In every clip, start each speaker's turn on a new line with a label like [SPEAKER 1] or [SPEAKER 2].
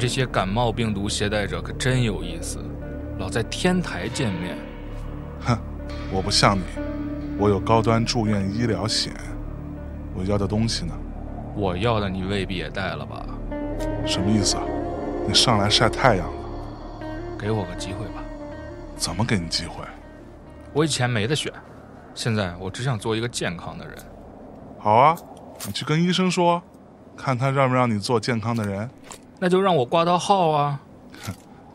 [SPEAKER 1] 这些感冒病毒携带者可真有意思，老在天台见面。
[SPEAKER 2] 哼，我不像你，我有高端住院医疗险。我要的东西呢？
[SPEAKER 1] 我要的你未必也带了吧？
[SPEAKER 2] 什么意思啊？你上来晒太阳了？
[SPEAKER 1] 给我个机会吧，
[SPEAKER 2] 怎么给你机会？
[SPEAKER 1] 我以前没得选，现在我只想做一个健康的人。
[SPEAKER 2] 好啊，你去跟医生说，看他让不让你做健康的人。
[SPEAKER 1] 那就让我挂到号啊！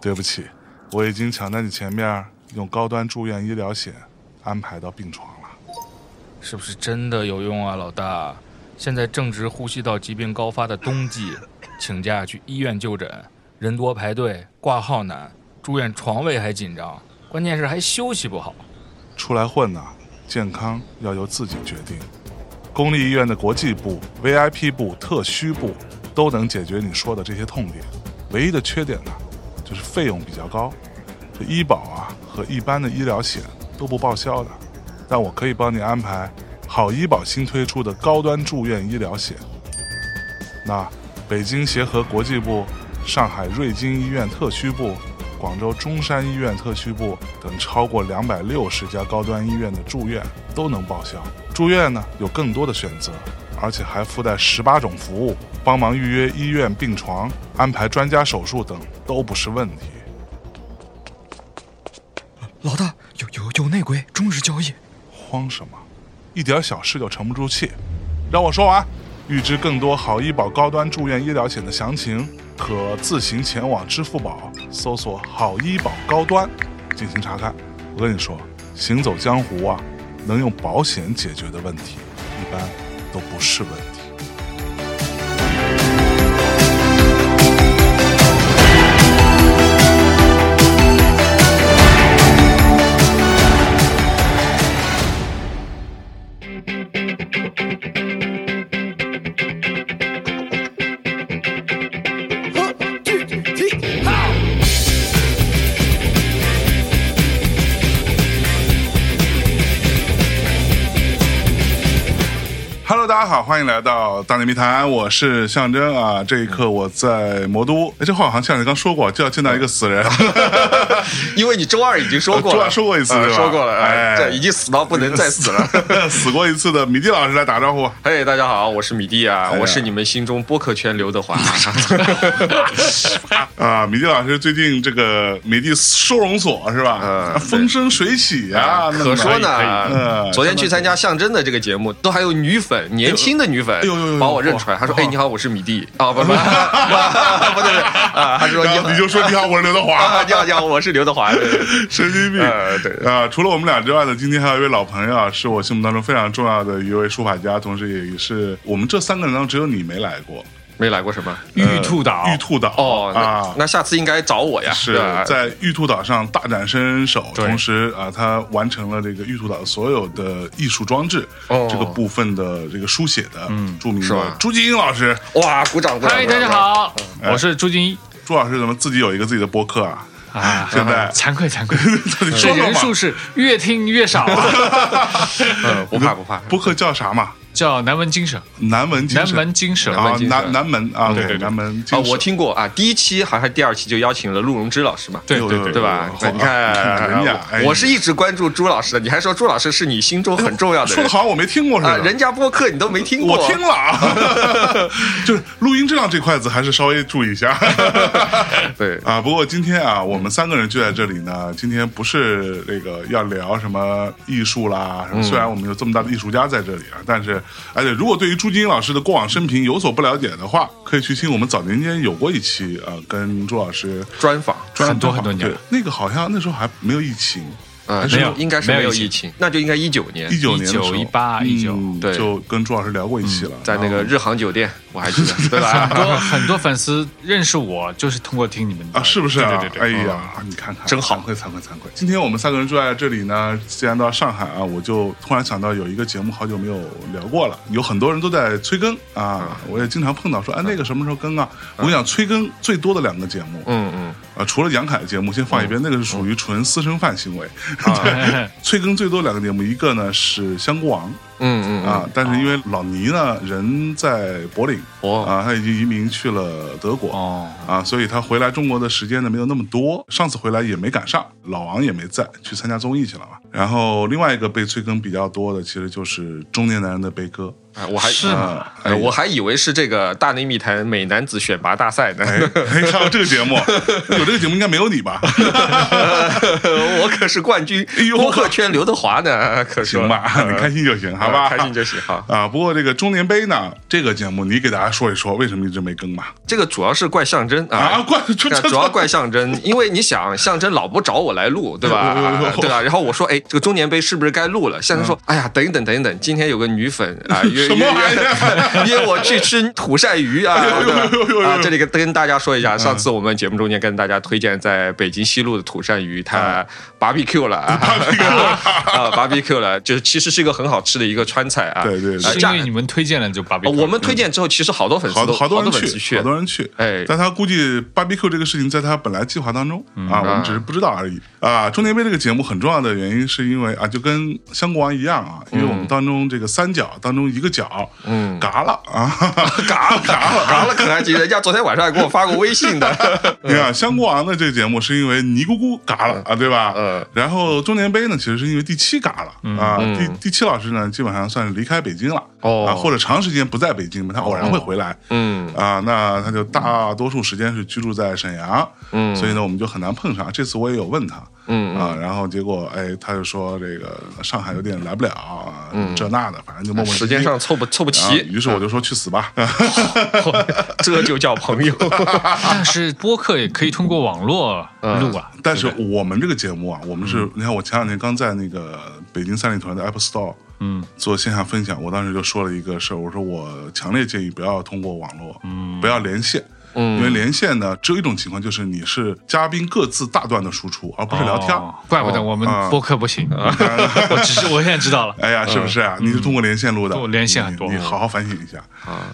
[SPEAKER 2] 对不起，我已经抢在你前面用高端住院医疗险安排到病床了。
[SPEAKER 1] 是不是真的有用啊，老大？现在正值呼吸道疾病高发的冬季，请假去医院就诊，人多排队，挂号难，住院床位还紧张，关键是还休息不好。
[SPEAKER 2] 出来混呐、健康要由自己决定。公立医院的国际部、VIP 部、特需部都能解决你说的这些痛点，唯一的缺点呢，就是费用比较高。这医保啊和一般的医疗险都不报销的，但我可以帮你安排好医保新推出的高端住院医疗险。那北京协和国际部、上海瑞金医院特需部、广州中山医院特需部等超过两百六十家高端医院的住院都能报销。住院呢有更多的选择，而且还附带十八种服务，帮忙预约医院病床、安排专家手术等都不是问题。
[SPEAKER 3] 老大，有有有内鬼，终止交易。
[SPEAKER 2] 慌什么？一点小事就沉不住气。让我说完。预知更多好医保高端住院医疗险的详情，可自行前往支付宝搜索“好医保高端”进行查看。我跟你说，行走江湖啊，能用保险解决的问题，一般都不是问题。Hello，大家好，欢迎来到大内密谈，我是象征啊。这一刻我在魔都，哎，这话好像象征刚说过，就要见到一个死 人。
[SPEAKER 3] 因为你周二已经说过
[SPEAKER 2] 周
[SPEAKER 3] 了，
[SPEAKER 2] 二说过一次
[SPEAKER 3] 呃
[SPEAKER 2] 对吧
[SPEAKER 3] 说过了，
[SPEAKER 2] 哎
[SPEAKER 3] 哎，这已经死到不能再死了。
[SPEAKER 2] 死过一次的米蒂老师来打招呼。
[SPEAKER 3] 嘿大家好，我是米蒂啊，
[SPEAKER 2] 呀
[SPEAKER 3] 我是你们心中播客圈刘德华。
[SPEAKER 2] 啊，米蒂老师最近这个美的收容所是吧？
[SPEAKER 3] 嗯
[SPEAKER 2] 啊风生水起啊，弄
[SPEAKER 3] 可
[SPEAKER 2] 得
[SPEAKER 3] 说
[SPEAKER 2] 哎
[SPEAKER 3] 呢
[SPEAKER 2] 嗯，
[SPEAKER 3] 昨天去参加象征的这个节目，都还有女粉，年轻的女粉
[SPEAKER 2] 呦呦呦呦
[SPEAKER 3] 把我认出来，她说：“哎，你好，我是米蒂。”啊，不不不不对不对啊，她说：“
[SPEAKER 2] 然
[SPEAKER 3] 你
[SPEAKER 2] 后
[SPEAKER 3] 好，
[SPEAKER 2] 哎你就说你好，我是刘德华，
[SPEAKER 3] 啊，你好你好，我是刘德华。对”
[SPEAKER 2] 神经病。
[SPEAKER 3] 呃对
[SPEAKER 2] 啊，除了我们俩之外呢，今天还有一位老朋友啊，是我心目当中非常重要的一位书法家，同时也是我们这三个人当中只有你没来过，
[SPEAKER 3] 没来过什么
[SPEAKER 4] 玉兔岛，
[SPEAKER 2] 玉兔岛
[SPEAKER 3] 哦，
[SPEAKER 2] 啊
[SPEAKER 3] 那。那下次应该找我 呀。
[SPEAKER 2] 是啊
[SPEAKER 3] 对吧
[SPEAKER 2] 在玉兔岛上大展身手，
[SPEAKER 4] 对
[SPEAKER 2] 同时啊，他完成了这个玉兔岛所有的艺术装置、
[SPEAKER 3] 哦
[SPEAKER 2] 这个部分的这个书写的，嗯，著名
[SPEAKER 3] 是
[SPEAKER 2] 的
[SPEAKER 3] 吧
[SPEAKER 2] 朱继英老师，
[SPEAKER 3] 哇，鼓掌鼓掌！
[SPEAKER 4] 嗨，
[SPEAKER 3] 鼓掌
[SPEAKER 4] 大家。好，我是朱金一
[SPEAKER 2] 朱老师怎么自己有一个自己的播客啊？
[SPEAKER 4] 啊，
[SPEAKER 2] 现在
[SPEAKER 4] 惭愧惭愧，
[SPEAKER 2] 你
[SPEAKER 4] 这
[SPEAKER 2] 说说
[SPEAKER 4] 人数
[SPEAKER 2] 嘛，
[SPEAKER 4] 是越听越少，
[SPEAKER 3] 嗯，不怕不怕。
[SPEAKER 2] 播客叫啥嘛？
[SPEAKER 4] 叫南门精神，
[SPEAKER 2] 南门精
[SPEAKER 4] 南
[SPEAKER 2] 神
[SPEAKER 4] 门精神
[SPEAKER 3] 南
[SPEAKER 2] 啊
[SPEAKER 3] 门，精神
[SPEAKER 2] 南南门啊，
[SPEAKER 4] 对对对
[SPEAKER 2] 南门精
[SPEAKER 3] 啊，
[SPEAKER 2] 神
[SPEAKER 3] 我听过啊，第一期还是第二期就邀请了陆荣之老师嘛，
[SPEAKER 4] 对对
[SPEAKER 3] 对吧？
[SPEAKER 2] 好
[SPEAKER 3] 那你看呃
[SPEAKER 2] 看哦人家，哎
[SPEAKER 3] 我我是一直关注朱老师的，你还说朱老师是你心中很重要的
[SPEAKER 2] 说
[SPEAKER 3] 人
[SPEAKER 2] 的好像我没听过似
[SPEAKER 3] 啊，
[SPEAKER 2] 的，
[SPEAKER 3] 人家播客你都没听过，
[SPEAKER 2] 我听了 啊，就是录音质量这块子还是稍微注意一 下。
[SPEAKER 3] 对，
[SPEAKER 2] 啊，不过今天啊，我们三个人聚在这里呢，今天不是这个要聊什么艺术啦，
[SPEAKER 4] 嗯
[SPEAKER 2] 什么虽然我们有这么大的艺术家在这里啊，但是而且如果对于朱金老师的过往生平有所不了解的话，可以去听我们早年间有过一期啊，跟朱老师
[SPEAKER 3] 专访，
[SPEAKER 2] 专
[SPEAKER 4] 很多
[SPEAKER 2] 专访
[SPEAKER 4] 很多年
[SPEAKER 2] 对，那个好像那时候还没有疫情，
[SPEAKER 3] 嗯，
[SPEAKER 4] 没有
[SPEAKER 3] 应该是没
[SPEAKER 4] 没有
[SPEAKER 3] 有
[SPEAKER 4] 疫
[SPEAKER 3] 疫情，那就应该一九年
[SPEAKER 2] 一九年的时候
[SPEAKER 4] 九一八一九，
[SPEAKER 2] 嗯
[SPEAKER 3] 对
[SPEAKER 2] 就跟朱老师聊过一期了，
[SPEAKER 3] 在那
[SPEAKER 2] 然
[SPEAKER 3] 个
[SPEAKER 2] 后
[SPEAKER 3] 日航酒店，我 还记得，对
[SPEAKER 2] 啊
[SPEAKER 4] 很
[SPEAKER 3] 吧？
[SPEAKER 4] 多很多粉丝认识我就是通过听你们的
[SPEAKER 2] 啊，是不是啊？
[SPEAKER 4] 呃对对对对，嗯
[SPEAKER 2] 哎呀，你看看，
[SPEAKER 3] 真好
[SPEAKER 2] 惭愧惭愧惭愧。今天我们三个人坐在这里呢，既然到上海啊，我就突然想到有一个节目好久没有聊过了，有很多人都在催更啊，
[SPEAKER 4] 嗯
[SPEAKER 2] 我也经常碰到说，哎，那个什么时候更啊？我跟你讲，催更最多的两个节目
[SPEAKER 3] 嗯嗯，
[SPEAKER 2] 啊，除了杨凯的节目先放一边，那个是属于纯私生饭行为。
[SPEAKER 4] 嗯
[SPEAKER 3] 啊，
[SPEAKER 2] 催更最多两个节目，一个呢是《香菇王》
[SPEAKER 3] 嗯嗯
[SPEAKER 2] 啊，但是因为老倪呢人在柏林
[SPEAKER 4] 哦
[SPEAKER 2] 啊，他已经移民去了德国
[SPEAKER 4] 哦，
[SPEAKER 2] 啊，所以他回来中国的时间呢没有那么多。上次回来也没赶上，老王也没在，去参加综艺去了嘛。然后另外一个被催更比较多的，其实就是中年男人的悲歌。
[SPEAKER 3] 哎我还
[SPEAKER 4] 是吗
[SPEAKER 2] 啊
[SPEAKER 3] 哎
[SPEAKER 2] 哎
[SPEAKER 3] 我还以为是这个大内密谈美男子选拔大赛呢，
[SPEAKER 2] 哎， 哎看到这个节目，有这个节目应该没有你 吧？
[SPEAKER 3] 我可是冠军
[SPEAKER 2] 哎，呦
[SPEAKER 3] 播客圈刘德华呢，可说嗯
[SPEAKER 2] 行吧，你开心就行，好吧？
[SPEAKER 3] 开心就行哈。
[SPEAKER 2] 啊，不过这个中年杯呢，这个节目你给大家说一说，为什么一直没更吧？
[SPEAKER 3] 这个主要是怪象征
[SPEAKER 2] 啊，
[SPEAKER 3] 啊。
[SPEAKER 2] 怪这
[SPEAKER 3] 那
[SPEAKER 2] 这
[SPEAKER 3] 主要怪象征， 因为你想象征老不找我来录， 对吧？啊对吧？然后我说，哎，这个中年杯是不是该录了？象征说，哎呀，等一等，等一等，今天有个女粉 啊，约
[SPEAKER 2] 啊什
[SPEAKER 3] 约
[SPEAKER 2] 么玩意哎
[SPEAKER 3] 约 约我去吃土鳝 鱼啊！对吧啊，这里跟跟大家说一
[SPEAKER 2] 嗯
[SPEAKER 3] 下，上次我们节目中间跟大家推荐在北京西路的土鳝鱼，
[SPEAKER 2] 嗯
[SPEAKER 3] 它 barbecue 了啊 啊 barbecue 了，就是其实是一个很好吃的一个川菜啊。
[SPEAKER 2] 对对对
[SPEAKER 3] 啊
[SPEAKER 4] 是因
[SPEAKER 3] 价
[SPEAKER 4] 为你嗯们推荐了就 b a r b
[SPEAKER 3] 哦我们推荐之后，其实好多粉丝
[SPEAKER 2] 好
[SPEAKER 3] 都
[SPEAKER 2] 多好多人
[SPEAKER 3] 粉丝
[SPEAKER 2] 去，
[SPEAKER 3] 去
[SPEAKER 2] 好，多人去。
[SPEAKER 3] 哎
[SPEAKER 2] 但他估计 BBQ 这个事情在他本来计划当中啊，我们只是不知道而已啊。中年杯这个节目很重要的原因是因为啊，就跟香国王一样啊，因为我们当中这个三角当中一个角，
[SPEAKER 3] 嗯
[SPEAKER 2] 嘎了啊， 嘎嘎 了。
[SPEAKER 3] 嘎了可还行，人家昨天晚上还给我发过微信的。
[SPEAKER 2] 你看香国王的这个节目是因为尼姑姑嘎了啊，对吧？
[SPEAKER 3] 嗯。
[SPEAKER 2] 然后中年杯呢，其实是因为第七嘎了啊，第第七老师呢，基本上算是离开北京了
[SPEAKER 3] 哦
[SPEAKER 2] 啊，或者长时间不在北京嘛，他偶然会回来。
[SPEAKER 3] 嗯
[SPEAKER 2] 啊，那他就大多数时间是居住在沈阳，
[SPEAKER 3] 嗯
[SPEAKER 2] 所以呢，我们就很难碰上。这次我也有问他，
[SPEAKER 3] 嗯
[SPEAKER 2] 啊，然后结果哎，他就说这个上海有点来不了，啊这那的，反正就磨
[SPEAKER 3] 嗯，
[SPEAKER 2] 磨唧唧
[SPEAKER 3] 时间上凑不凑不
[SPEAKER 2] 啊
[SPEAKER 3] 齐，
[SPEAKER 2] 于是我就说去死吧，
[SPEAKER 3] 这就叫朋友。
[SPEAKER 4] 但是播客也可以通过网络录啊，
[SPEAKER 2] 但是我们这个节目啊，我们是，你看我前两天刚在那个北京三里屯的 Apple Store，
[SPEAKER 4] 嗯，
[SPEAKER 2] 做线下分享，我当时就说了一个事儿，我说我强烈建议不要通过网络，嗯，不要连线。
[SPEAKER 3] 嗯
[SPEAKER 2] 因为连线呢，只有一种情况，就是你是嘉宾各自大段的输出，而不是聊天。
[SPEAKER 4] 哦怪不得我们播客不行，我只是我现在知 道了，
[SPEAKER 2] 哎呀，是不是啊？你是通过连线录的，
[SPEAKER 4] 我连线很多
[SPEAKER 2] 你你好好反省一下。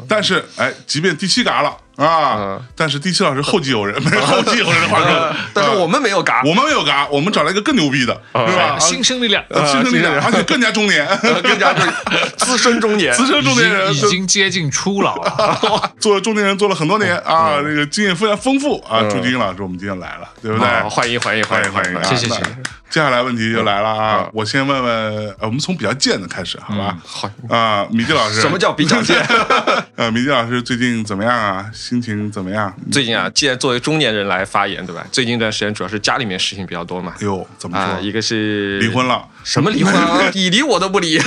[SPEAKER 2] 但是，哎，即便第七嘎了啊
[SPEAKER 3] 嗯，
[SPEAKER 2] 但是第七老师后继有人，没有后继有人的话说，
[SPEAKER 3] 但是我们没有嘎，
[SPEAKER 2] 我们没有嘎，我们找了一个更牛逼的，是吧？
[SPEAKER 4] 哎新生力量。
[SPEAKER 2] 呃，新生力量，而且更加中年，
[SPEAKER 3] 更加就是 资深中年。啊
[SPEAKER 2] 资深中
[SPEAKER 4] 已
[SPEAKER 2] 年
[SPEAKER 4] 经
[SPEAKER 2] 人
[SPEAKER 4] 已经接近初老了，
[SPEAKER 2] 做中年人做了很多年啊，这个经验非常丰富啊。朱军老师，我们今天来了，对不对？
[SPEAKER 3] 啊欢迎欢迎
[SPEAKER 2] 欢
[SPEAKER 3] 迎
[SPEAKER 2] 迎欢迎啊，
[SPEAKER 4] 谢谢
[SPEAKER 2] 那
[SPEAKER 4] 谢谢
[SPEAKER 2] 接下来问题就来了啊，我先问问，呃我们从比较贱的开始，好吧？
[SPEAKER 3] 好，
[SPEAKER 2] 啊，米季老师，
[SPEAKER 3] 什么叫比较贱？
[SPEAKER 2] 呃，米季老师最近怎么样啊？心情怎么样？
[SPEAKER 3] 最近啊，既然作为中年人来发言，对吧？最近一段时间主要是家里面事情比较多嘛。
[SPEAKER 2] 哟，哎怎么
[SPEAKER 3] 啊，
[SPEAKER 2] 说？
[SPEAKER 3] 一个是
[SPEAKER 2] 离婚了，
[SPEAKER 3] 什么离婚 啊？你离我都不离。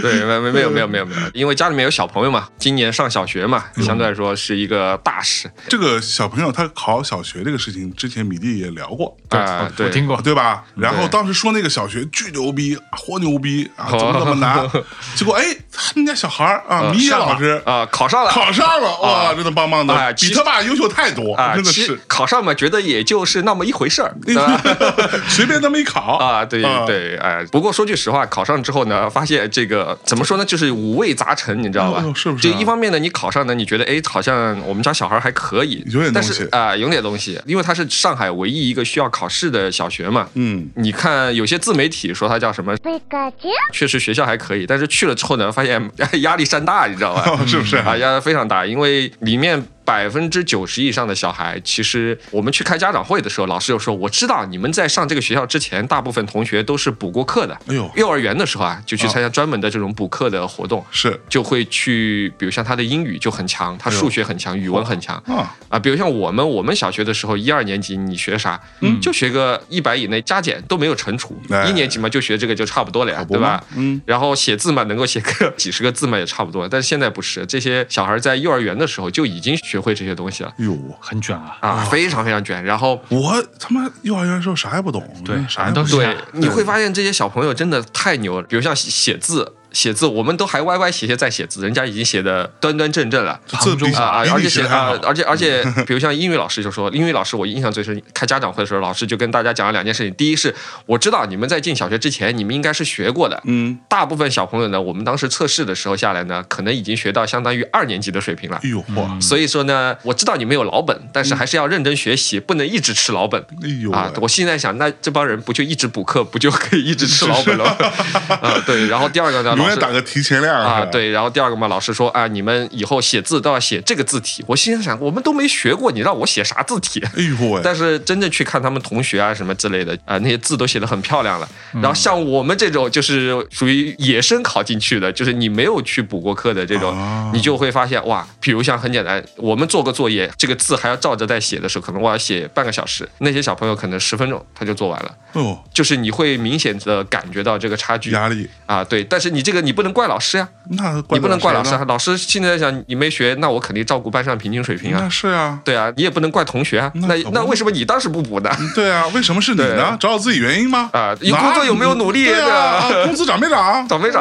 [SPEAKER 3] 对，没没没有没有没有没有，因为家里面有小朋友嘛，今年上小学嘛，相对来说是一个大事
[SPEAKER 2] 这个小朋友他考小学这个事情，之前米蒂也聊过，
[SPEAKER 3] 啊。
[SPEAKER 4] 哦我
[SPEAKER 3] 对，
[SPEAKER 4] 听过。
[SPEAKER 2] 对吧？然后
[SPEAKER 3] 嗯对
[SPEAKER 2] 当时说那个小学巨牛逼，啊活牛逼啊，怎么怎么难？ 结果哎，他们家小孩儿
[SPEAKER 3] 呃
[SPEAKER 2] 啊，米野
[SPEAKER 4] 上了
[SPEAKER 2] 老师
[SPEAKER 3] 啊，考哦上了。
[SPEAKER 2] 考上了，哇，真的棒棒的
[SPEAKER 3] 哎，
[SPEAKER 2] 比
[SPEAKER 3] 其
[SPEAKER 2] 他爸优秀太多，
[SPEAKER 3] 啊，
[SPEAKER 2] 真的
[SPEAKER 3] 其
[SPEAKER 2] 是
[SPEAKER 3] 实。考上嘛，觉得也就是那么一回 事儿， 对吧？
[SPEAKER 2] 随便那么一考
[SPEAKER 3] 啊，对
[SPEAKER 2] 啊
[SPEAKER 3] 对，哎，不过说句实话，考上之后呢，发现这个怎么说呢，就是五味杂陈，你知道吧
[SPEAKER 2] 哎呦？是不是
[SPEAKER 3] 就
[SPEAKER 2] 啊
[SPEAKER 3] 一方面呢，你考上呢，你觉得哎，好像我们家小孩还可以，
[SPEAKER 2] 有点东
[SPEAKER 3] 但是
[SPEAKER 2] 西
[SPEAKER 3] 啊，有点东西，因为它是上海唯一一个需要考试的小学嘛。
[SPEAKER 2] 嗯，
[SPEAKER 3] 你看，有些自媒体说它叫什么，
[SPEAKER 5] Pikachu.
[SPEAKER 3] 确实学校还可以，但是去了之后呢，发现哎压力山大，你知道吧？
[SPEAKER 2] 哦 是不是
[SPEAKER 3] 啊，压力非常大，因为里面百分之九十以上的小孩，其实我们去开家长会的时候，老师就说，我知道你们在上这个学校之前，大部分同学都是补过课的。
[SPEAKER 2] 哎呦哦
[SPEAKER 3] 幼儿园的时候啊，就去参加专门的这种补课的活动。
[SPEAKER 2] 是
[SPEAKER 3] 就会去，比如像他的英语就很强，
[SPEAKER 2] 哎
[SPEAKER 3] 他数学很强，语文很强
[SPEAKER 2] 啊，
[SPEAKER 3] 啊。比如像我们，我们小学的时候，一二年级你学啥，就学个一百以内加减都没有乘除
[SPEAKER 2] 哎，
[SPEAKER 3] 一年级嘛就学这个就差不多了呀，
[SPEAKER 2] 不
[SPEAKER 3] 对吧？
[SPEAKER 2] 嘛嗯，
[SPEAKER 3] 然后写字嘛，能够写个 几十个字嘛也差不多。但是现在不是，这些小孩在幼儿园的时候就已经学会这些东西了。
[SPEAKER 2] 哟，
[SPEAKER 4] 很卷啊，
[SPEAKER 3] 啊，非常非常卷。然后
[SPEAKER 2] 我他妈幼儿园的时候啥也不懂，
[SPEAKER 4] 对
[SPEAKER 2] 啥也不
[SPEAKER 4] 反正都
[SPEAKER 2] 懂
[SPEAKER 4] 是啊
[SPEAKER 3] 对
[SPEAKER 4] 对，
[SPEAKER 3] 你会发现这些小朋友真的太牛了。比如像写写字，写字，我们都还歪歪斜斜在写字，人家已经写的端端正正了。
[SPEAKER 2] 字比
[SPEAKER 3] 啊，
[SPEAKER 2] 比
[SPEAKER 3] 而
[SPEAKER 2] 你
[SPEAKER 3] 且
[SPEAKER 2] 学
[SPEAKER 3] 写
[SPEAKER 2] 得还好
[SPEAKER 3] 啊，而且而且，比如像英语老师就说，英语老师我印象最深，开家长会的时候，老师就跟大家讲了两件事情。第一是，我知道你们在进小学之前，你们应该是学过的。
[SPEAKER 2] 嗯，
[SPEAKER 3] 大部分小朋友呢，我们当时测试的时候下来呢，可能已经学到相当于二年级的水平了
[SPEAKER 2] 哎。呦嚯，
[SPEAKER 3] 所以说呢，我知道你们有老本，但是还是要认真学习，不能一直吃老本。
[SPEAKER 2] 哎呦
[SPEAKER 3] 啊！
[SPEAKER 2] 喂
[SPEAKER 3] 我现在想，那这帮人不就一直补课，不就可以一直吃老本 了？啊，对。然后第二个呢，
[SPEAKER 2] 永
[SPEAKER 3] 老
[SPEAKER 2] 远
[SPEAKER 3] 师
[SPEAKER 2] 打个提前量
[SPEAKER 3] 啊，，对。然后第二个嘛，老师说啊，你们以后写字都要写这个字体。我心里想，我们都没学过，你让我写啥字体？
[SPEAKER 2] 哎呦喂，
[SPEAKER 3] 但是真正去看他们同学啊什么之类的啊、那些字都写得很漂亮了。然后像我们这种就是属于野生考进去的，就是你没有去补过课的这种，
[SPEAKER 2] 啊
[SPEAKER 3] 哦你就会发现哇，比如像很简单，我们做个作业，这个字还要照着在写的时候，可能我要写半个小时，那些小朋友可能十分钟他就做完了，
[SPEAKER 2] 哎呦，
[SPEAKER 3] 就是你会明显的感觉到这个差距
[SPEAKER 2] 压力，
[SPEAKER 3] 啊，对。但是你这个你不能怪老师呀、
[SPEAKER 2] 那
[SPEAKER 3] 你不能怪老师
[SPEAKER 2] 谁
[SPEAKER 3] 啊
[SPEAKER 2] 呢，，
[SPEAKER 3] 老师现在想你没学，那我肯定照顾班上平均水平
[SPEAKER 2] 那
[SPEAKER 3] 啊。
[SPEAKER 2] 是啊，
[SPEAKER 3] 对啊，你也不能怪同学啊，
[SPEAKER 2] 那
[SPEAKER 3] 那
[SPEAKER 2] 可不
[SPEAKER 3] 那为什么你当时不补呢？
[SPEAKER 2] 对啊，为什么是你呢？
[SPEAKER 3] 对
[SPEAKER 2] 找找自己原因吗？
[SPEAKER 3] 啊有
[SPEAKER 2] 哪
[SPEAKER 3] 工作有没有努力
[SPEAKER 2] 对
[SPEAKER 3] 对啊
[SPEAKER 2] 啊，啊工资涨没涨？
[SPEAKER 3] 倒霉啥？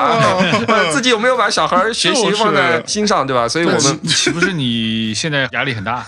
[SPEAKER 3] 呃自己有没有把小孩 儿学习放在心上，对吧？所以我们
[SPEAKER 4] 岂岂不是你现在压力很大？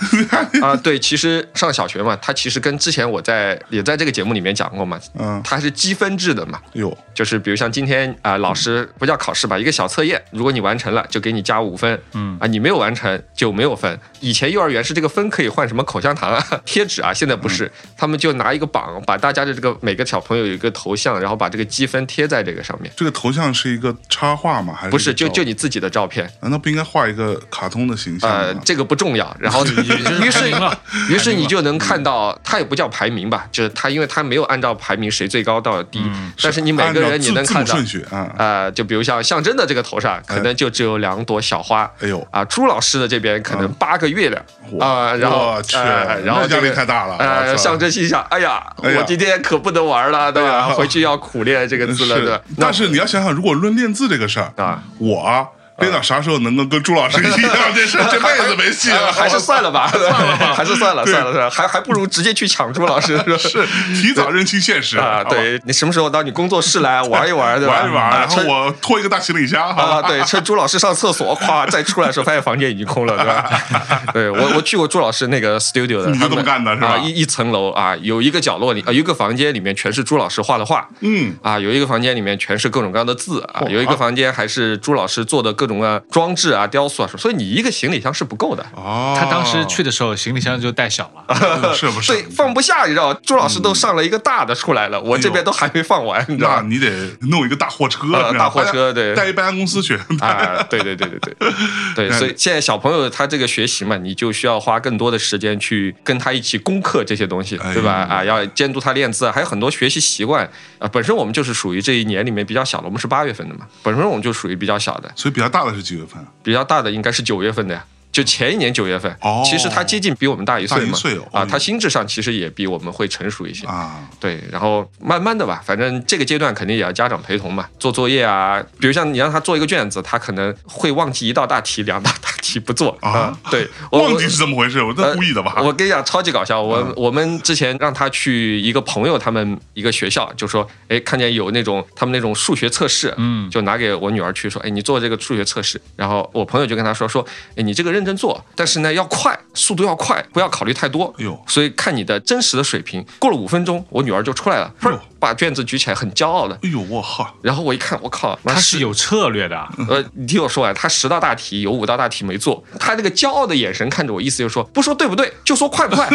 [SPEAKER 3] 啊，对，其实上小学嘛，它其实跟之前我在也在这个节目里面讲过嘛，
[SPEAKER 2] 嗯，
[SPEAKER 3] 它还是积分制的嘛，
[SPEAKER 2] 哟，
[SPEAKER 3] 就是比如像今天啊、老师不叫考试吧，一个小测验，如果你完成了，就给你加五分，嗯啊，你没有完成就没有分。以前幼儿园是这个分可以换什么口香糖啊、 贴纸啊，现在不是，他们就拿一个榜，把大家的这个每个小朋友有一个头像，然后把这个积分贴在这个上面。
[SPEAKER 2] 这个头像是一个插画吗？还是
[SPEAKER 3] 不是，就
[SPEAKER 2] 一个
[SPEAKER 3] 就
[SPEAKER 2] 照
[SPEAKER 3] 你自己的照片，
[SPEAKER 2] 难道不应该画一个卡通的形象
[SPEAKER 3] 呃，
[SPEAKER 2] 吗？
[SPEAKER 3] 这个不重要。然后你，
[SPEAKER 4] 就是
[SPEAKER 3] 于
[SPEAKER 4] 排
[SPEAKER 3] 是
[SPEAKER 4] 名了，
[SPEAKER 3] 于是你就能看到，它也不叫排名吧，就是它，因为它没有按照排名谁最高到低，但是你每个
[SPEAKER 2] 按照
[SPEAKER 3] 人你
[SPEAKER 2] 字
[SPEAKER 3] 能
[SPEAKER 2] 字
[SPEAKER 3] 看
[SPEAKER 2] 母
[SPEAKER 3] 到，
[SPEAKER 2] 顺序啊，
[SPEAKER 3] 呃，就比如像象征的这个头上，可能就只有两朵小花。
[SPEAKER 2] 哎呦啊
[SPEAKER 3] 啊，朱老师的这边可能八个月亮
[SPEAKER 2] 哇
[SPEAKER 3] 啊，然后
[SPEAKER 2] 我去
[SPEAKER 3] 呃然后
[SPEAKER 2] 那
[SPEAKER 3] 这
[SPEAKER 2] 压力
[SPEAKER 3] 个
[SPEAKER 2] 太大了我
[SPEAKER 3] 呃，
[SPEAKER 2] 操
[SPEAKER 3] 象征心想，哎呀，
[SPEAKER 2] 哎呀哎
[SPEAKER 3] 我今天可不能玩了，对吧？回去要苦练这个字了，对吧
[SPEAKER 2] 是。，但是你要想想，如果论练字这个事儿
[SPEAKER 3] 啊，
[SPEAKER 2] 我啊练到啥时候能够跟朱老师一样？这事 儿这辈子没戏
[SPEAKER 3] 呃
[SPEAKER 2] 了，
[SPEAKER 3] 还是算了 吧，算了吧，还是算了，
[SPEAKER 2] 对
[SPEAKER 3] 算了，算了，还还不如直接去抢朱 老师，是吧？
[SPEAKER 2] 是提早认清现实
[SPEAKER 3] 啊，，对你什么时候到你工作室来玩一玩，
[SPEAKER 2] 好
[SPEAKER 3] 对
[SPEAKER 2] 吧
[SPEAKER 3] 吧？
[SPEAKER 2] 玩一玩，
[SPEAKER 3] 啊
[SPEAKER 2] 然后
[SPEAKER 3] 趁
[SPEAKER 2] 我拖一个大行李箱，好
[SPEAKER 3] 啊，
[SPEAKER 2] 吧，
[SPEAKER 3] 对，趁朱老师上厕所， 咵，再出来的时候发现房间已经空了，对吧？ 对我我去过朱老师那个 studio 的，
[SPEAKER 2] 你就
[SPEAKER 3] 他们
[SPEAKER 2] 这么干的是吧
[SPEAKER 3] 啊，一一层楼啊，有一个角落里，啊，有一个房间里面全是朱老师画的画，
[SPEAKER 2] 嗯，
[SPEAKER 3] 啊，有一个房间里面全是各种各样的字啊，有一个房间还是朱老师做的各种各样装置啊、雕塑啊，所以你一个行李箱是不够的。
[SPEAKER 2] 哦，
[SPEAKER 4] 他当时去的时候行李箱就带小了，
[SPEAKER 2] 嗯是不是？
[SPEAKER 3] 对，放不下，你知道吗？朱老师都上了一个大的出来了，
[SPEAKER 2] 哎
[SPEAKER 3] 我这边都还没放完， 你知道
[SPEAKER 2] 那
[SPEAKER 3] 吗？
[SPEAKER 2] 你得弄一个大货车，
[SPEAKER 3] 呃
[SPEAKER 2] 是吧
[SPEAKER 3] 大货车
[SPEAKER 2] 带
[SPEAKER 3] 对
[SPEAKER 2] 带一搬家公司去。
[SPEAKER 3] 啊，对对对对对对，所以现在小朋友他这个学习嘛，你就需要花更多的时间去跟他一起攻克这些东西，
[SPEAKER 2] 哎
[SPEAKER 3] 对吧？啊，要监督他练字啊，还有很多学习习惯啊。本身我们就是属于这一年里面比较小的，我们是八月份的嘛，本身我们就属于比较小的，
[SPEAKER 2] 所以比较大的是几月份？
[SPEAKER 3] 比较大的应该是九月份的呀。就前一年九月份，
[SPEAKER 2] 哦
[SPEAKER 3] 其实他接近比我们大一岁
[SPEAKER 2] 大一
[SPEAKER 3] 嘛，
[SPEAKER 2] 岁哦
[SPEAKER 3] 啊，他心智上其实也比我们会成熟一些，
[SPEAKER 2] 啊，
[SPEAKER 3] 对，然后慢慢的吧，反正这个阶段肯定也要家长陪同嘛，做作业啊，比如像你让他做一个卷子，他可能会忘记一道大题、两道大题不做
[SPEAKER 2] 啊
[SPEAKER 3] 对，我
[SPEAKER 2] 忘记是怎么回事，我
[SPEAKER 3] 呃
[SPEAKER 2] 那故意的吧？嗯
[SPEAKER 3] 我跟你讲，超级搞笑。我、我们之前让他去一个朋友他们一个学校，就说，哎，看见有那种他们那种数学测试，
[SPEAKER 4] 嗯
[SPEAKER 3] 就拿给我女儿去说，哎，你做这个数学测试。然后我朋友就跟他说，说，哎，你这个认真做，但是呢要快，速度要快，不要考虑太多。
[SPEAKER 2] 哎呦
[SPEAKER 3] 所以看你的真实的水平。过了五分钟，我女儿就出来了，
[SPEAKER 2] 哎呦
[SPEAKER 3] 把卷子举起来，很骄傲的。
[SPEAKER 2] 哎呦，我靠！
[SPEAKER 3] 然后我一看，我靠，
[SPEAKER 4] 他
[SPEAKER 3] 妈
[SPEAKER 4] 是
[SPEAKER 3] 十
[SPEAKER 4] 有策略的。
[SPEAKER 3] 呃，你听我说完，他十道大题有五道大题没做，他那个骄傲的眼神看着我，意思就是说，不说对不对，就说快不 快，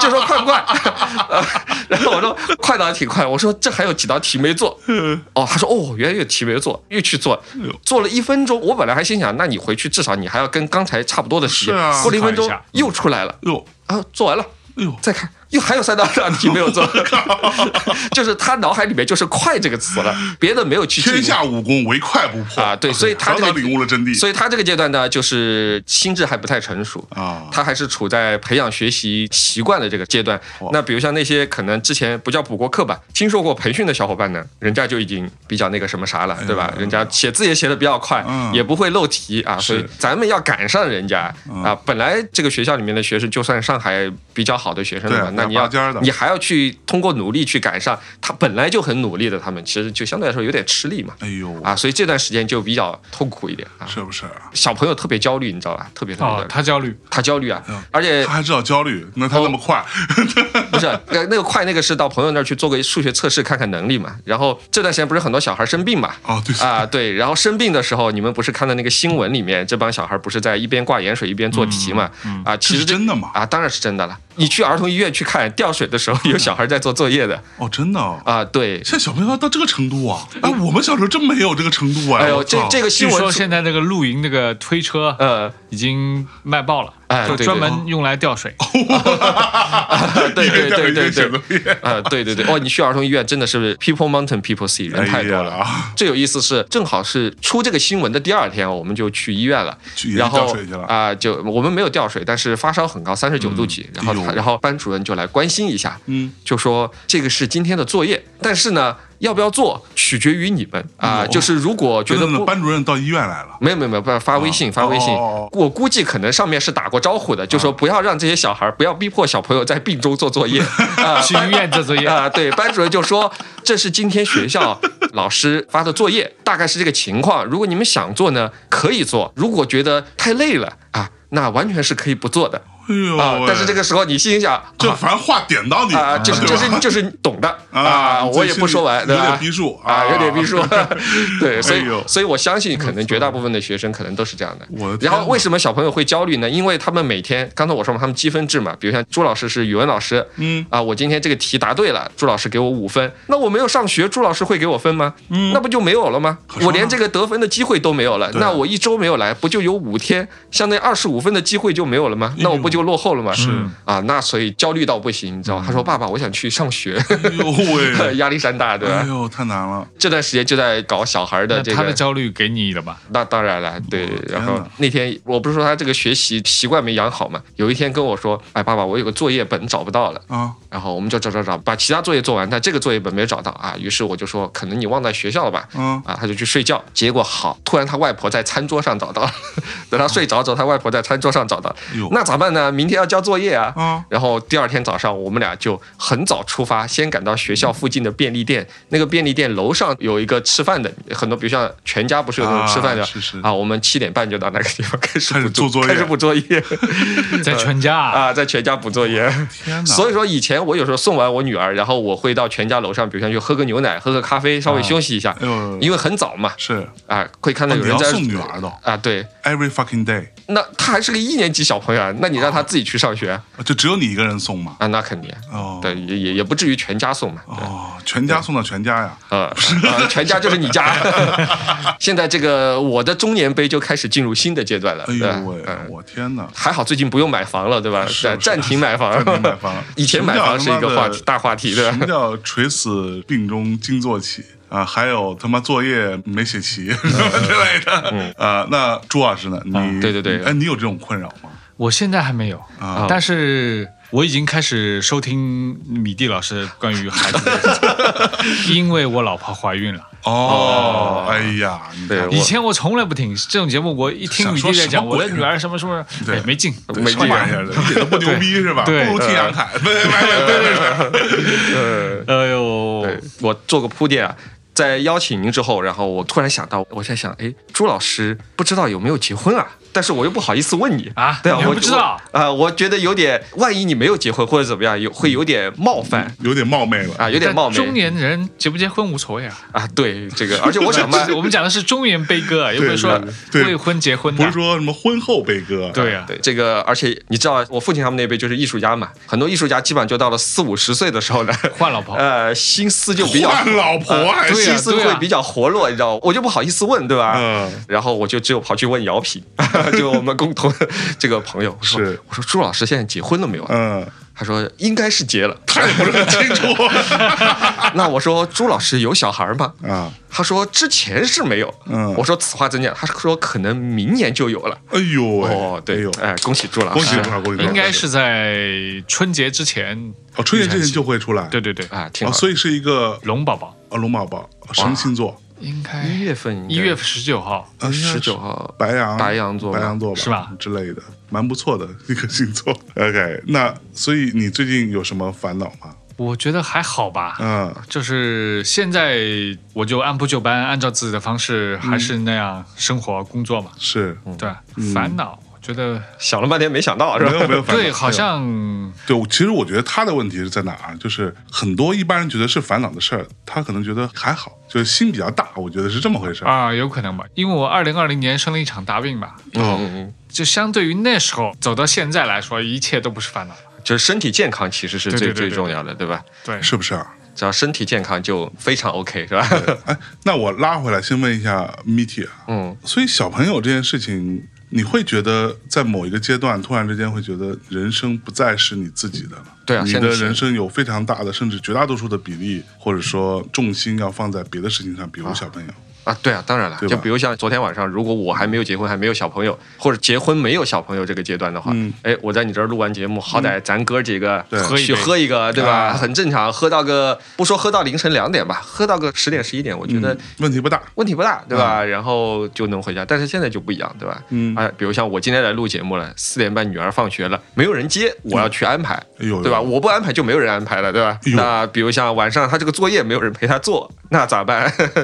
[SPEAKER 3] 就说快不 快。呃然后我说快倒也挺快，我说这还有几道题没 做。哦，他说哦，原来有题没做，又去做，
[SPEAKER 4] 哎
[SPEAKER 3] 做了一分钟。我本来还心想，那你回去至少你还要跟刚才差不多的题。
[SPEAKER 2] 是啊
[SPEAKER 3] 过了一分钟
[SPEAKER 4] 思考一下
[SPEAKER 3] 又出来了，
[SPEAKER 2] 哎呦，
[SPEAKER 3] 啊，做完了。
[SPEAKER 2] 哎呦，
[SPEAKER 3] 再看，又还有三道大题没有 做，就是他脑海里面就是“快”这个词了，别的没有去进
[SPEAKER 2] 天下武功唯快不破
[SPEAKER 3] 啊，对，所以他
[SPEAKER 2] 早
[SPEAKER 3] 这
[SPEAKER 2] 早
[SPEAKER 3] 个
[SPEAKER 2] 领悟了真谛
[SPEAKER 3] 所以他这个阶段呢，就是心智还不太成熟。
[SPEAKER 2] 啊！
[SPEAKER 3] 他还是处在培养学习习惯的这个阶段。那比如像那些可能之前不叫补过课吧，听说过培训的小伙伴呢，人家就已经比较那个什么啥了，对吧？人家写字也写的比较快，
[SPEAKER 2] 哎嗯
[SPEAKER 3] 也不会漏题啊，所以咱
[SPEAKER 2] 嗯
[SPEAKER 3] 们要赶上人家啊。本来这个学校里面的学生，就算上海比较好的学生了
[SPEAKER 2] 对
[SPEAKER 3] 嘛，
[SPEAKER 2] 啊
[SPEAKER 3] 那你要
[SPEAKER 2] 拔尖儿的
[SPEAKER 3] 你还要去通过努力去赶上，他本来就很努力的，他们其实就相对来说有点吃力嘛，
[SPEAKER 2] 哎呦，
[SPEAKER 3] 啊，所以这段时间就比较痛苦一点啊。
[SPEAKER 2] 是不是？
[SPEAKER 3] 小朋友特别焦虑，你知道吧？特别特别焦
[SPEAKER 4] 哦
[SPEAKER 3] 虑，，
[SPEAKER 4] 他焦虑，
[SPEAKER 3] 他焦虑啊
[SPEAKER 2] 嗯，
[SPEAKER 3] 而且
[SPEAKER 2] 他还知道焦虑，那
[SPEAKER 3] 哦
[SPEAKER 2] 他那么快，
[SPEAKER 3] 不是那那个快那个是到朋友那儿去做个数学测试看看能力嘛。然后这段时间不是很多小孩生病嘛？
[SPEAKER 2] 哦，对，
[SPEAKER 3] 啊，对，然后生病的时候，你们不是看到那个新闻里面，这帮小孩不是在一边挂盐水一边做题嘛？
[SPEAKER 4] 嗯
[SPEAKER 3] 啊，
[SPEAKER 2] 这
[SPEAKER 3] 其
[SPEAKER 2] 是
[SPEAKER 3] 实这
[SPEAKER 2] 真的吗？
[SPEAKER 3] 啊，当然是真的了。你去儿童医院去看吊水的时候，有小孩在做作业的
[SPEAKER 2] 哦，真的哦。
[SPEAKER 3] 啊，对，
[SPEAKER 2] 现在小朋友到这个程度啊！哎，我们小时候真没有这个程度啊！
[SPEAKER 3] 哎呦，
[SPEAKER 2] 我
[SPEAKER 3] 这
[SPEAKER 2] 操
[SPEAKER 3] 这个
[SPEAKER 4] 据
[SPEAKER 3] 新
[SPEAKER 4] 说
[SPEAKER 3] 闻
[SPEAKER 4] 现在那个露营那个推车，
[SPEAKER 3] 呃，
[SPEAKER 4] 已经卖爆了，
[SPEAKER 3] 哎
[SPEAKER 4] 就
[SPEAKER 3] 对
[SPEAKER 4] 专
[SPEAKER 3] 对
[SPEAKER 4] 门用来吊水。
[SPEAKER 3] 对对对对
[SPEAKER 2] 一边掉一
[SPEAKER 3] 对，啊，对对对，哦，你去儿童医院真的是 people mountain people sea，人太多
[SPEAKER 2] 哎
[SPEAKER 3] 了。啊
[SPEAKER 2] 呀
[SPEAKER 3] 最有意思是，正好是出这个新闻的第二天，我们就去医院了
[SPEAKER 2] 去医，院
[SPEAKER 3] 然
[SPEAKER 2] 吊
[SPEAKER 3] 后
[SPEAKER 2] 水去了
[SPEAKER 3] 啊、就我们没有吊水，但是发烧很高，三十九度几，然后
[SPEAKER 2] 哎
[SPEAKER 3] 他
[SPEAKER 2] 呦
[SPEAKER 3] 然后班主任就来关心一下，
[SPEAKER 2] 嗯，
[SPEAKER 3] 就说这个是今天的作业，但是呢，要不要做取决于你们啊、
[SPEAKER 2] 哦
[SPEAKER 3] 就是如果觉
[SPEAKER 2] 真
[SPEAKER 3] 得
[SPEAKER 2] 的
[SPEAKER 3] 不。
[SPEAKER 2] 班主任到医院来了，
[SPEAKER 3] 没有没有没有，不发微信
[SPEAKER 2] 哦
[SPEAKER 3] 发微信
[SPEAKER 2] 哦哦哦，啊
[SPEAKER 3] 我估计可能上面是打过招呼的，就说不要让这些小孩儿，不要逼迫小朋友在病中做 作业啊
[SPEAKER 4] 去医院做 作业，
[SPEAKER 3] 啊！对，班主任就说这是今天学校老师发的作业，大概是这个情况。如果你们想做呢，可以做；如果觉得太累了啊，那完全是可以不做的
[SPEAKER 2] 哎呦
[SPEAKER 3] 啊
[SPEAKER 2] 喂！。
[SPEAKER 3] 但是这个时候你心里想
[SPEAKER 2] 这
[SPEAKER 3] 啊
[SPEAKER 2] 反正话点到你
[SPEAKER 3] 啊，
[SPEAKER 2] 了，
[SPEAKER 3] 就是
[SPEAKER 2] 对
[SPEAKER 3] 就
[SPEAKER 2] 吧
[SPEAKER 3] 是就是你懂的
[SPEAKER 2] 啊
[SPEAKER 3] 啊，我也不说完，对
[SPEAKER 2] 有
[SPEAKER 3] 吧
[SPEAKER 2] 点？逼数
[SPEAKER 3] 啊，有点逼 数，对，所以
[SPEAKER 2] 哎呦
[SPEAKER 3] 所以我相信，可能绝大部分的学生可能都是这样的。
[SPEAKER 2] 我的天
[SPEAKER 3] 然
[SPEAKER 2] 哪
[SPEAKER 3] 后为什么小朋友会焦虑呢？因为他们每天，刚才我说嘛，他们积分制嘛，比如像朱老师是语文老师，
[SPEAKER 2] 嗯
[SPEAKER 3] 啊，我今天这个题答对了，朱老师给我五分，那我没有上学，朱老师会给我分吗？嗯，那不就没有了吗
[SPEAKER 2] 可？说呢
[SPEAKER 3] 我连这个得分的机会都没有了，
[SPEAKER 2] 对
[SPEAKER 3] 那我一周没有来，不就有五天，相当于二十五分的机会就没有了吗？那我不就落后了吗？是啊，那所以焦虑到不行，你知道吗？他说：“爸爸，我想去上学。”
[SPEAKER 2] 哎呦喂，
[SPEAKER 3] 压力山大， 对吧？
[SPEAKER 2] 哎呦，太难了，
[SPEAKER 3] 这段时间就在搞小孩的
[SPEAKER 4] 那
[SPEAKER 3] 这个。
[SPEAKER 4] 他的焦虑给你了吧？
[SPEAKER 3] 那当然了，对
[SPEAKER 2] 我的。天
[SPEAKER 3] 然
[SPEAKER 2] 哪
[SPEAKER 3] 后那天我不是说他这个学习习惯没养好嘛，有一天跟我说：“哎，爸爸，我有个作业本找不到了。”
[SPEAKER 2] 啊，
[SPEAKER 3] 然后我们就找找找，把其他作业做完，但这个作业本没找到啊。于是我就说：“可能你忘在学校了吧？”
[SPEAKER 2] 嗯
[SPEAKER 3] 啊，他就去睡觉。结果好，突然他外婆在餐桌上找到了。 等他睡着之后，他外婆在餐桌上找到了
[SPEAKER 2] 哟。
[SPEAKER 3] 那咋办呢？明天要交作业啊。
[SPEAKER 2] 啊
[SPEAKER 3] 然后第二天早上，我们俩就很早出发，先赶到学校附近的便利店。那个便利店楼上有一个吃饭的，很多，比如像全家不是有那种吃饭的
[SPEAKER 2] 啊是是
[SPEAKER 3] 啊我们七点半就到那个地方开始
[SPEAKER 2] 开始
[SPEAKER 3] 补
[SPEAKER 2] 做作业
[SPEAKER 3] 开始补作业
[SPEAKER 4] 在全家啊，
[SPEAKER 3] 啊，在全家补作业。
[SPEAKER 2] 哦天哪！
[SPEAKER 3] 所以说，以前我有时候送完我女儿，然后我会到全家楼上，比如像去喝个牛奶、喝个咖啡，稍微休息一下
[SPEAKER 2] 哎，呦，
[SPEAKER 3] 因为很早嘛，
[SPEAKER 2] 是
[SPEAKER 3] 啊，会看到
[SPEAKER 2] 啊
[SPEAKER 3] 有
[SPEAKER 2] 你
[SPEAKER 3] 人
[SPEAKER 2] 要
[SPEAKER 3] 在
[SPEAKER 2] 送女儿的
[SPEAKER 3] 啊，对，
[SPEAKER 2] ，every fucking day，
[SPEAKER 3] 那他还是个一年级小朋友，啊，那你让他自己去上学
[SPEAKER 2] 就只有你一个人送嘛？
[SPEAKER 3] 啊，那肯定，
[SPEAKER 2] 哦，
[SPEAKER 3] 对，也也也不至于全家送嘛，对。
[SPEAKER 2] 哦，全家送到全家呀，
[SPEAKER 3] 呃，呃全家就是你 家。现在这个我的中年杯就开始进入新的阶段了，
[SPEAKER 2] 哎
[SPEAKER 3] 对吧
[SPEAKER 2] 呦喂，
[SPEAKER 3] 嗯
[SPEAKER 2] 我天哪！
[SPEAKER 3] 还好最近不用买房了，对吧？
[SPEAKER 2] 是
[SPEAKER 3] 对
[SPEAKER 2] 是
[SPEAKER 3] 暂停买房
[SPEAKER 2] 暂停买房 啊
[SPEAKER 3] 以前买房是一个话
[SPEAKER 2] 什么叫他妈
[SPEAKER 3] 题，
[SPEAKER 2] 的
[SPEAKER 3] 大话题，对
[SPEAKER 2] 什么
[SPEAKER 3] 吧？
[SPEAKER 2] 叫垂死病中惊坐起啊？还有他妈作业没写齐
[SPEAKER 3] 嗯
[SPEAKER 2] 什么之类的 啊？那朱老师呢？你
[SPEAKER 3] 啊对对对
[SPEAKER 2] 哎，你有这种困扰吗？
[SPEAKER 4] 我现在还没有
[SPEAKER 2] 啊，
[SPEAKER 4] 但是我已经开始收听米蒂老师关于孩子的事情，因为我老婆怀孕了。
[SPEAKER 2] 哦，哎呀，你看
[SPEAKER 3] 对
[SPEAKER 4] 以前我从来不听这种节目，我一听
[SPEAKER 2] 想
[SPEAKER 4] 米
[SPEAKER 2] 说
[SPEAKER 4] 蒂在
[SPEAKER 2] 什
[SPEAKER 4] 讲
[SPEAKER 2] 么
[SPEAKER 4] 我的
[SPEAKER 2] 鬼
[SPEAKER 4] 女儿什么什么，
[SPEAKER 2] 对
[SPEAKER 4] 哎，没劲。
[SPEAKER 3] 没
[SPEAKER 2] 上
[SPEAKER 3] 劲
[SPEAKER 2] 班去了，一点都不牛逼是吧？不
[SPEAKER 4] 对
[SPEAKER 2] 如听杨凯，对呃对对对
[SPEAKER 4] 哎呦，
[SPEAKER 3] 对， 我做个铺垫啊。在邀请您之后，然后我突然想到，我在想，哎，朱老师不知道有没有结婚啊？但是我又不好意思问你
[SPEAKER 4] 啊
[SPEAKER 3] 对啊，
[SPEAKER 4] 你
[SPEAKER 3] 我
[SPEAKER 4] 不知道
[SPEAKER 3] 我啊、我觉得有点，万一你没有结婚或者怎么样，有会有点冒犯
[SPEAKER 2] 有点冒昧了。
[SPEAKER 3] 啊，有点
[SPEAKER 4] 但
[SPEAKER 3] 冒昧
[SPEAKER 4] 嗯中年人结不结婚无所谓啊。
[SPEAKER 3] 啊。对这个，而且我 想嘛，
[SPEAKER 4] 我们讲的是中年悲歌，啊又不是说
[SPEAKER 2] 对
[SPEAKER 4] 未婚结婚
[SPEAKER 2] 不
[SPEAKER 4] 的
[SPEAKER 2] 是。说什么婚后悲歌，啊
[SPEAKER 4] 对啊呀，
[SPEAKER 3] 对这个，而且你知道，我父亲他们那辈就是艺术家嘛，很多艺术家基本上就到了四五十岁的时候呢，
[SPEAKER 4] 换老婆
[SPEAKER 3] 呃，心思就比较
[SPEAKER 2] 换老婆还
[SPEAKER 3] 呃
[SPEAKER 4] 对
[SPEAKER 3] 心
[SPEAKER 4] 呀
[SPEAKER 2] 是
[SPEAKER 3] 思
[SPEAKER 4] 对呀
[SPEAKER 3] 会比较活络，你知道，我就不好意思问，对吧？
[SPEAKER 2] 嗯
[SPEAKER 3] 然后我就只有跑去问姚平， 就我们共同 这个朋友，我说
[SPEAKER 2] 是
[SPEAKER 3] 我说朱老师现在结婚了没有啊？
[SPEAKER 2] 嗯，
[SPEAKER 3] 他说应该是结了。
[SPEAKER 2] 他也不是很清楚
[SPEAKER 3] 那我说朱老师有小孩吗？
[SPEAKER 2] 啊。
[SPEAKER 3] 他说之前是没有，
[SPEAKER 2] 嗯
[SPEAKER 3] 我说此话怎讲？他说可能明年就有了。
[SPEAKER 2] 哎呦喂，
[SPEAKER 3] 哦，
[SPEAKER 2] 哎
[SPEAKER 3] 对
[SPEAKER 2] 呦，，
[SPEAKER 3] 哎，恭喜朱老师，
[SPEAKER 2] 恭喜朱老师恭喜朱老
[SPEAKER 4] 应
[SPEAKER 2] 师
[SPEAKER 4] 该是在春节之前。
[SPEAKER 2] 哦，春节之前就会出来，
[SPEAKER 4] 对对对，
[SPEAKER 3] 啊，挺
[SPEAKER 2] 哦，
[SPEAKER 3] 好。
[SPEAKER 2] 所以是一个
[SPEAKER 4] 龙宝宝
[SPEAKER 2] 呃龙宝宝神星座，
[SPEAKER 4] 应该
[SPEAKER 3] 一月份应该
[SPEAKER 4] 一月十九号，
[SPEAKER 2] 呃应该是
[SPEAKER 3] 十九号，
[SPEAKER 2] 白羊，
[SPEAKER 3] 白羊座吧
[SPEAKER 2] 白羊座
[SPEAKER 4] 是吧
[SPEAKER 2] 之类的，蛮不错的一个星座。OK，那所以你最近有什么烦恼吗？
[SPEAKER 4] 我觉得还好吧。
[SPEAKER 2] 嗯，
[SPEAKER 4] 就是现在，我就按部就班，按照自己的方式，还是那样生活、工作嘛。
[SPEAKER 2] 是
[SPEAKER 4] 对，烦恼，我觉得
[SPEAKER 3] 想了半天没想到是
[SPEAKER 2] 没
[SPEAKER 3] 吧？
[SPEAKER 2] 有没有烦恼。
[SPEAKER 4] 对，好像
[SPEAKER 2] 对，我其实我觉得他的问题是在哪儿啊？就是很多一般人觉得是烦恼的事儿，他可能觉得还好，就是心比较大，我觉得是这么回事儿。
[SPEAKER 4] 啊，有可能吧，因为我二零二零年生了一场大病吧，
[SPEAKER 3] 嗯，
[SPEAKER 4] 就相对于那时候走到现在来说，一切都不是烦恼。
[SPEAKER 3] 就是身体健康其实是
[SPEAKER 4] 对
[SPEAKER 3] 最
[SPEAKER 4] 对对
[SPEAKER 3] 最
[SPEAKER 4] 对
[SPEAKER 3] 重要的，对吧？
[SPEAKER 4] 对，
[SPEAKER 2] 是不是啊？
[SPEAKER 3] 只要身体健康就非常 OK，是吧？
[SPEAKER 2] 哎，那我拉回来，先问一下 Mitty 啊，
[SPEAKER 3] 嗯，
[SPEAKER 2] 所以小朋友这件事情，你会觉得在某一个阶段，突然之间会觉得人生不再是你自己的了。
[SPEAKER 3] 对啊
[SPEAKER 2] 你
[SPEAKER 3] 现
[SPEAKER 2] 的
[SPEAKER 3] 在是
[SPEAKER 2] 人生有非常大的，甚至绝大多数的比例，或者说重心要放在别的事情上，比如小朋友。
[SPEAKER 3] 啊，对啊，当然了，
[SPEAKER 2] 对吧
[SPEAKER 3] 就比如像昨天晚上，如果我还没有结婚，还没有小朋友，或者结婚没有小朋友这个阶段的话
[SPEAKER 2] 嗯，
[SPEAKER 3] 哎，我在你这儿录完节目，好歹咱哥几个
[SPEAKER 2] 对
[SPEAKER 4] 嗯喝一
[SPEAKER 3] 去
[SPEAKER 4] 杯
[SPEAKER 3] 喝一个，对吧？
[SPEAKER 2] 啊
[SPEAKER 3] 很正常，喝到个不说喝到凌晨两点吧，喝到个十点十一点，我觉得
[SPEAKER 2] 嗯问题不大。
[SPEAKER 3] 问题不大，对吧？然后就能回家。但是现在就不一样，对吧？
[SPEAKER 2] 嗯
[SPEAKER 3] 哎，比如像我今天来录节目了，四点半女儿放学了，没有人接，我要去安排，
[SPEAKER 2] 嗯哎呦
[SPEAKER 3] 对吧？我不安排就没有人安排了，对吧？
[SPEAKER 2] 哎呦
[SPEAKER 3] 那比如像晚上她这个作业没有人陪她做，那咋办？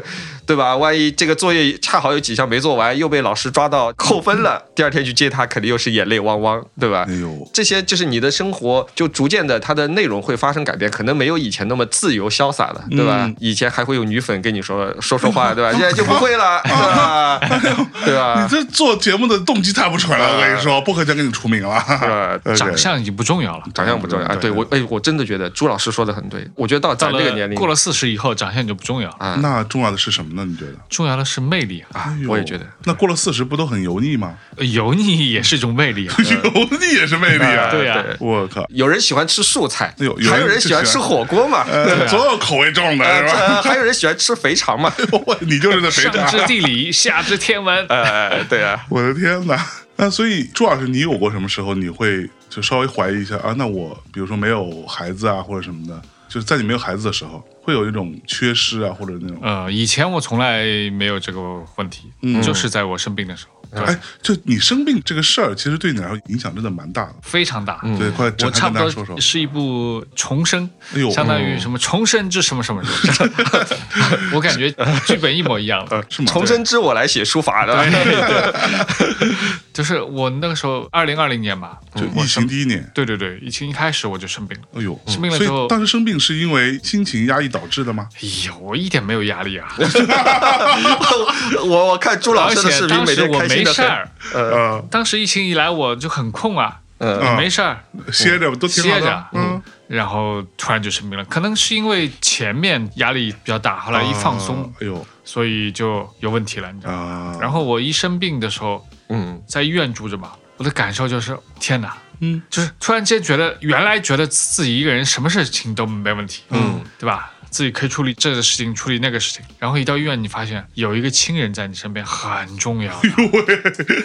[SPEAKER 3] 对吧？万一这个作业恰好有几项没做完，又被老师抓到扣分了，第二天去接她肯定又是眼泪汪汪，对吧？
[SPEAKER 2] 嗯哎呦，
[SPEAKER 3] 这些就是你的生活，就逐渐的它的内容会发生改变，可能没有以前那么自由潇洒了，对吧？
[SPEAKER 2] 嗯
[SPEAKER 3] 以前还会有女粉跟你说 说说话， 对吧？现在就不会了，对吧？对
[SPEAKER 2] 你
[SPEAKER 3] 吧？
[SPEAKER 2] 这做节目的动机太不纯了，我跟你说，不可将给你除名了。
[SPEAKER 3] 是吧？
[SPEAKER 2] OK
[SPEAKER 4] 长相已经不重要了。
[SPEAKER 3] 长相不重要啊！对我，哎，我真的觉得朱老师说的很对。我觉得到
[SPEAKER 4] 到
[SPEAKER 3] 咱这个年
[SPEAKER 4] 了
[SPEAKER 3] 龄
[SPEAKER 4] 过了四十以后，长相就不重要了，
[SPEAKER 3] 啊，
[SPEAKER 2] 那重要的是什么呢？你觉得？
[SPEAKER 4] 重要的是魅力啊，
[SPEAKER 2] 哎呦
[SPEAKER 3] 我也觉得。
[SPEAKER 2] 那过了四十不都很油腻吗？
[SPEAKER 4] 呃油腻也是一种魅 力啊。
[SPEAKER 2] 油腻也是魅力啊！
[SPEAKER 4] 对哎啊
[SPEAKER 2] 我靠，
[SPEAKER 3] 哎有人喜欢吃素菜
[SPEAKER 2] 有有人，
[SPEAKER 3] 还有人喜欢
[SPEAKER 2] 就喜
[SPEAKER 3] 吃
[SPEAKER 2] 欢
[SPEAKER 3] 火锅嘛？
[SPEAKER 4] 哎
[SPEAKER 2] 呃，总有口味重的是吧？
[SPEAKER 3] 呃，还有人喜欢吃肥肠 嘛？
[SPEAKER 2] 我 你就是那肥
[SPEAKER 4] 上
[SPEAKER 2] 肠
[SPEAKER 4] 知。地理，下知天文，
[SPEAKER 3] 呃，对啊，
[SPEAKER 2] 我的天哪！那所以朱老师，你有过什么时候你会就稍微怀疑一下啊？那我比如说没有孩子啊，或者什么的，就是在你没有孩子的时候，会有一种缺失啊，或者那种
[SPEAKER 4] 呃，以前我从来没有这个问题，
[SPEAKER 2] 嗯
[SPEAKER 4] 就是在我生病的时候，对，
[SPEAKER 2] 哎，就你生病这个事儿，其实对你来说影响真的蛮大的。
[SPEAKER 4] 非常大。
[SPEAKER 3] 嗯
[SPEAKER 2] 对，快
[SPEAKER 4] 我
[SPEAKER 2] 展开
[SPEAKER 4] 差
[SPEAKER 2] 跟
[SPEAKER 4] 不
[SPEAKER 2] 大家说说
[SPEAKER 4] 多。是一部重生
[SPEAKER 2] 哎呦，
[SPEAKER 4] 相当于什么重生之什么什么 什么，我感觉剧本一模一样的。
[SPEAKER 2] 是吗？
[SPEAKER 3] 重生之我来写书法的，
[SPEAKER 4] 就是我那个时候二零二零年嘛，
[SPEAKER 2] 对就疫情第一年，
[SPEAKER 4] 对对对，疫情一开始我就生病了。
[SPEAKER 2] 哎呦，
[SPEAKER 4] 生病了
[SPEAKER 2] 所
[SPEAKER 4] 之后
[SPEAKER 2] 以当时生病是因为心情压抑导致的吗？
[SPEAKER 4] 哎呀，我一点没有压 力啊，
[SPEAKER 3] 我我看朱老
[SPEAKER 4] 而
[SPEAKER 3] 师的视
[SPEAKER 4] 且
[SPEAKER 3] 频
[SPEAKER 4] 当
[SPEAKER 3] 每
[SPEAKER 4] 时
[SPEAKER 3] 天
[SPEAKER 4] 我
[SPEAKER 3] 开心
[SPEAKER 4] 没
[SPEAKER 3] 的
[SPEAKER 4] 事
[SPEAKER 3] 很。
[SPEAKER 4] 儿，
[SPEAKER 2] 呃，
[SPEAKER 4] 当时疫情一来我就很空啊，
[SPEAKER 3] 嗯
[SPEAKER 4] 我没事儿，
[SPEAKER 2] 歇着都挺好
[SPEAKER 4] 歇
[SPEAKER 2] 的
[SPEAKER 4] 着，
[SPEAKER 2] 嗯，
[SPEAKER 4] 然后突然就生病了，可能是因为前面压力比较大，后来一放松
[SPEAKER 3] 哦
[SPEAKER 2] 啊，哎呦
[SPEAKER 4] 所以就有问题了，你知道吗？
[SPEAKER 2] 啊，
[SPEAKER 4] 然后我一生病的时候，
[SPEAKER 3] 嗯，
[SPEAKER 4] 在医院住着嘛，我的感受就是天哪，
[SPEAKER 2] 嗯，
[SPEAKER 4] 就是突然间觉得原来觉得自己一个人什么事情都没问题，嗯，对吧？自己可以处理这个事情，处理那个事情，然后一到医院，你发现有一个亲人在你身边很重要的，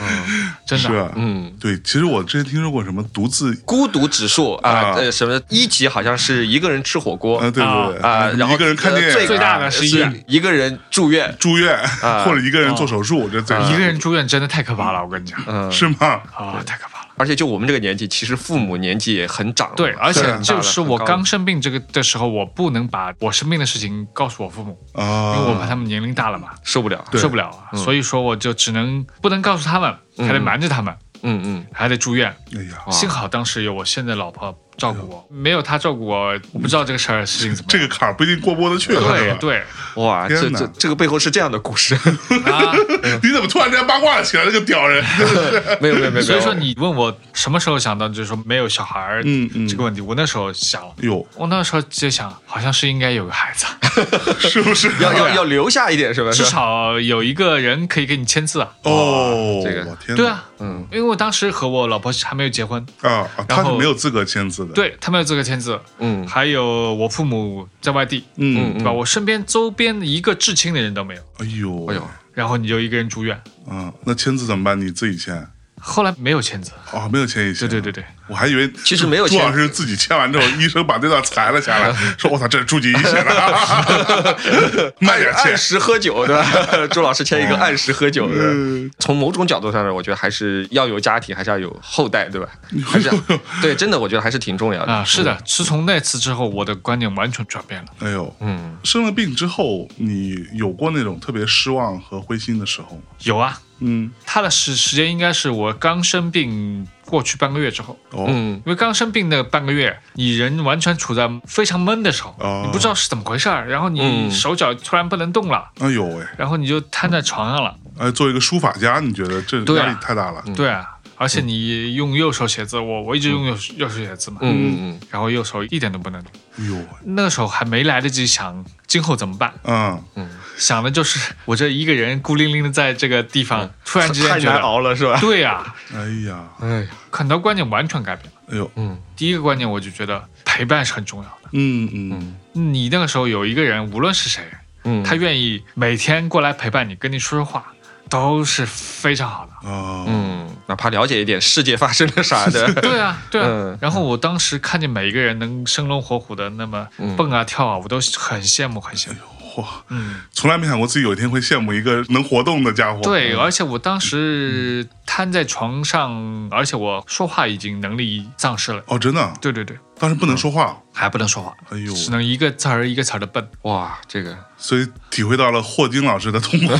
[SPEAKER 4] 嗯真
[SPEAKER 2] 是
[SPEAKER 4] 的，
[SPEAKER 2] 啊，
[SPEAKER 3] 嗯，
[SPEAKER 2] 对，其实我之前听说过什么独自。
[SPEAKER 3] 孤独指数
[SPEAKER 2] 啊
[SPEAKER 3] 啊，呃，什么一级好像是一个人吃火锅
[SPEAKER 2] 啊，对对对
[SPEAKER 3] 啊，然后
[SPEAKER 2] 一个人看
[SPEAKER 3] 呃
[SPEAKER 2] 电影啊，
[SPEAKER 4] 最大的是医院
[SPEAKER 3] 一个人住院，
[SPEAKER 2] 住院
[SPEAKER 3] 啊
[SPEAKER 2] 或者一个人做手术，这最
[SPEAKER 4] 哦啊一个人住院真的太可怕了，我跟你讲，
[SPEAKER 3] 嗯，
[SPEAKER 2] 是吗？
[SPEAKER 4] 啊，太可怕了。
[SPEAKER 3] 而且就我们这个年纪，其实父母年纪也很长了嘛，
[SPEAKER 4] 对，而
[SPEAKER 2] 对
[SPEAKER 4] 且
[SPEAKER 2] 啊
[SPEAKER 4] 就是
[SPEAKER 3] 很
[SPEAKER 4] 我
[SPEAKER 3] 高了
[SPEAKER 4] 刚生病这个的时候，我不能把我生病的事情告诉我父母，因为我怕
[SPEAKER 2] 啊，
[SPEAKER 4] 他们年龄大了嘛，
[SPEAKER 3] 受不了，
[SPEAKER 4] 受不了
[SPEAKER 2] 嗯
[SPEAKER 4] 啊，所以说我就只能不能告诉他们，还得瞒着他们，
[SPEAKER 3] 嗯嗯，
[SPEAKER 4] 还得住院。
[SPEAKER 2] 哎呀，
[SPEAKER 4] 幸好当时有我现在老婆照顾我，没有她照顾我，我不知道这个事儿事情怎么
[SPEAKER 2] 这个
[SPEAKER 4] 样。
[SPEAKER 2] 坎儿不一定过不得去了，是吧
[SPEAKER 4] 对对
[SPEAKER 3] 哇，
[SPEAKER 2] 天
[SPEAKER 3] 这
[SPEAKER 2] 哪
[SPEAKER 3] 这这个背后是这样的故 事，
[SPEAKER 4] 啊，
[SPEAKER 2] 你怎么突然间八卦了起来？这个屌 人，哎
[SPEAKER 3] 没有没有没有，
[SPEAKER 4] 所以说你问我什么时候想到就是说没有小孩儿
[SPEAKER 2] 嗯嗯
[SPEAKER 4] 这个问题，我那时候想，
[SPEAKER 2] 哟，
[SPEAKER 4] 我那时候就想，好像是应该有个孩子，
[SPEAKER 2] 是不是？
[SPEAKER 3] 要要要留下一点是吧？是
[SPEAKER 4] 至
[SPEAKER 3] 吧
[SPEAKER 4] 少有一个人可以给你签字啊。
[SPEAKER 2] 哦，
[SPEAKER 3] 这个
[SPEAKER 2] 我天，
[SPEAKER 4] 对，啊，
[SPEAKER 3] 嗯，
[SPEAKER 4] 因为我当时和我老婆还没有结婚，
[SPEAKER 2] 啊，啊他
[SPEAKER 4] 然
[SPEAKER 2] 是
[SPEAKER 4] 后
[SPEAKER 2] 没有资格签字的，，
[SPEAKER 4] 对他没有资格签字，
[SPEAKER 3] 嗯
[SPEAKER 4] 还有我父母在外地，
[SPEAKER 2] 嗯，
[SPEAKER 4] 对吧？我身边周边一个至亲的人都没有，
[SPEAKER 2] 哎呦，啊
[SPEAKER 3] 哎呦，
[SPEAKER 4] 然后你就一个人住院，
[SPEAKER 2] 嗯，那签字怎么办？你自己签，
[SPEAKER 4] 后来没有签字，
[SPEAKER 2] 哦，没有签一签。
[SPEAKER 4] 对对对对，
[SPEAKER 2] 我还以为
[SPEAKER 3] 其实没有
[SPEAKER 2] 朱
[SPEAKER 3] 签
[SPEAKER 2] 老师自己签完之 后，医生把那段裁了下来，说：“我操，这是朱吉写的， 慢点嗯签
[SPEAKER 3] 按。时喝酒的， 朱老师签一个按时喝酒的。
[SPEAKER 2] 嗯
[SPEAKER 3] 从某种角度上呢，我觉得还是要有家庭，还是要有后代， 对吧？还是要对，真的，我觉得还是挺重要的。
[SPEAKER 4] 啊，是的，是从那次之后，我的观念完全转变了。”
[SPEAKER 2] 哎呦，
[SPEAKER 3] 嗯，
[SPEAKER 2] 生了病之后，你有过那种特别失望和灰心的时候吗？
[SPEAKER 4] 有啊，
[SPEAKER 2] 嗯，
[SPEAKER 4] 他的时时间应该是我刚生病过去半个月之后，
[SPEAKER 2] 哦，
[SPEAKER 3] 嗯
[SPEAKER 4] 因为刚生病那半个月，你人完全处在非常闷的时候，
[SPEAKER 2] 哦
[SPEAKER 4] 你不知道是怎么回事儿，然后你
[SPEAKER 3] 嗯
[SPEAKER 4] 手脚突然不能动了，
[SPEAKER 2] 哎呦喂，
[SPEAKER 4] 然后你就瘫在床上了。
[SPEAKER 2] 哎，作为一个书法家，你觉得这
[SPEAKER 4] 对啊
[SPEAKER 2] 压力太大了？
[SPEAKER 3] 嗯
[SPEAKER 4] 对啊，而且你用右手写字，我我一直用右手右手写字嘛，
[SPEAKER 3] 嗯嗯
[SPEAKER 4] 然后右手一点都不能动。
[SPEAKER 2] 哎呦喂，
[SPEAKER 4] 那个时候还没来得及想今后怎么办，
[SPEAKER 2] 嗯，
[SPEAKER 4] 想的就是我这一个人孤零零的在这个地方，突然之
[SPEAKER 3] 嗯，
[SPEAKER 4] 间
[SPEAKER 3] 太
[SPEAKER 4] 觉
[SPEAKER 3] 难
[SPEAKER 4] 得，
[SPEAKER 3] 熬了，是吧？
[SPEAKER 4] 对呀、
[SPEAKER 2] 哎呀，
[SPEAKER 3] 哎呀，
[SPEAKER 4] 很多观念完全改变了。
[SPEAKER 2] 哎呦，
[SPEAKER 3] 嗯
[SPEAKER 4] 第一个观念我就觉得陪伴是很重要的。
[SPEAKER 2] 嗯嗯，
[SPEAKER 4] 你那个时候有一个人，无论是谁，
[SPEAKER 3] 嗯，
[SPEAKER 4] 他愿意每天过来陪伴你，跟你说说话，都是非 常好的。
[SPEAKER 2] 啊，
[SPEAKER 3] 嗯，哪怕了解一点世界发生了啥 的，
[SPEAKER 4] 对啊，对啊。
[SPEAKER 3] 嗯
[SPEAKER 4] 然后我当时看见每一个人能生龙活虎的，那么
[SPEAKER 3] 嗯
[SPEAKER 4] 蹦啊跳啊，我都很羡慕，很羡慕。
[SPEAKER 2] 嚯，
[SPEAKER 4] 嗯，
[SPEAKER 2] 从来没想过自己有一天会羡慕一个能活动的家伙。嗯
[SPEAKER 4] 对，而且我当时瘫在床上，而且我说话已经能力丧失了。
[SPEAKER 2] 哦，真的，
[SPEAKER 4] 对对对，
[SPEAKER 2] 当时不能说话，
[SPEAKER 4] 还不能说话，
[SPEAKER 2] 哎呦，
[SPEAKER 4] 只能一个词儿一个词儿的蹦。
[SPEAKER 3] 哇，这个
[SPEAKER 2] 所以体会到了霍金老师的痛 苦。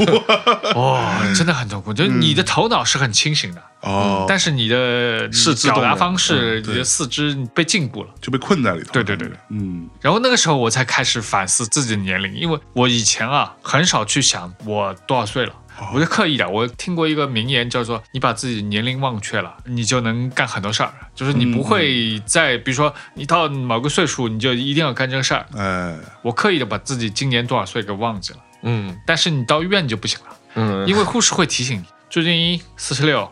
[SPEAKER 4] 哦，真的很痛苦。就是你的头脑是很清醒的，
[SPEAKER 2] 哦，
[SPEAKER 4] 嗯但是你的
[SPEAKER 3] 四肢
[SPEAKER 4] 你表
[SPEAKER 3] 动
[SPEAKER 4] 达
[SPEAKER 3] 了
[SPEAKER 4] 方式、
[SPEAKER 2] 对
[SPEAKER 4] 你的四肢被禁锢了。
[SPEAKER 2] 就被困在里头。
[SPEAKER 4] 对对对对，
[SPEAKER 2] 嗯，
[SPEAKER 4] 然后那个时候我才开始反思自己的年龄，因为我以前啊很少去想我多少岁
[SPEAKER 3] 哦
[SPEAKER 4] 了。我就刻意的，我听过一个名言，叫做“你把自己年龄忘却了，你就能干很多事儿”，就是你不会再，比如说你到某个岁数，你就一定要干这个事儿。
[SPEAKER 2] 哎，
[SPEAKER 4] 我刻意的把自己今年多少岁给忘记了，
[SPEAKER 3] 嗯
[SPEAKER 4] 但是你到医院你就不行了，
[SPEAKER 3] 嗯，
[SPEAKER 4] 因为护士会提醒你，最近四十六，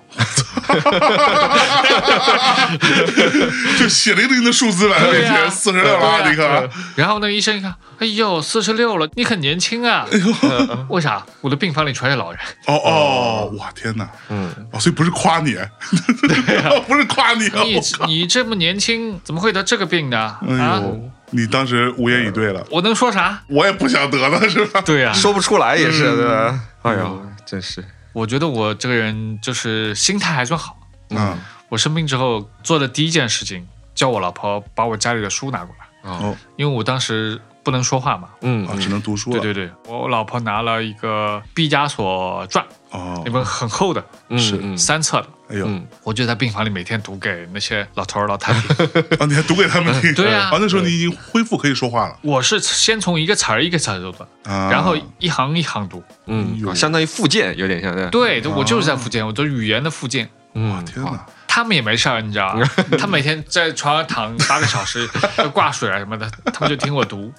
[SPEAKER 2] 就血淋淋的数字摆在面
[SPEAKER 4] 对呀
[SPEAKER 2] 前，四十六了啊，你看，
[SPEAKER 4] 然后那个医生一看，哎呦，四十六了，你很年轻啊！
[SPEAKER 3] 哎
[SPEAKER 4] 为啥？我的病房里全是老人。
[SPEAKER 2] 哦哦，哇，天哪，
[SPEAKER 3] 嗯，
[SPEAKER 2] 哦，所以不是夸你，
[SPEAKER 4] 啊
[SPEAKER 2] 不是夸你，
[SPEAKER 4] 你
[SPEAKER 2] 我
[SPEAKER 4] 你这么年轻，怎么会得这个病呢？
[SPEAKER 2] 哎
[SPEAKER 4] 啊，
[SPEAKER 2] 呦，你当时无言以对了，
[SPEAKER 4] 我能说啥？
[SPEAKER 2] 我也不想得了，是吧？
[SPEAKER 4] 对呀、啊，
[SPEAKER 3] 说不出来也是，对吧？哎呦，真是，
[SPEAKER 4] 我觉得我这个人就是心态还算好。
[SPEAKER 2] 嗯，
[SPEAKER 4] 我生病之后做的第一件事情，叫我老婆把我家里的书拿过来，
[SPEAKER 2] 哦，
[SPEAKER 4] 因为我当时不能说话嘛。
[SPEAKER 3] 嗯
[SPEAKER 2] 啊，只能读书了，
[SPEAKER 4] 对对对，我老婆拿了一个《毕加索传》，
[SPEAKER 2] 哦
[SPEAKER 4] 那，本很厚的，
[SPEAKER 3] 嗯
[SPEAKER 4] 是
[SPEAKER 3] 嗯
[SPEAKER 4] 三册的。
[SPEAKER 2] 哎呦，
[SPEAKER 3] 嗯
[SPEAKER 4] 我就在病房里每天读给那些老头儿老太太。
[SPEAKER 2] 啊，你还读给他
[SPEAKER 3] 嗯
[SPEAKER 2] 们听，
[SPEAKER 4] 对呀
[SPEAKER 2] 啊，那时候你已经恢复可以说话了，
[SPEAKER 4] 我是先从一个词儿一个词儿读的，
[SPEAKER 2] 啊，
[SPEAKER 4] 然后一行一行读。
[SPEAKER 3] 嗯，
[SPEAKER 2] 呦
[SPEAKER 3] 啊相当于复健，有点像对吧，
[SPEAKER 4] 对，我就是
[SPEAKER 2] 哦
[SPEAKER 4] 在复健，我做语言的复健。
[SPEAKER 3] 嗯，
[SPEAKER 2] 天哪，
[SPEAKER 4] 他们也没事儿，你 知道吧？他每天在床上躺八个小时，要挂水啊什么的，他们就听我读，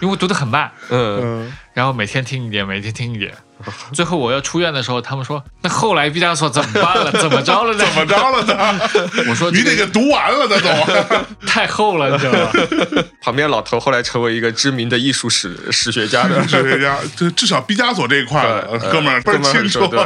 [SPEAKER 4] 因为我读得很慢，
[SPEAKER 3] 嗯，
[SPEAKER 2] 嗯，
[SPEAKER 4] 然后每天听一点，每天听 一点。最后我要出院的时候，他们说：“那后来毕加索怎么办了？怎么着了呢？
[SPEAKER 2] 怎么着了呢？
[SPEAKER 4] 我说
[SPEAKER 2] 你
[SPEAKER 4] 这
[SPEAKER 2] 得给读完了再走。。
[SPEAKER 4] 太厚了，你知道吧？
[SPEAKER 3] 旁边老头后来成为一个知名的艺术史史学家 的
[SPEAKER 2] 哲学家，这至少毕加索这一块儿，
[SPEAKER 3] 呃
[SPEAKER 2] 哥们儿倍
[SPEAKER 3] 哥
[SPEAKER 2] 儿
[SPEAKER 3] 们
[SPEAKER 2] 清
[SPEAKER 3] 很
[SPEAKER 2] 楚
[SPEAKER 3] 熟，对，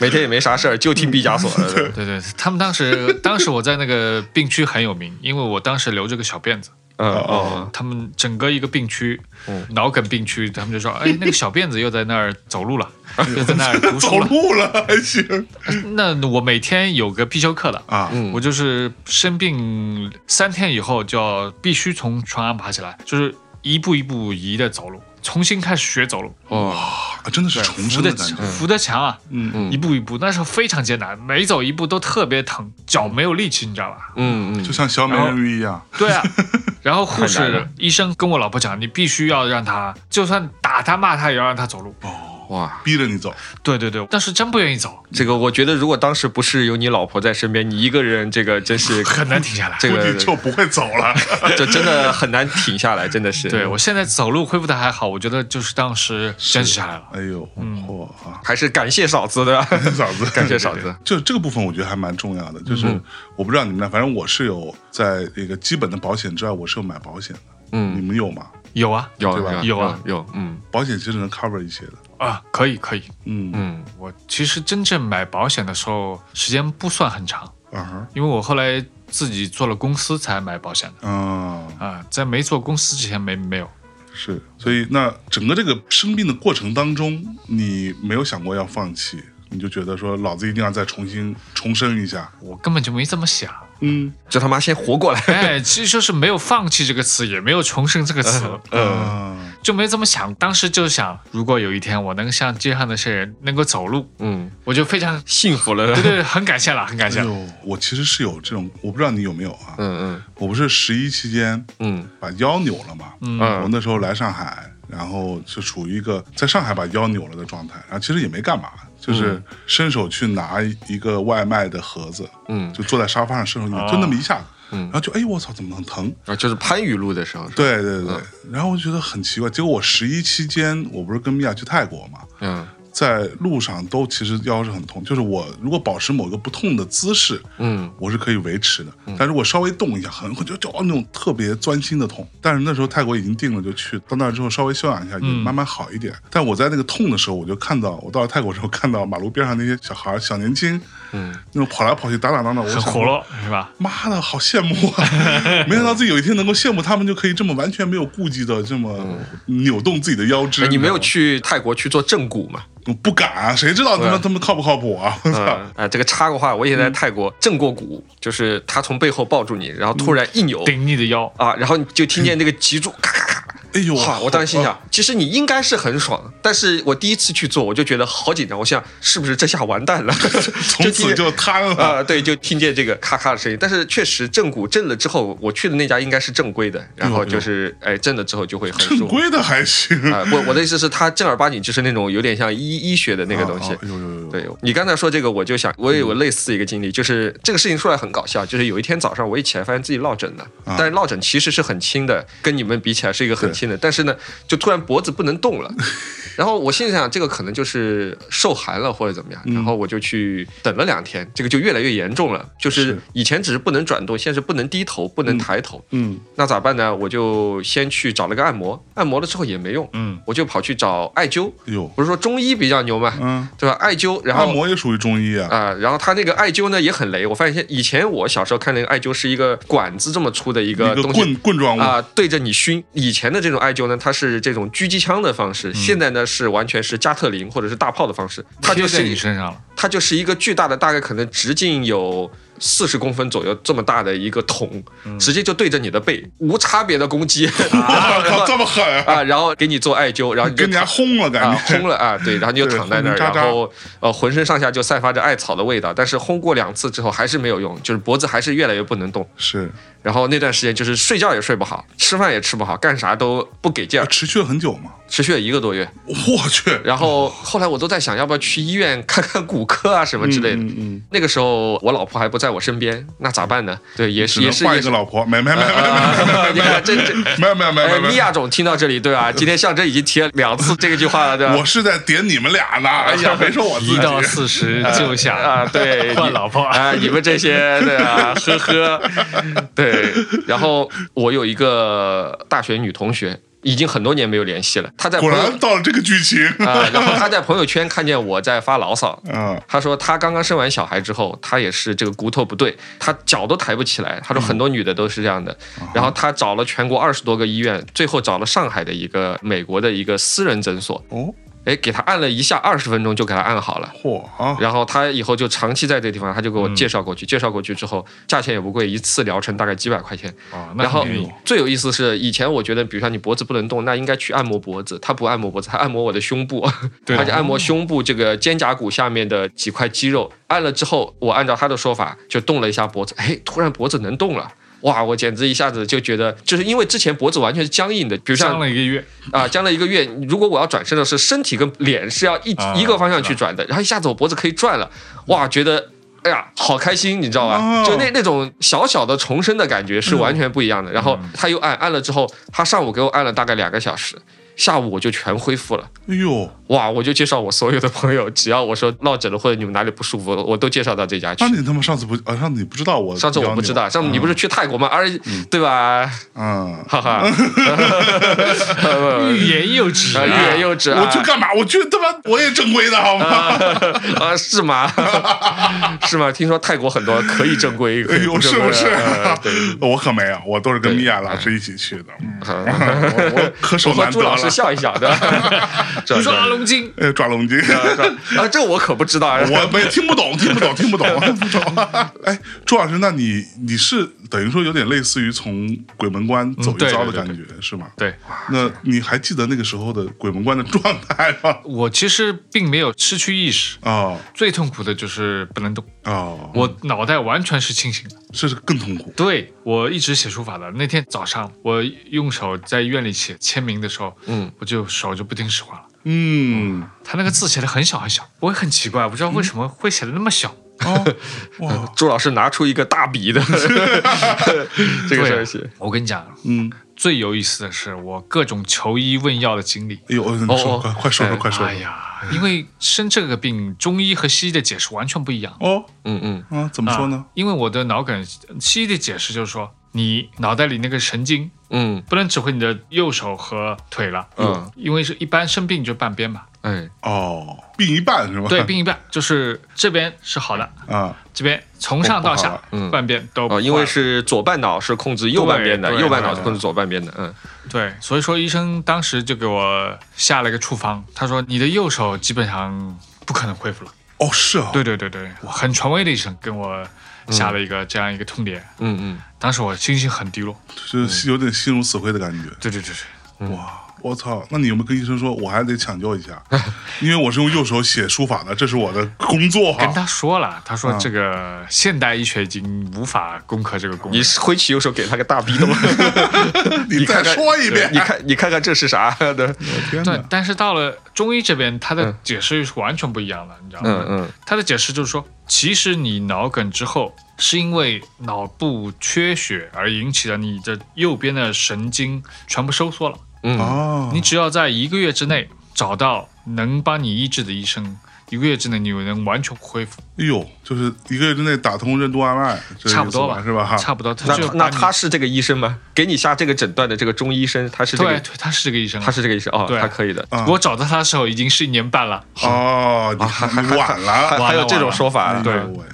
[SPEAKER 3] 每天也没啥事儿，就听毕加索的。 对
[SPEAKER 4] 对对，他们当时当时我在那个病区很有名，因为我当时留着个小辫子。
[SPEAKER 3] 嗯哦，
[SPEAKER 4] 他们整个一个病区，
[SPEAKER 2] 嗯
[SPEAKER 4] 脑梗病区，他们就说：“哎，那个小辫子又在那儿走路了， 又在那儿读
[SPEAKER 2] 嗯走
[SPEAKER 4] 书了。
[SPEAKER 2] 路了还 行”
[SPEAKER 4] 那我每天有个必修课的，
[SPEAKER 2] 啊，
[SPEAKER 3] 嗯
[SPEAKER 4] 我就是生病三天以后就要必须从床上爬起来，就是一步一步移的走路，重新开始学走路，
[SPEAKER 3] 哦，
[SPEAKER 2] 啊真的是重
[SPEAKER 4] 扶
[SPEAKER 2] 生
[SPEAKER 4] 的
[SPEAKER 2] 的感觉，
[SPEAKER 4] 扶的墙啊，
[SPEAKER 2] 嗯，
[SPEAKER 3] 嗯
[SPEAKER 4] 一步一步，那时候非常艰难，每走一步都特别疼，脚没有力气，你知道吧？
[SPEAKER 3] 嗯嗯
[SPEAKER 2] 就，像小美人鱼一样，
[SPEAKER 4] 对 啊，然后护
[SPEAKER 3] 太难
[SPEAKER 4] 士
[SPEAKER 3] 了、
[SPEAKER 4] 医生跟我老婆讲，你必须要让他，就算打他、骂他，也要让他走路。
[SPEAKER 3] 哦哇，
[SPEAKER 2] 逼着你走，
[SPEAKER 4] 对对对，但是真不愿 意走，
[SPEAKER 3] 这个我觉得如果当时不是有你老婆在身边，你一个人，这个 真是
[SPEAKER 4] 很 难停下来。
[SPEAKER 3] 这
[SPEAKER 2] 估计
[SPEAKER 3] 个
[SPEAKER 2] 就不会走 了。
[SPEAKER 3] 这真的很难停下来，真的是。
[SPEAKER 4] 对我现在走路恢复的还好，我觉得就是当时坚持下来了。
[SPEAKER 2] 哎呦，嚯啊！
[SPEAKER 3] 还是感谢嫂子的，
[SPEAKER 2] 嫂子，
[SPEAKER 3] 感谢嗯嫂子。嗯
[SPEAKER 2] 就这个部分，我觉得还蛮重要的。就是我不知道你们俩，反正我是有在这个基本的保险之外，我是有买保险的。
[SPEAKER 3] 嗯
[SPEAKER 2] 你们有吗？
[SPEAKER 4] 有啊
[SPEAKER 3] 有
[SPEAKER 2] 对吧
[SPEAKER 3] 有
[SPEAKER 4] 有啊
[SPEAKER 3] 有，嗯
[SPEAKER 2] 保险其实能 cover 一些的。
[SPEAKER 4] 啊，可以可以。
[SPEAKER 2] 嗯
[SPEAKER 3] 嗯
[SPEAKER 4] 我其实真正买保险的时候时间不算很长，
[SPEAKER 2] 啊哈
[SPEAKER 4] 因为我后来自己做了公司才买保险的
[SPEAKER 2] 啊，
[SPEAKER 4] 啊，在没做公司之前没没有。
[SPEAKER 2] 是。所以那整个这个生病的过程当中，你没有想过要放弃，你就觉得说老子一定要再重新重生一下。
[SPEAKER 4] 我根本就没这么想，
[SPEAKER 2] 嗯
[SPEAKER 3] 这他妈先活过来，
[SPEAKER 4] 哎，其实就是没有放弃这个词，也没有重生这 个词，
[SPEAKER 3] 呃
[SPEAKER 2] 啊
[SPEAKER 4] 就没这么想。当时就想，如果有一天我能像街上那些人能够走路，
[SPEAKER 3] 嗯，
[SPEAKER 4] 我就 非常
[SPEAKER 3] 幸福了，嗯
[SPEAKER 4] 对对，对很感谢了，很感
[SPEAKER 2] 哎
[SPEAKER 4] 谢。
[SPEAKER 2] 呦，我其实是有这种，我不知道你有没有啊？
[SPEAKER 3] 嗯
[SPEAKER 2] 我不是十一期间
[SPEAKER 3] 嗯
[SPEAKER 2] 把腰扭了嘛，
[SPEAKER 4] 嗯
[SPEAKER 2] 我那时候来上海，然后是处于一个在上海把腰扭了的状态，然后其实也没干嘛，就是伸手去拿一个外卖的盒子，
[SPEAKER 3] 嗯嗯，
[SPEAKER 2] 就坐在沙发上伸手
[SPEAKER 4] 啊
[SPEAKER 2] 就那么一下子，
[SPEAKER 3] 嗯
[SPEAKER 2] 然后就哎我操，怎么能疼？
[SPEAKER 3] 啊，就是番禺路的时候，是吧，
[SPEAKER 2] 对对对，
[SPEAKER 3] 嗯
[SPEAKER 2] 然后我就觉得很奇怪，结果我十一期间，我不是跟米娅去泰国嘛，
[SPEAKER 3] 嗯
[SPEAKER 2] 在路上都其实腰是很痛，就是我如果保持某个不痛的姿势，
[SPEAKER 3] 嗯
[SPEAKER 2] 我是可以维持的，但如果稍微动一下，很会就就哦那种特别钻心的痛。但是那时候泰国已经定了，就去到那儿之后稍微休养一下，
[SPEAKER 3] 嗯
[SPEAKER 2] 也慢慢好一点。但我在那个痛的时候，我就看到我到了泰国之后，看到马路边上那些小孩儿小年轻，
[SPEAKER 3] 嗯，
[SPEAKER 2] 那种跑来跑去打打闹闹，我
[SPEAKER 4] 很
[SPEAKER 2] 想
[SPEAKER 4] 活络是吧？
[SPEAKER 2] 妈的，好羡慕 啊！没想到自己有一天能够羡慕他们，就可以这么完全没有顾忌的这么扭动自己的腰肢。
[SPEAKER 3] 嗯哎你没
[SPEAKER 2] 知
[SPEAKER 3] 有
[SPEAKER 2] 道吗？
[SPEAKER 3] 去泰国去做正骨嘛？
[SPEAKER 2] 我不敢啊，谁知道他们
[SPEAKER 3] 对
[SPEAKER 2] 他们靠不靠谱啊？我操！
[SPEAKER 3] 嗯，哎，这个插个话，我以前在泰国正过骨，就是他从背后抱住你，然后突然一扭
[SPEAKER 4] 顶你的腰，
[SPEAKER 3] 啊，然后你就听见那个脊柱咔咔咔。
[SPEAKER 2] 哎呦，
[SPEAKER 3] 哇！我当时心想，其实你应该是很爽，但是我第一次去做，我就觉得好紧张，我想是不是这下完蛋了？
[SPEAKER 2] 从
[SPEAKER 3] 听
[SPEAKER 2] 此
[SPEAKER 3] 见
[SPEAKER 2] 就瘫
[SPEAKER 3] 啊、
[SPEAKER 2] 了。
[SPEAKER 3] 对，就听见这个咔咔的声音。但是确实正骨震了之后，我去的那家应该是正规的，然后就是哎震了之后就会很
[SPEAKER 2] 嗯正
[SPEAKER 3] 舒服。
[SPEAKER 2] 规的还行，
[SPEAKER 3] 啊、我我的意思是，它正儿八经就是那种有点像医医学的那个东西
[SPEAKER 2] 啊。啊有有有有，
[SPEAKER 3] 对你刚才说这个，我就想，我也
[SPEAKER 2] 嗯
[SPEAKER 3] 有类似一个经历，就是这个事情说来很搞笑，就是有一天早上我一起来发现自己落枕了，
[SPEAKER 2] 啊
[SPEAKER 3] 但是落枕其实是很轻的，跟你们比起来是一个很轻的，但是呢，就突然脖子不能动 了，然后我心里想这个可能就是受寒了或者怎么样，
[SPEAKER 2] 嗯
[SPEAKER 3] 然后我就去等了两天，这个就越来越严重了，就是
[SPEAKER 2] 是
[SPEAKER 3] 以前只是不能转动，现在是不能低头，不能抬头，
[SPEAKER 2] 嗯
[SPEAKER 3] 那咋办呢？我就先去找了个按摩，按摩了之后也没用，
[SPEAKER 4] 嗯，
[SPEAKER 3] 我就跑去找艾灸，
[SPEAKER 2] 哎呦，
[SPEAKER 3] 不是说中医比较牛嘛，
[SPEAKER 2] 嗯，
[SPEAKER 3] 对吧？艾灸，然后
[SPEAKER 2] 按摩也属于中医啊。
[SPEAKER 3] 啊、然后他那个艾灸呢也很雷，我发现现以前我小时候看那个艾灸是一个管子这么粗的一个
[SPEAKER 2] 一个
[SPEAKER 3] 东西
[SPEAKER 2] 棍。棍状物，
[SPEAKER 3] 啊、对着你熏。以前的这种艾灸呢，它是这种狙击枪的方式，现在呢是完全是加特林或者是大炮的方式。它就
[SPEAKER 4] 贴
[SPEAKER 3] 是
[SPEAKER 4] 在你身上了，
[SPEAKER 3] 它就是一个巨大的，大概可能直径有四十公分左右这么大的一个桶，直接就对着你的背，无差别的攻击。
[SPEAKER 2] 我
[SPEAKER 3] 然
[SPEAKER 2] 靠，这
[SPEAKER 3] 后
[SPEAKER 2] 么狠啊！
[SPEAKER 3] 啊，然后给你做艾灸，然后你
[SPEAKER 2] 给
[SPEAKER 3] 就
[SPEAKER 2] 人家
[SPEAKER 3] 躺
[SPEAKER 2] 轰了，感
[SPEAKER 3] 啊，
[SPEAKER 2] 觉
[SPEAKER 3] 烘了啊，对，然后你就
[SPEAKER 2] 对
[SPEAKER 3] 躺在那儿，
[SPEAKER 2] 烘成渣渣
[SPEAKER 3] 然后呃，浑身上下就散发着艾草的味道。但是烘过两次之后还是没有用，就是脖子还是越来越不能动。
[SPEAKER 2] 是
[SPEAKER 3] 然后那段时间就是睡觉也睡不好，吃饭也吃不好，干啥都不给劲儿，
[SPEAKER 2] 持续了很久嘛。
[SPEAKER 3] 持续了一个多月。
[SPEAKER 2] 我去，
[SPEAKER 3] 然后后来我都在想，要不要去医院看看骨科啊什么之类的。
[SPEAKER 2] 嗯嗯，
[SPEAKER 3] 那个时候我老婆还不在我身边，那咋办呢？对，也是
[SPEAKER 2] 只
[SPEAKER 3] 也
[SPEAKER 2] 能
[SPEAKER 3] 是
[SPEAKER 2] 换
[SPEAKER 3] 也
[SPEAKER 2] 一个
[SPEAKER 3] 是。
[SPEAKER 2] 老婆，没没没没
[SPEAKER 3] 啊你看这这，
[SPEAKER 2] 没有没有没
[SPEAKER 3] 哎，
[SPEAKER 2] 有没
[SPEAKER 3] 米
[SPEAKER 2] 有，
[SPEAKER 3] 娅总听到这里对吧？今天象征已经提了两次这个句话了，对吧？
[SPEAKER 2] 我是在点你们俩呢。哎呀，没说我自
[SPEAKER 4] 一到
[SPEAKER 2] 己，
[SPEAKER 4] 四十就想
[SPEAKER 3] 啊， 对，
[SPEAKER 4] 换
[SPEAKER 3] 你
[SPEAKER 4] 老婆
[SPEAKER 3] 啊，你们这些对啊，呵 呵，对。然后我有一个大学女同学，已经很多年没有联系了，她在
[SPEAKER 2] 果
[SPEAKER 3] 朋友
[SPEAKER 2] 然到了这个剧情
[SPEAKER 3] 啊，然后她在朋友圈看见我在发牢骚。
[SPEAKER 2] 啊。
[SPEAKER 3] 她说，她刚刚生完小孩之后，她也是这个骨头不对，她脚都抬不起来。她说很多女的都是这样的。
[SPEAKER 4] 嗯啊
[SPEAKER 3] 然后她找了全国二十多个医院，最后找了上海的一个美国的一个私人诊所，
[SPEAKER 2] 哦，
[SPEAKER 3] 哎，给她按了一下，二十分钟就给她按好了。
[SPEAKER 2] 嚯啊！
[SPEAKER 3] 然后他以后就长期在这个地方，他就给
[SPEAKER 4] 嗯
[SPEAKER 3] 我介绍过去，介绍过去之后，价钱也不贵，一次疗程大概几百块钱。
[SPEAKER 4] 哦，那
[SPEAKER 3] 然
[SPEAKER 4] 很
[SPEAKER 3] 后
[SPEAKER 4] 便宜，
[SPEAKER 3] 最有意思是，以前我觉得，比如说你脖子不能动，那应该去按摩脖子，他不按摩脖子，他按摩我的胸部，
[SPEAKER 4] 对啊
[SPEAKER 3] 他就按摩胸部这个肩胛骨下面的几块肌肉。按了之后，我按照他的说法就动了一下脖子，哎，突然脖子能动了。哇！我简直一下子就觉得，就是因为之前脖子完全是僵硬的，比如像
[SPEAKER 4] 上了一个月，
[SPEAKER 3] 啊，僵了一个月。如果我要转身的是身体跟脸是要一、
[SPEAKER 4] 啊
[SPEAKER 3] 一个方向去转的，然后一下子我脖子可以转了，哇，觉得哎呀，好开心，你知道吧？
[SPEAKER 2] 哦
[SPEAKER 3] 就那那种小小的重生的感觉是完全不一样的。然后他又按按了之后，他上午给我按了大概两个小时。下午我就全恢复了。
[SPEAKER 2] 哎呦，
[SPEAKER 3] 哇！我就介绍我所有的朋友，只要我说落枕了或者你们哪里不舒服，我都介绍到这家去
[SPEAKER 2] 那。你他妈上次不啊？上次你不知道我，
[SPEAKER 3] 上次我不知道，，上次你不是去泰国吗？而对吧？
[SPEAKER 2] 嗯，
[SPEAKER 3] 哈哈，啊
[SPEAKER 4] 欲言又止
[SPEAKER 3] 欲
[SPEAKER 4] 啊，
[SPEAKER 3] 言又止呃啊
[SPEAKER 2] 我去干嘛？我去他妈，我也正规的好吗？
[SPEAKER 3] 啊，是吗？是吗？听说泰国很多可以正规，可
[SPEAKER 2] 哎
[SPEAKER 3] 以
[SPEAKER 2] 呦，
[SPEAKER 3] 正
[SPEAKER 2] 是
[SPEAKER 3] 规
[SPEAKER 2] 不是
[SPEAKER 3] 呃 对。？
[SPEAKER 2] 我可没有，我都是跟
[SPEAKER 3] 对
[SPEAKER 2] 米娅老师一起去的，嗯
[SPEAKER 3] 我
[SPEAKER 2] 我 可手
[SPEAKER 3] 我和
[SPEAKER 2] 难
[SPEAKER 3] 朱
[SPEAKER 2] 得
[SPEAKER 3] 老
[SPEAKER 2] 了。
[SPEAKER 3] 师笑一笑的， 这
[SPEAKER 4] 你说阿龙精，
[SPEAKER 2] 哎，抓龙筋，
[SPEAKER 3] 啊，这我可不知道啊。
[SPEAKER 2] 我没听不懂， 听不懂，听不懂，不懂。哎，朱老师，那你你是等于说有点类似于从鬼门关走一
[SPEAKER 4] 对
[SPEAKER 2] 遭的
[SPEAKER 4] 对
[SPEAKER 2] 感
[SPEAKER 4] 对
[SPEAKER 2] 觉是吗？
[SPEAKER 4] 对
[SPEAKER 2] 那你还记得那个时候的鬼门关的状态吗？
[SPEAKER 4] 我其实并没有失去意识，
[SPEAKER 2] 哦
[SPEAKER 4] 最痛苦的就是不能动，
[SPEAKER 2] 哦，
[SPEAKER 4] 我脑袋完全是清醒的。
[SPEAKER 2] 这是更痛苦。
[SPEAKER 4] 对我一直写书法的，那天早上我用手在院里写签名的时候，
[SPEAKER 3] 嗯，
[SPEAKER 4] 我就手就不听使唤了。
[SPEAKER 2] 嗯，
[SPEAKER 4] 他那个字写的很小很小，我也很奇怪，我不知道为什么会写的那么小。
[SPEAKER 2] 哦，哇，
[SPEAKER 3] 朱老师拿出一个大笔 的 这
[SPEAKER 4] 啊
[SPEAKER 3] 个消息，
[SPEAKER 4] 我跟你讲，
[SPEAKER 2] 嗯，
[SPEAKER 4] 最有意思的是我各种求医问药的经历。
[SPEAKER 2] 哎呦，你说，
[SPEAKER 3] 哦
[SPEAKER 2] 快快说说，快说
[SPEAKER 4] 哎
[SPEAKER 2] 说。
[SPEAKER 4] 呀，因为生这个病，中医和西医的解释完全不一样。
[SPEAKER 2] 哦，
[SPEAKER 3] 嗯嗯
[SPEAKER 2] 啊，怎么说呢
[SPEAKER 4] 啊？？因为我的脑梗，西医的解释就是说，你脑袋里那个神经
[SPEAKER 3] 嗯
[SPEAKER 4] 不能指挥你的右手和腿了，
[SPEAKER 3] 嗯，
[SPEAKER 4] 因为是一般生病就半边嘛，
[SPEAKER 3] 哎，
[SPEAKER 2] 哦，病一半 是吧？
[SPEAKER 4] 对，病一半，就是这边是好的，
[SPEAKER 2] 啊，
[SPEAKER 4] 这边从上到
[SPEAKER 2] 不好
[SPEAKER 4] 下
[SPEAKER 2] 了
[SPEAKER 3] 嗯
[SPEAKER 4] 半边都不
[SPEAKER 3] 哦，因为
[SPEAKER 4] 坏
[SPEAKER 3] 是左半脑是控制右半边的，
[SPEAKER 4] 对对
[SPEAKER 3] 右半脑
[SPEAKER 4] 对
[SPEAKER 3] 是控制左半边的，嗯
[SPEAKER 4] 对，所以说医生当时就给我下了一个处方，他说你的右手基本上不可能恢复了。
[SPEAKER 2] 哦，是啊，
[SPEAKER 4] 对对对对，
[SPEAKER 3] 哦
[SPEAKER 4] 很权威的医生跟我下了一个这样一个痛点，
[SPEAKER 3] 嗯嗯，
[SPEAKER 4] 当时我心情很低落。
[SPEAKER 2] 就是有点心如死灰的感觉。
[SPEAKER 4] 对对对对，
[SPEAKER 2] 哇，我操！那你有没有跟医生说，我还得抢救一下？因为我是用右手写书法的，这是我的工作
[SPEAKER 4] 跟
[SPEAKER 2] 哈。
[SPEAKER 4] 他说了，他说
[SPEAKER 3] 嗯
[SPEAKER 2] 啊
[SPEAKER 4] 这个现代医学已经无法攻克这个功
[SPEAKER 3] 你
[SPEAKER 4] 能。
[SPEAKER 3] 是挥起右手给他个大 逼的吗？
[SPEAKER 2] 你再
[SPEAKER 3] 看看
[SPEAKER 2] 说一遍
[SPEAKER 3] 你看你看看这是啥 的？
[SPEAKER 2] 天
[SPEAKER 4] 对
[SPEAKER 2] 哪，！
[SPEAKER 4] 但是到了中医这边，他的
[SPEAKER 3] 嗯
[SPEAKER 4] 解释是完全不一样的，你知道吗？
[SPEAKER 3] 嗯嗯
[SPEAKER 4] 他的解释就是说，其实你脑梗之后是因为脑部缺血而引起的，你的右边的神经全部收缩了。
[SPEAKER 3] 嗯，
[SPEAKER 2] 哦，
[SPEAKER 4] 你只要在一个月之内找到能帮你医治的医生，一个月之内你就能完全恢复，
[SPEAKER 2] 哎呦，就是一个月之内打通任督二脉，这
[SPEAKER 4] 差不
[SPEAKER 2] 意思
[SPEAKER 4] 多
[SPEAKER 2] 吧，是吧？哈，
[SPEAKER 4] 差不多，他
[SPEAKER 3] 那
[SPEAKER 4] 就
[SPEAKER 3] 那
[SPEAKER 4] 把你
[SPEAKER 3] 他是这个医生吗？给你下这个诊断的这个中医生，他是这
[SPEAKER 4] 对
[SPEAKER 3] 个
[SPEAKER 4] 对，他是这个医生啊，
[SPEAKER 3] 他是这个医生哦，
[SPEAKER 4] 对
[SPEAKER 3] 他可以的。
[SPEAKER 2] 啊
[SPEAKER 4] 我找到他的时候已经是一年半了，
[SPEAKER 2] 哦，你看你晚
[SPEAKER 3] 还
[SPEAKER 2] 了，
[SPEAKER 4] 完
[SPEAKER 3] 还有
[SPEAKER 4] 了
[SPEAKER 3] 这种
[SPEAKER 4] 完了
[SPEAKER 3] 说法啊？
[SPEAKER 4] 对
[SPEAKER 2] 哎呦喂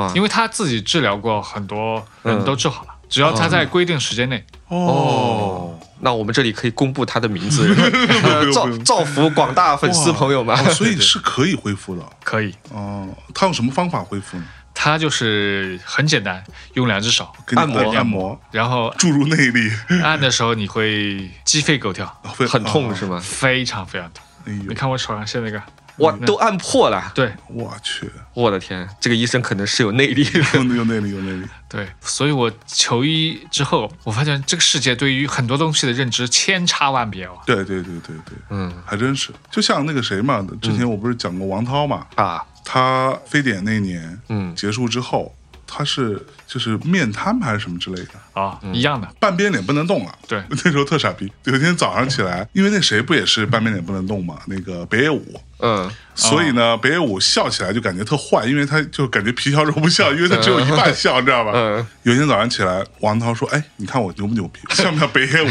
[SPEAKER 3] 哇
[SPEAKER 4] 因为他自己治疗过很多
[SPEAKER 3] 嗯
[SPEAKER 4] 人都治好了，只要他在规定时间内，
[SPEAKER 2] 哦，，
[SPEAKER 3] 那我们这里可以公布他的名 字，
[SPEAKER 2] 不
[SPEAKER 3] 呃
[SPEAKER 2] 用
[SPEAKER 3] 造
[SPEAKER 2] 不用
[SPEAKER 3] 造福广大粉丝朋友们。
[SPEAKER 2] 哦所以是可以恢复的。
[SPEAKER 4] 可以。
[SPEAKER 2] 哦，他用什么方法恢复呢？
[SPEAKER 4] 他就是很简单，用两只手，
[SPEAKER 2] 给你
[SPEAKER 3] 按摩
[SPEAKER 2] 按按摩，
[SPEAKER 4] 然后
[SPEAKER 2] 注入内力，
[SPEAKER 4] 按的时候你会鸡飞狗跳，
[SPEAKER 2] 会
[SPEAKER 3] 很痛
[SPEAKER 2] 哦
[SPEAKER 3] 是吗？
[SPEAKER 4] 非常非常痛。
[SPEAKER 2] 哎
[SPEAKER 4] 你
[SPEAKER 2] 呦，
[SPEAKER 4] 看我手上现在那个，
[SPEAKER 2] 哦
[SPEAKER 3] 哇，都按破了！
[SPEAKER 4] 对
[SPEAKER 2] 我去，
[SPEAKER 3] 我的天，这个医生可能是有内力 的。
[SPEAKER 2] 有有内力，有内力。
[SPEAKER 4] 对，所以我求医之后，我发现这个世界对于很多东西的认知千差万别哦。
[SPEAKER 2] 对对对对对，
[SPEAKER 3] 嗯
[SPEAKER 2] 还真是。就像那个谁嘛，之前我不是讲过王涛嘛，
[SPEAKER 3] 啊，
[SPEAKER 2] 他非典那年
[SPEAKER 3] 嗯
[SPEAKER 2] 结束之后，他是就是面瘫还是什么之类的，
[SPEAKER 4] 啊，一样的，
[SPEAKER 2] 半边脸不能动了。
[SPEAKER 4] 对
[SPEAKER 2] 那时候特傻逼。有一天早上起来，因为那谁不也是半边脸不能动嘛，那个北野武。
[SPEAKER 3] 嗯，
[SPEAKER 2] 所以呢，北野武笑起来就感觉特坏，因为他就感觉皮笑肉不笑，因为他只有一半笑，你知道吧？
[SPEAKER 3] 嗯
[SPEAKER 2] 有一天早上起来，王涛说：“哎，你看我牛不牛逼，像不像北野 武？”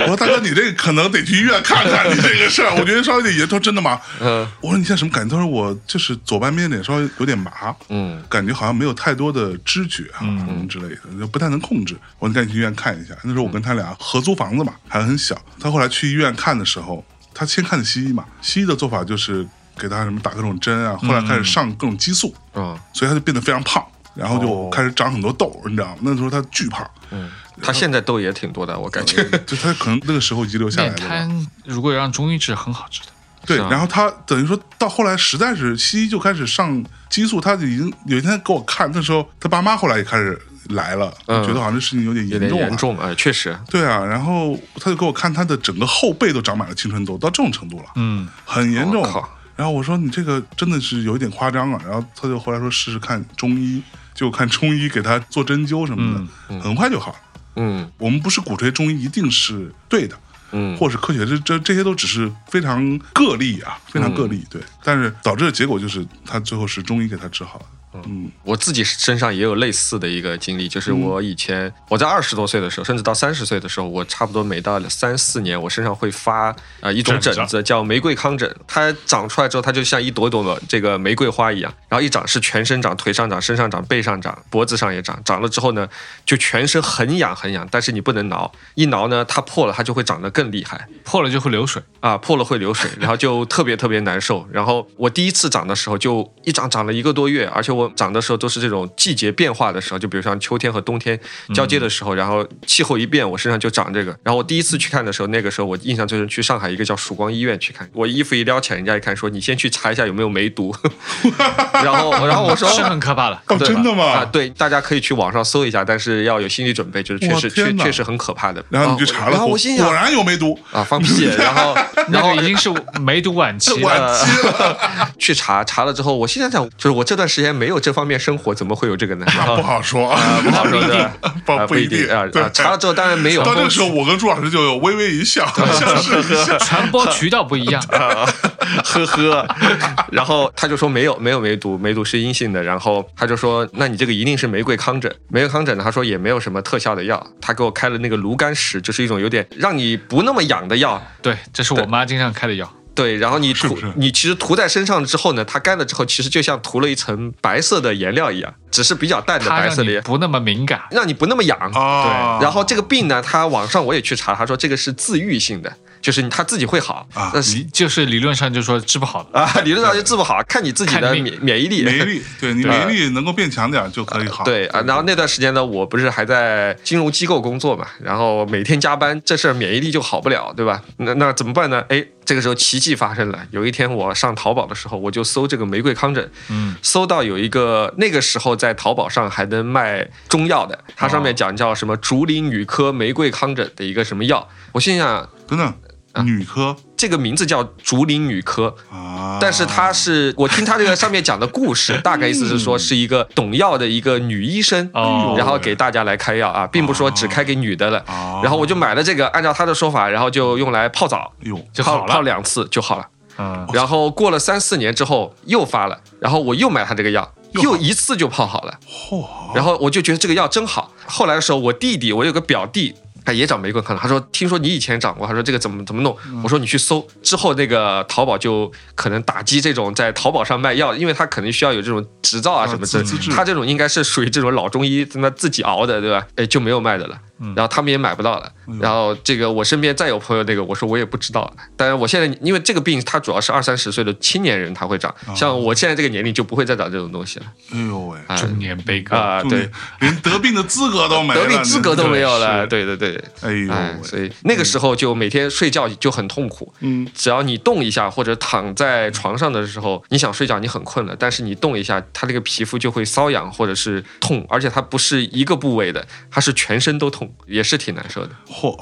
[SPEAKER 2] 我说：“大哥，你这个可能得去医院看看，你这个事儿，我觉得稍微得严重。”真的吗？
[SPEAKER 3] 嗯
[SPEAKER 2] 我说：“你现在什么感觉？”他说：“我就是左半边脸稍微有点麻，
[SPEAKER 3] 嗯，
[SPEAKER 2] 感觉好像没有太多的知觉啊、什么之类的，就不太能控制。”我说：“你赶紧去医院看一下。”那时候我跟他俩合租房子嘛，还很小。他后来去医院看的时候，他先看的西医嘛，西医的做法就是给他什么打各种针啊，后来开始上各种激素。
[SPEAKER 3] 嗯，
[SPEAKER 2] 所以他就变得非常胖，然后就开始长很多痘儿，你知道吗？那时候他巨胖，
[SPEAKER 3] 他现在痘也挺多的，我感觉。
[SPEAKER 2] 就他可能那个时候遗留下来
[SPEAKER 4] 面
[SPEAKER 2] 的吧。
[SPEAKER 4] 瘫如果让中医治，很好治的。
[SPEAKER 2] 对，
[SPEAKER 3] 是啊
[SPEAKER 2] 然后他等于说到后来实在是西医就开始上激素，他就已经有一天给我看，那时候他爸妈后来也开始来了，
[SPEAKER 3] 嗯
[SPEAKER 2] 觉得好像这事情有点严
[SPEAKER 3] 有点
[SPEAKER 2] 重了
[SPEAKER 3] 严。重，哎，确实，
[SPEAKER 2] 对啊，然后他就给我看他的整个后背都长满了青春痘，到这种程度了。
[SPEAKER 4] 嗯，
[SPEAKER 2] 很严重
[SPEAKER 3] 我靠。
[SPEAKER 2] 然后我说你这个真的是有一点夸张啊。然后他就后来说试试看中医，就看中医给他做针灸什么的，很快就好了。
[SPEAKER 3] 嗯
[SPEAKER 2] 我们不是鼓吹中医一定是对的，
[SPEAKER 3] 嗯
[SPEAKER 2] 或是科学，这这这些都只是非常个例啊，非常个
[SPEAKER 3] 嗯
[SPEAKER 2] 例。对，但是导致的结果就是他最后是中医给他治好了。
[SPEAKER 3] 我自己身上也有类似的一个经历，就是我以前我在二十多岁的时候，甚至到三十岁的时候，我差不多每到三四年，我身上会发呃一种
[SPEAKER 4] 疹
[SPEAKER 3] 疹
[SPEAKER 4] 子
[SPEAKER 3] 子，叫玫瑰糠疹。它长出来之后，它就像一朵朵的这个玫瑰花一样，然后一长是全身长，腿上长，身上长，背上长，脖子上也长。长了之后呢，就全身很痒很痒，但是你不能挠，一挠呢，它破了，它就会长得更厉害。
[SPEAKER 4] 破了就会流水，
[SPEAKER 3] 啊，破了会流水，然后就特别特别难受。然后我第一次长的时候，就一长长了一个多月，而且我长的时候都是这种季节变化的时候，就比如像秋天和冬天交接的时候，然后气候一变，我身上就长这个。然后我第一次去看的时候，那个时候我印象最深，去上海一个叫曙光医院去看，我衣服一撩起来，人家一看说你先去查一下有没有梅毒， 然后然后我说
[SPEAKER 4] 是很可怕的。
[SPEAKER 2] 哦，
[SPEAKER 3] 对
[SPEAKER 2] 真的吗？
[SPEAKER 3] 啊，对，大家可以去网上搜一下，但是要有心理准备，就是确
[SPEAKER 2] 我
[SPEAKER 3] 实确
[SPEAKER 2] 天哪
[SPEAKER 3] 确实很可怕的。啊
[SPEAKER 2] 然后你去查了，
[SPEAKER 3] 哦然后
[SPEAKER 2] 果
[SPEAKER 3] 我心想
[SPEAKER 2] 果然有梅毒。
[SPEAKER 3] 啊，放屁，然后然
[SPEAKER 4] 那
[SPEAKER 3] 后
[SPEAKER 4] 个已经是梅毒晚期了，
[SPEAKER 3] 呃， 去查查了之后，我心想想，就是我这段时间没有这方面生活，怎么会有这个 呢？然后
[SPEAKER 2] 不好说， 不
[SPEAKER 3] 啊好说对吧啊
[SPEAKER 2] 不
[SPEAKER 3] 不
[SPEAKER 2] 一
[SPEAKER 3] 定啊
[SPEAKER 2] 对
[SPEAKER 3] 啊，查了之后当然没有。
[SPEAKER 2] 到这个时候，我跟朱老师就有微微一笑， 相视一笑。
[SPEAKER 4] 传播渠道不一样。
[SPEAKER 3] 啊，呵呵， 然后他就说没有没有梅毒，梅毒是阴性的。然后他就说，那你这个一定是玫瑰糠疹。玫瑰糠疹呢，他说也没有什么特效的药，他给我开了那个炉甘石，就是一种有点让你不那么痒的药。
[SPEAKER 4] 对，这是我妈经常开的药，
[SPEAKER 3] 对，然后你
[SPEAKER 2] 是
[SPEAKER 3] 涂
[SPEAKER 2] 不是
[SPEAKER 3] 你其实涂在身上之后呢，它干了之后，其实就像涂了一层白色的颜料一样，只是比较淡的
[SPEAKER 4] 它
[SPEAKER 3] 白
[SPEAKER 4] 让
[SPEAKER 3] 色的
[SPEAKER 4] 你
[SPEAKER 3] 颜，
[SPEAKER 4] 不那么敏感。
[SPEAKER 3] 让你不那么痒。
[SPEAKER 2] 啊，
[SPEAKER 3] 然后这个病呢，它网上我也去查，他说这个是自愈性的，就是你他自己会好
[SPEAKER 2] 啊
[SPEAKER 3] 但是
[SPEAKER 2] 你
[SPEAKER 4] 就是理论上就说治不好的，
[SPEAKER 3] 啊，理论上就治不好，看你自己的
[SPEAKER 4] 看你
[SPEAKER 3] 免免疫力。
[SPEAKER 2] 免疫力，对你
[SPEAKER 3] 对
[SPEAKER 2] 免疫力能够变强点儿就可以好。
[SPEAKER 3] 对啊，然后那段时间呢，我不是还在金融机构工作嘛，然后每天加班，这事儿免疫力就好不了，对吧？那那怎么办呢？哎，这个时候奇迹发生了。有一天我上淘宝的时候，我就搜这个玫瑰糠疹，
[SPEAKER 4] 嗯，
[SPEAKER 3] 搜到有一个那个时候在淘宝上还能卖中药的，它上面讲叫什么竹林女科玫瑰糠疹的一个什么药，我心想
[SPEAKER 2] 等
[SPEAKER 3] 啊
[SPEAKER 2] 等，女科
[SPEAKER 3] 这个名字叫竹林女科，
[SPEAKER 2] 啊，
[SPEAKER 3] 但是她是我听她这个上面讲的故
[SPEAKER 4] 嗯
[SPEAKER 3] 事，大概意思是说是一个懂药的一个女医生，
[SPEAKER 4] 哦
[SPEAKER 3] 然后给大家来开药啊，并不说只开给女的了。
[SPEAKER 2] 哦
[SPEAKER 3] 然后我就买了这个，按照她的说法，然后就用来泡澡，
[SPEAKER 2] 哎呦，
[SPEAKER 4] 就
[SPEAKER 3] 泡
[SPEAKER 4] 好
[SPEAKER 3] 泡
[SPEAKER 4] 了。
[SPEAKER 3] 两次就好了。
[SPEAKER 4] 嗯，
[SPEAKER 3] 然后过了三四年之后又发了，然后我又买她这个药，
[SPEAKER 2] 又
[SPEAKER 3] 又
[SPEAKER 2] 好
[SPEAKER 3] 一次就泡好了。
[SPEAKER 2] 嚯，
[SPEAKER 3] 然后我就觉得这个药真好。后来的时候，我弟弟，我有个表弟。他也长玫瑰糠了，他说：“听说你以前长过，他说这个怎么怎么弄？”
[SPEAKER 2] 嗯
[SPEAKER 3] 我说：“你去搜。”之后那个淘宝就可能打击这种在淘宝上卖药，因为他肯定需要有这种执照啊什么之类
[SPEAKER 2] 自制
[SPEAKER 3] 的。他这种应该是属于这种老中医他妈自己熬的，对吧？哎，就没有卖的了，
[SPEAKER 2] 嗯
[SPEAKER 3] 然后他们也买不到了。
[SPEAKER 2] 哎
[SPEAKER 3] 然后这个我身边再有朋友那个，我说我也不知道。但是我现在因为这个病，它主要是二三十岁的青年人他会长，
[SPEAKER 2] 哦
[SPEAKER 3] 像我现在这个年龄就不会再长这种东西了
[SPEAKER 2] 哎呦喂，
[SPEAKER 3] 啊
[SPEAKER 4] 中年悲歌，
[SPEAKER 3] 啊！
[SPEAKER 2] 兄
[SPEAKER 3] 对
[SPEAKER 2] 弟，，连得病的资格都没了，
[SPEAKER 3] 得病资格都没有了，
[SPEAKER 2] 对，
[SPEAKER 3] 对对对，
[SPEAKER 2] 哎呦
[SPEAKER 3] 哎，所
[SPEAKER 2] 喂，
[SPEAKER 3] 以
[SPEAKER 4] 嗯
[SPEAKER 3] 那个时候就每天睡觉就很痛苦。
[SPEAKER 2] 嗯，
[SPEAKER 3] 只要你动一下或者躺在床上的时候，你想睡觉，你很困了，但是你动一下，它这个皮肤就会瘙痒或者是痛，而且它不是一个部位的，它是全身都痛，也是挺难受的。
[SPEAKER 2] 嚯。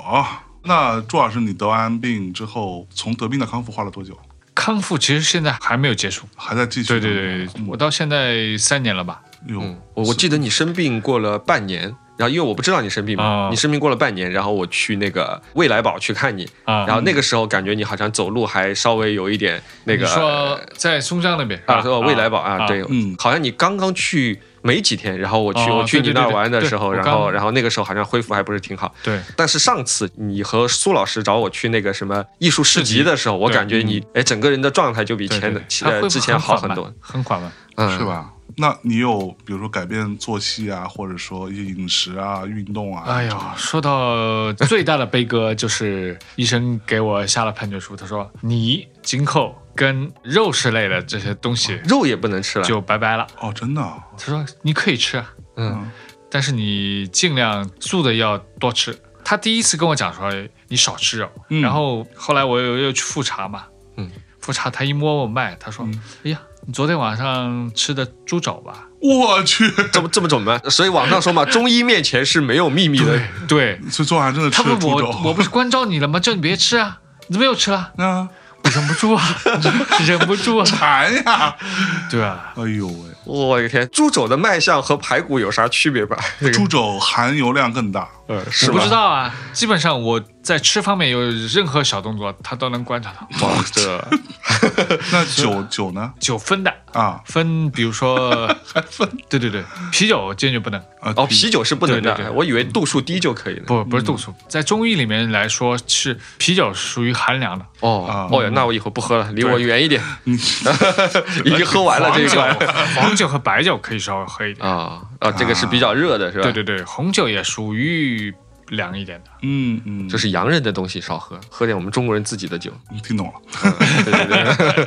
[SPEAKER 2] 那朱老师，你得完病之后，从得病到康复花了多久？
[SPEAKER 4] 康复其实现在还没有结束。
[SPEAKER 2] 还在继续？嗯
[SPEAKER 4] 对对对，我到现在三年了吧？
[SPEAKER 2] 哟，
[SPEAKER 3] 嗯，我我记得你生病过了半年。然后，因为我不知道你生病嘛，
[SPEAKER 4] 啊
[SPEAKER 3] 你生病过了半年，然后我去那个未来宝去看你，
[SPEAKER 4] 啊
[SPEAKER 3] 然后那个时候感觉你好像走路还稍微有一点那
[SPEAKER 4] 你
[SPEAKER 3] 个
[SPEAKER 4] 说在松江那边
[SPEAKER 3] 啊，说未来宝啊，对，
[SPEAKER 2] 嗯
[SPEAKER 3] 好像你刚刚去没几天，然后我去、
[SPEAKER 4] 哦
[SPEAKER 3] 我去你
[SPEAKER 4] 对
[SPEAKER 3] 那
[SPEAKER 4] 对
[SPEAKER 3] 儿
[SPEAKER 4] 对对
[SPEAKER 3] 玩的时候，
[SPEAKER 4] 对我
[SPEAKER 3] 然后
[SPEAKER 4] 刚
[SPEAKER 3] 然后那个时候好像恢复还不是挺好。
[SPEAKER 4] 对，
[SPEAKER 3] 但是上次你和苏老师找我去那个什么艺术市集
[SPEAKER 4] 市集
[SPEAKER 3] 的时候，我
[SPEAKER 4] 对嗯
[SPEAKER 3] 感觉你哎整个人的状态就比
[SPEAKER 4] 对
[SPEAKER 3] 前的
[SPEAKER 4] 对
[SPEAKER 3] 其
[SPEAKER 4] 它恢
[SPEAKER 3] 呃
[SPEAKER 4] 复
[SPEAKER 3] 之前好
[SPEAKER 4] 很
[SPEAKER 3] 很
[SPEAKER 4] 缓慢
[SPEAKER 3] 多，
[SPEAKER 4] 很缓慢。
[SPEAKER 3] 嗯，
[SPEAKER 2] 是？吧？那你有比如说改变作息啊，或者说一些饮食啊、运动啊？
[SPEAKER 4] 哎呦，说到最大的悲歌，就是医生给我下了判决书，他说你今后跟肉食类的这些东西
[SPEAKER 3] 肉也不能吃了，
[SPEAKER 4] 就拜拜了。
[SPEAKER 2] 哦，真的啊，
[SPEAKER 4] 他说你可以吃啊，
[SPEAKER 3] 嗯
[SPEAKER 4] 但是你尽量素的要多吃。他第一次跟我讲说哎你少吃肉，
[SPEAKER 2] 嗯
[SPEAKER 4] 然后后来我又又去复查嘛，
[SPEAKER 3] 嗯，
[SPEAKER 4] 复查他一摸我脉，他说，哎呀，你昨天晚上吃的猪肘吧？
[SPEAKER 2] 我去，
[SPEAKER 3] 这么这么准吗？所以网上说嘛，中医面前是没有秘密的。
[SPEAKER 4] 对，
[SPEAKER 2] 所以昨晚真的
[SPEAKER 4] 他
[SPEAKER 2] 吃了
[SPEAKER 4] 问
[SPEAKER 2] 猪
[SPEAKER 4] 我，我
[SPEAKER 2] 肘。
[SPEAKER 4] 不是关照你了吗？叫你别吃啊，你怎么又吃了？
[SPEAKER 2] 那
[SPEAKER 4] 忍不住啊， 忍不住啊，
[SPEAKER 2] 馋呀！
[SPEAKER 4] 对啊，
[SPEAKER 2] 哎呦喂，
[SPEAKER 3] 我的天，猪肘的卖相和排骨有啥区别吧？这个
[SPEAKER 2] 猪肘含油量更 大，
[SPEAKER 3] 呃，
[SPEAKER 4] 我
[SPEAKER 3] 是
[SPEAKER 4] 不
[SPEAKER 3] 吧
[SPEAKER 4] 知？道啊，基本上我在吃方面有任何小动作，他都能观察到。
[SPEAKER 3] 哇，这
[SPEAKER 2] 那酒酒呢？
[SPEAKER 4] 酒分的
[SPEAKER 2] 啊
[SPEAKER 4] 分，比如说还分，对对对，啤酒坚决不能，
[SPEAKER 2] 啊
[SPEAKER 3] 哦，啤酒是不能
[SPEAKER 4] 对对
[SPEAKER 3] 的，
[SPEAKER 4] 对
[SPEAKER 3] 我以为度数低就可以了。
[SPEAKER 4] 不不是度数，在中医里面来说是啤酒属于寒凉的，
[SPEAKER 3] 哦
[SPEAKER 2] 啊，
[SPEAKER 3] 哦哟，那我以后不喝了，离我远一点。 已经喝完了
[SPEAKER 4] 黄
[SPEAKER 3] 这
[SPEAKER 4] 酒
[SPEAKER 3] 个
[SPEAKER 4] 黄酒和白酒可以稍微喝一点，
[SPEAKER 3] 啊啊，这个是比较热的，是吧？
[SPEAKER 4] 对对对，红酒也属于凉一点的，
[SPEAKER 2] 嗯嗯，
[SPEAKER 3] 就是洋人的东西少喝，喝点我们中国人自己 的酒。
[SPEAKER 2] 你听懂了。
[SPEAKER 3] 对对对，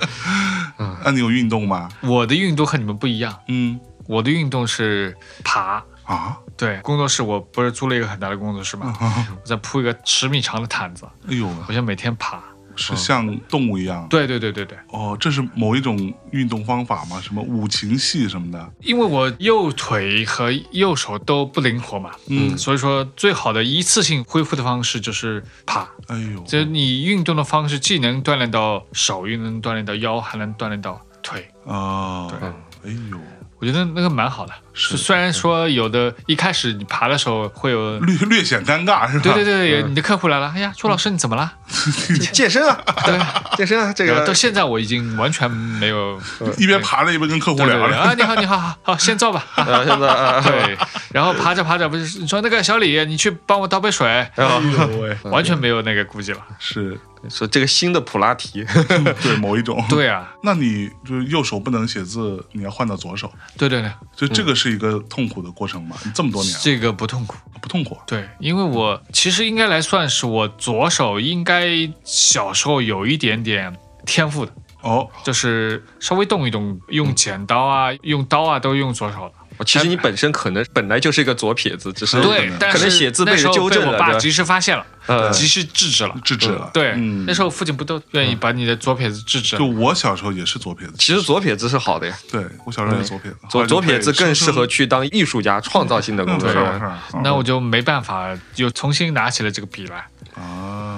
[SPEAKER 2] 那你有运动吗？
[SPEAKER 4] 我的运动和你们不一样，
[SPEAKER 2] 嗯
[SPEAKER 4] 我的运动是爬。
[SPEAKER 2] 啊，
[SPEAKER 4] 对，工作室我不是租了一个很大的工作室嘛，我在铺一个十米长的毯子，
[SPEAKER 2] 哎呦，
[SPEAKER 4] 我就每天爬。
[SPEAKER 2] 是像动物一样。
[SPEAKER 4] 对对对对对，
[SPEAKER 2] 哦，这是某一种运动方法吗？什么五禽戏什么的？
[SPEAKER 4] 因为我右腿和右手都不灵活嘛，
[SPEAKER 2] 嗯
[SPEAKER 4] 所以说最好的一次性恢复的方式就是爬。
[SPEAKER 2] 哎呦，
[SPEAKER 4] 就是你运动的方式，既能锻炼到手，又能锻炼到腰，还能锻炼到腿。
[SPEAKER 2] 哦，哎呦，
[SPEAKER 4] 我觉得那个蛮好的，
[SPEAKER 2] 是
[SPEAKER 4] 虽然说有的一开始你爬的时候会 有，
[SPEAKER 2] 略略显尴尬是吧？
[SPEAKER 4] 对对对，有你的客户来了，哎呀，朱老师你怎 么了？
[SPEAKER 3] 健身啊，
[SPEAKER 4] 对，
[SPEAKER 3] 健身啊，这
[SPEAKER 4] 然后到
[SPEAKER 3] 个
[SPEAKER 4] 现在我已经完全没 有
[SPEAKER 2] 一边爬着一边跟客户
[SPEAKER 4] 对对
[SPEAKER 2] 聊
[SPEAKER 4] 对
[SPEAKER 2] 着。
[SPEAKER 4] 啊，你好，你好，好，好先坐吧。 啊
[SPEAKER 3] 啊，现在啊
[SPEAKER 4] 对，然后爬着爬着，不是你说那个小李，你去帮我倒杯 水，
[SPEAKER 2] 哎呦喂，
[SPEAKER 4] 完全没有那个顾忌了。
[SPEAKER 2] 是
[SPEAKER 3] 说这个新的普拉提，
[SPEAKER 2] 对某一种。，
[SPEAKER 4] 对啊，
[SPEAKER 2] 那你就是右手不能写字，你要换到左手，
[SPEAKER 4] 对对对，
[SPEAKER 2] 就这个是一个痛苦的过程吗？
[SPEAKER 4] 嗯
[SPEAKER 2] 你这么多年
[SPEAKER 4] 这个不痛苦。
[SPEAKER 2] 不痛苦啊？
[SPEAKER 4] 对，因为我其实应该来算是我左手应该小时候有一点点天赋的，
[SPEAKER 2] 哦，
[SPEAKER 4] 就是稍微动一动，
[SPEAKER 3] 嗯
[SPEAKER 4] 用剪刀啊、用刀啊都用左手的。
[SPEAKER 3] 其实你本身可能本来就是一个左撇子，只是
[SPEAKER 4] 对，但
[SPEAKER 3] 嗯可
[SPEAKER 4] 是
[SPEAKER 3] 能写字被
[SPEAKER 4] 那时
[SPEAKER 3] 人
[SPEAKER 4] 候
[SPEAKER 3] 纠正
[SPEAKER 4] 被
[SPEAKER 3] 了，
[SPEAKER 4] 我
[SPEAKER 3] 对
[SPEAKER 4] 爸
[SPEAKER 3] 吧
[SPEAKER 4] 及时发现了，
[SPEAKER 3] 呃
[SPEAKER 4] 及时制止了。
[SPEAKER 2] 制止了。
[SPEAKER 4] 对，
[SPEAKER 2] 嗯
[SPEAKER 4] 那时候父亲不都愿意
[SPEAKER 3] 嗯
[SPEAKER 4] 把你的左撇子制止
[SPEAKER 2] 就
[SPEAKER 4] 了？
[SPEAKER 2] 我小时候也是左撇子，
[SPEAKER 3] 其实左撇子是好的呀，
[SPEAKER 2] 对我小时候也是左撇子，后
[SPEAKER 3] 左
[SPEAKER 2] 来就
[SPEAKER 3] 左撇子
[SPEAKER 2] 被
[SPEAKER 3] 更适合
[SPEAKER 2] 生
[SPEAKER 3] 去当艺术家，创造性的工
[SPEAKER 2] 生
[SPEAKER 3] 作。
[SPEAKER 2] 对
[SPEAKER 3] 是吧
[SPEAKER 2] 是吧
[SPEAKER 4] 那我就没办法，又重新拿起了这个笔来
[SPEAKER 2] 啊，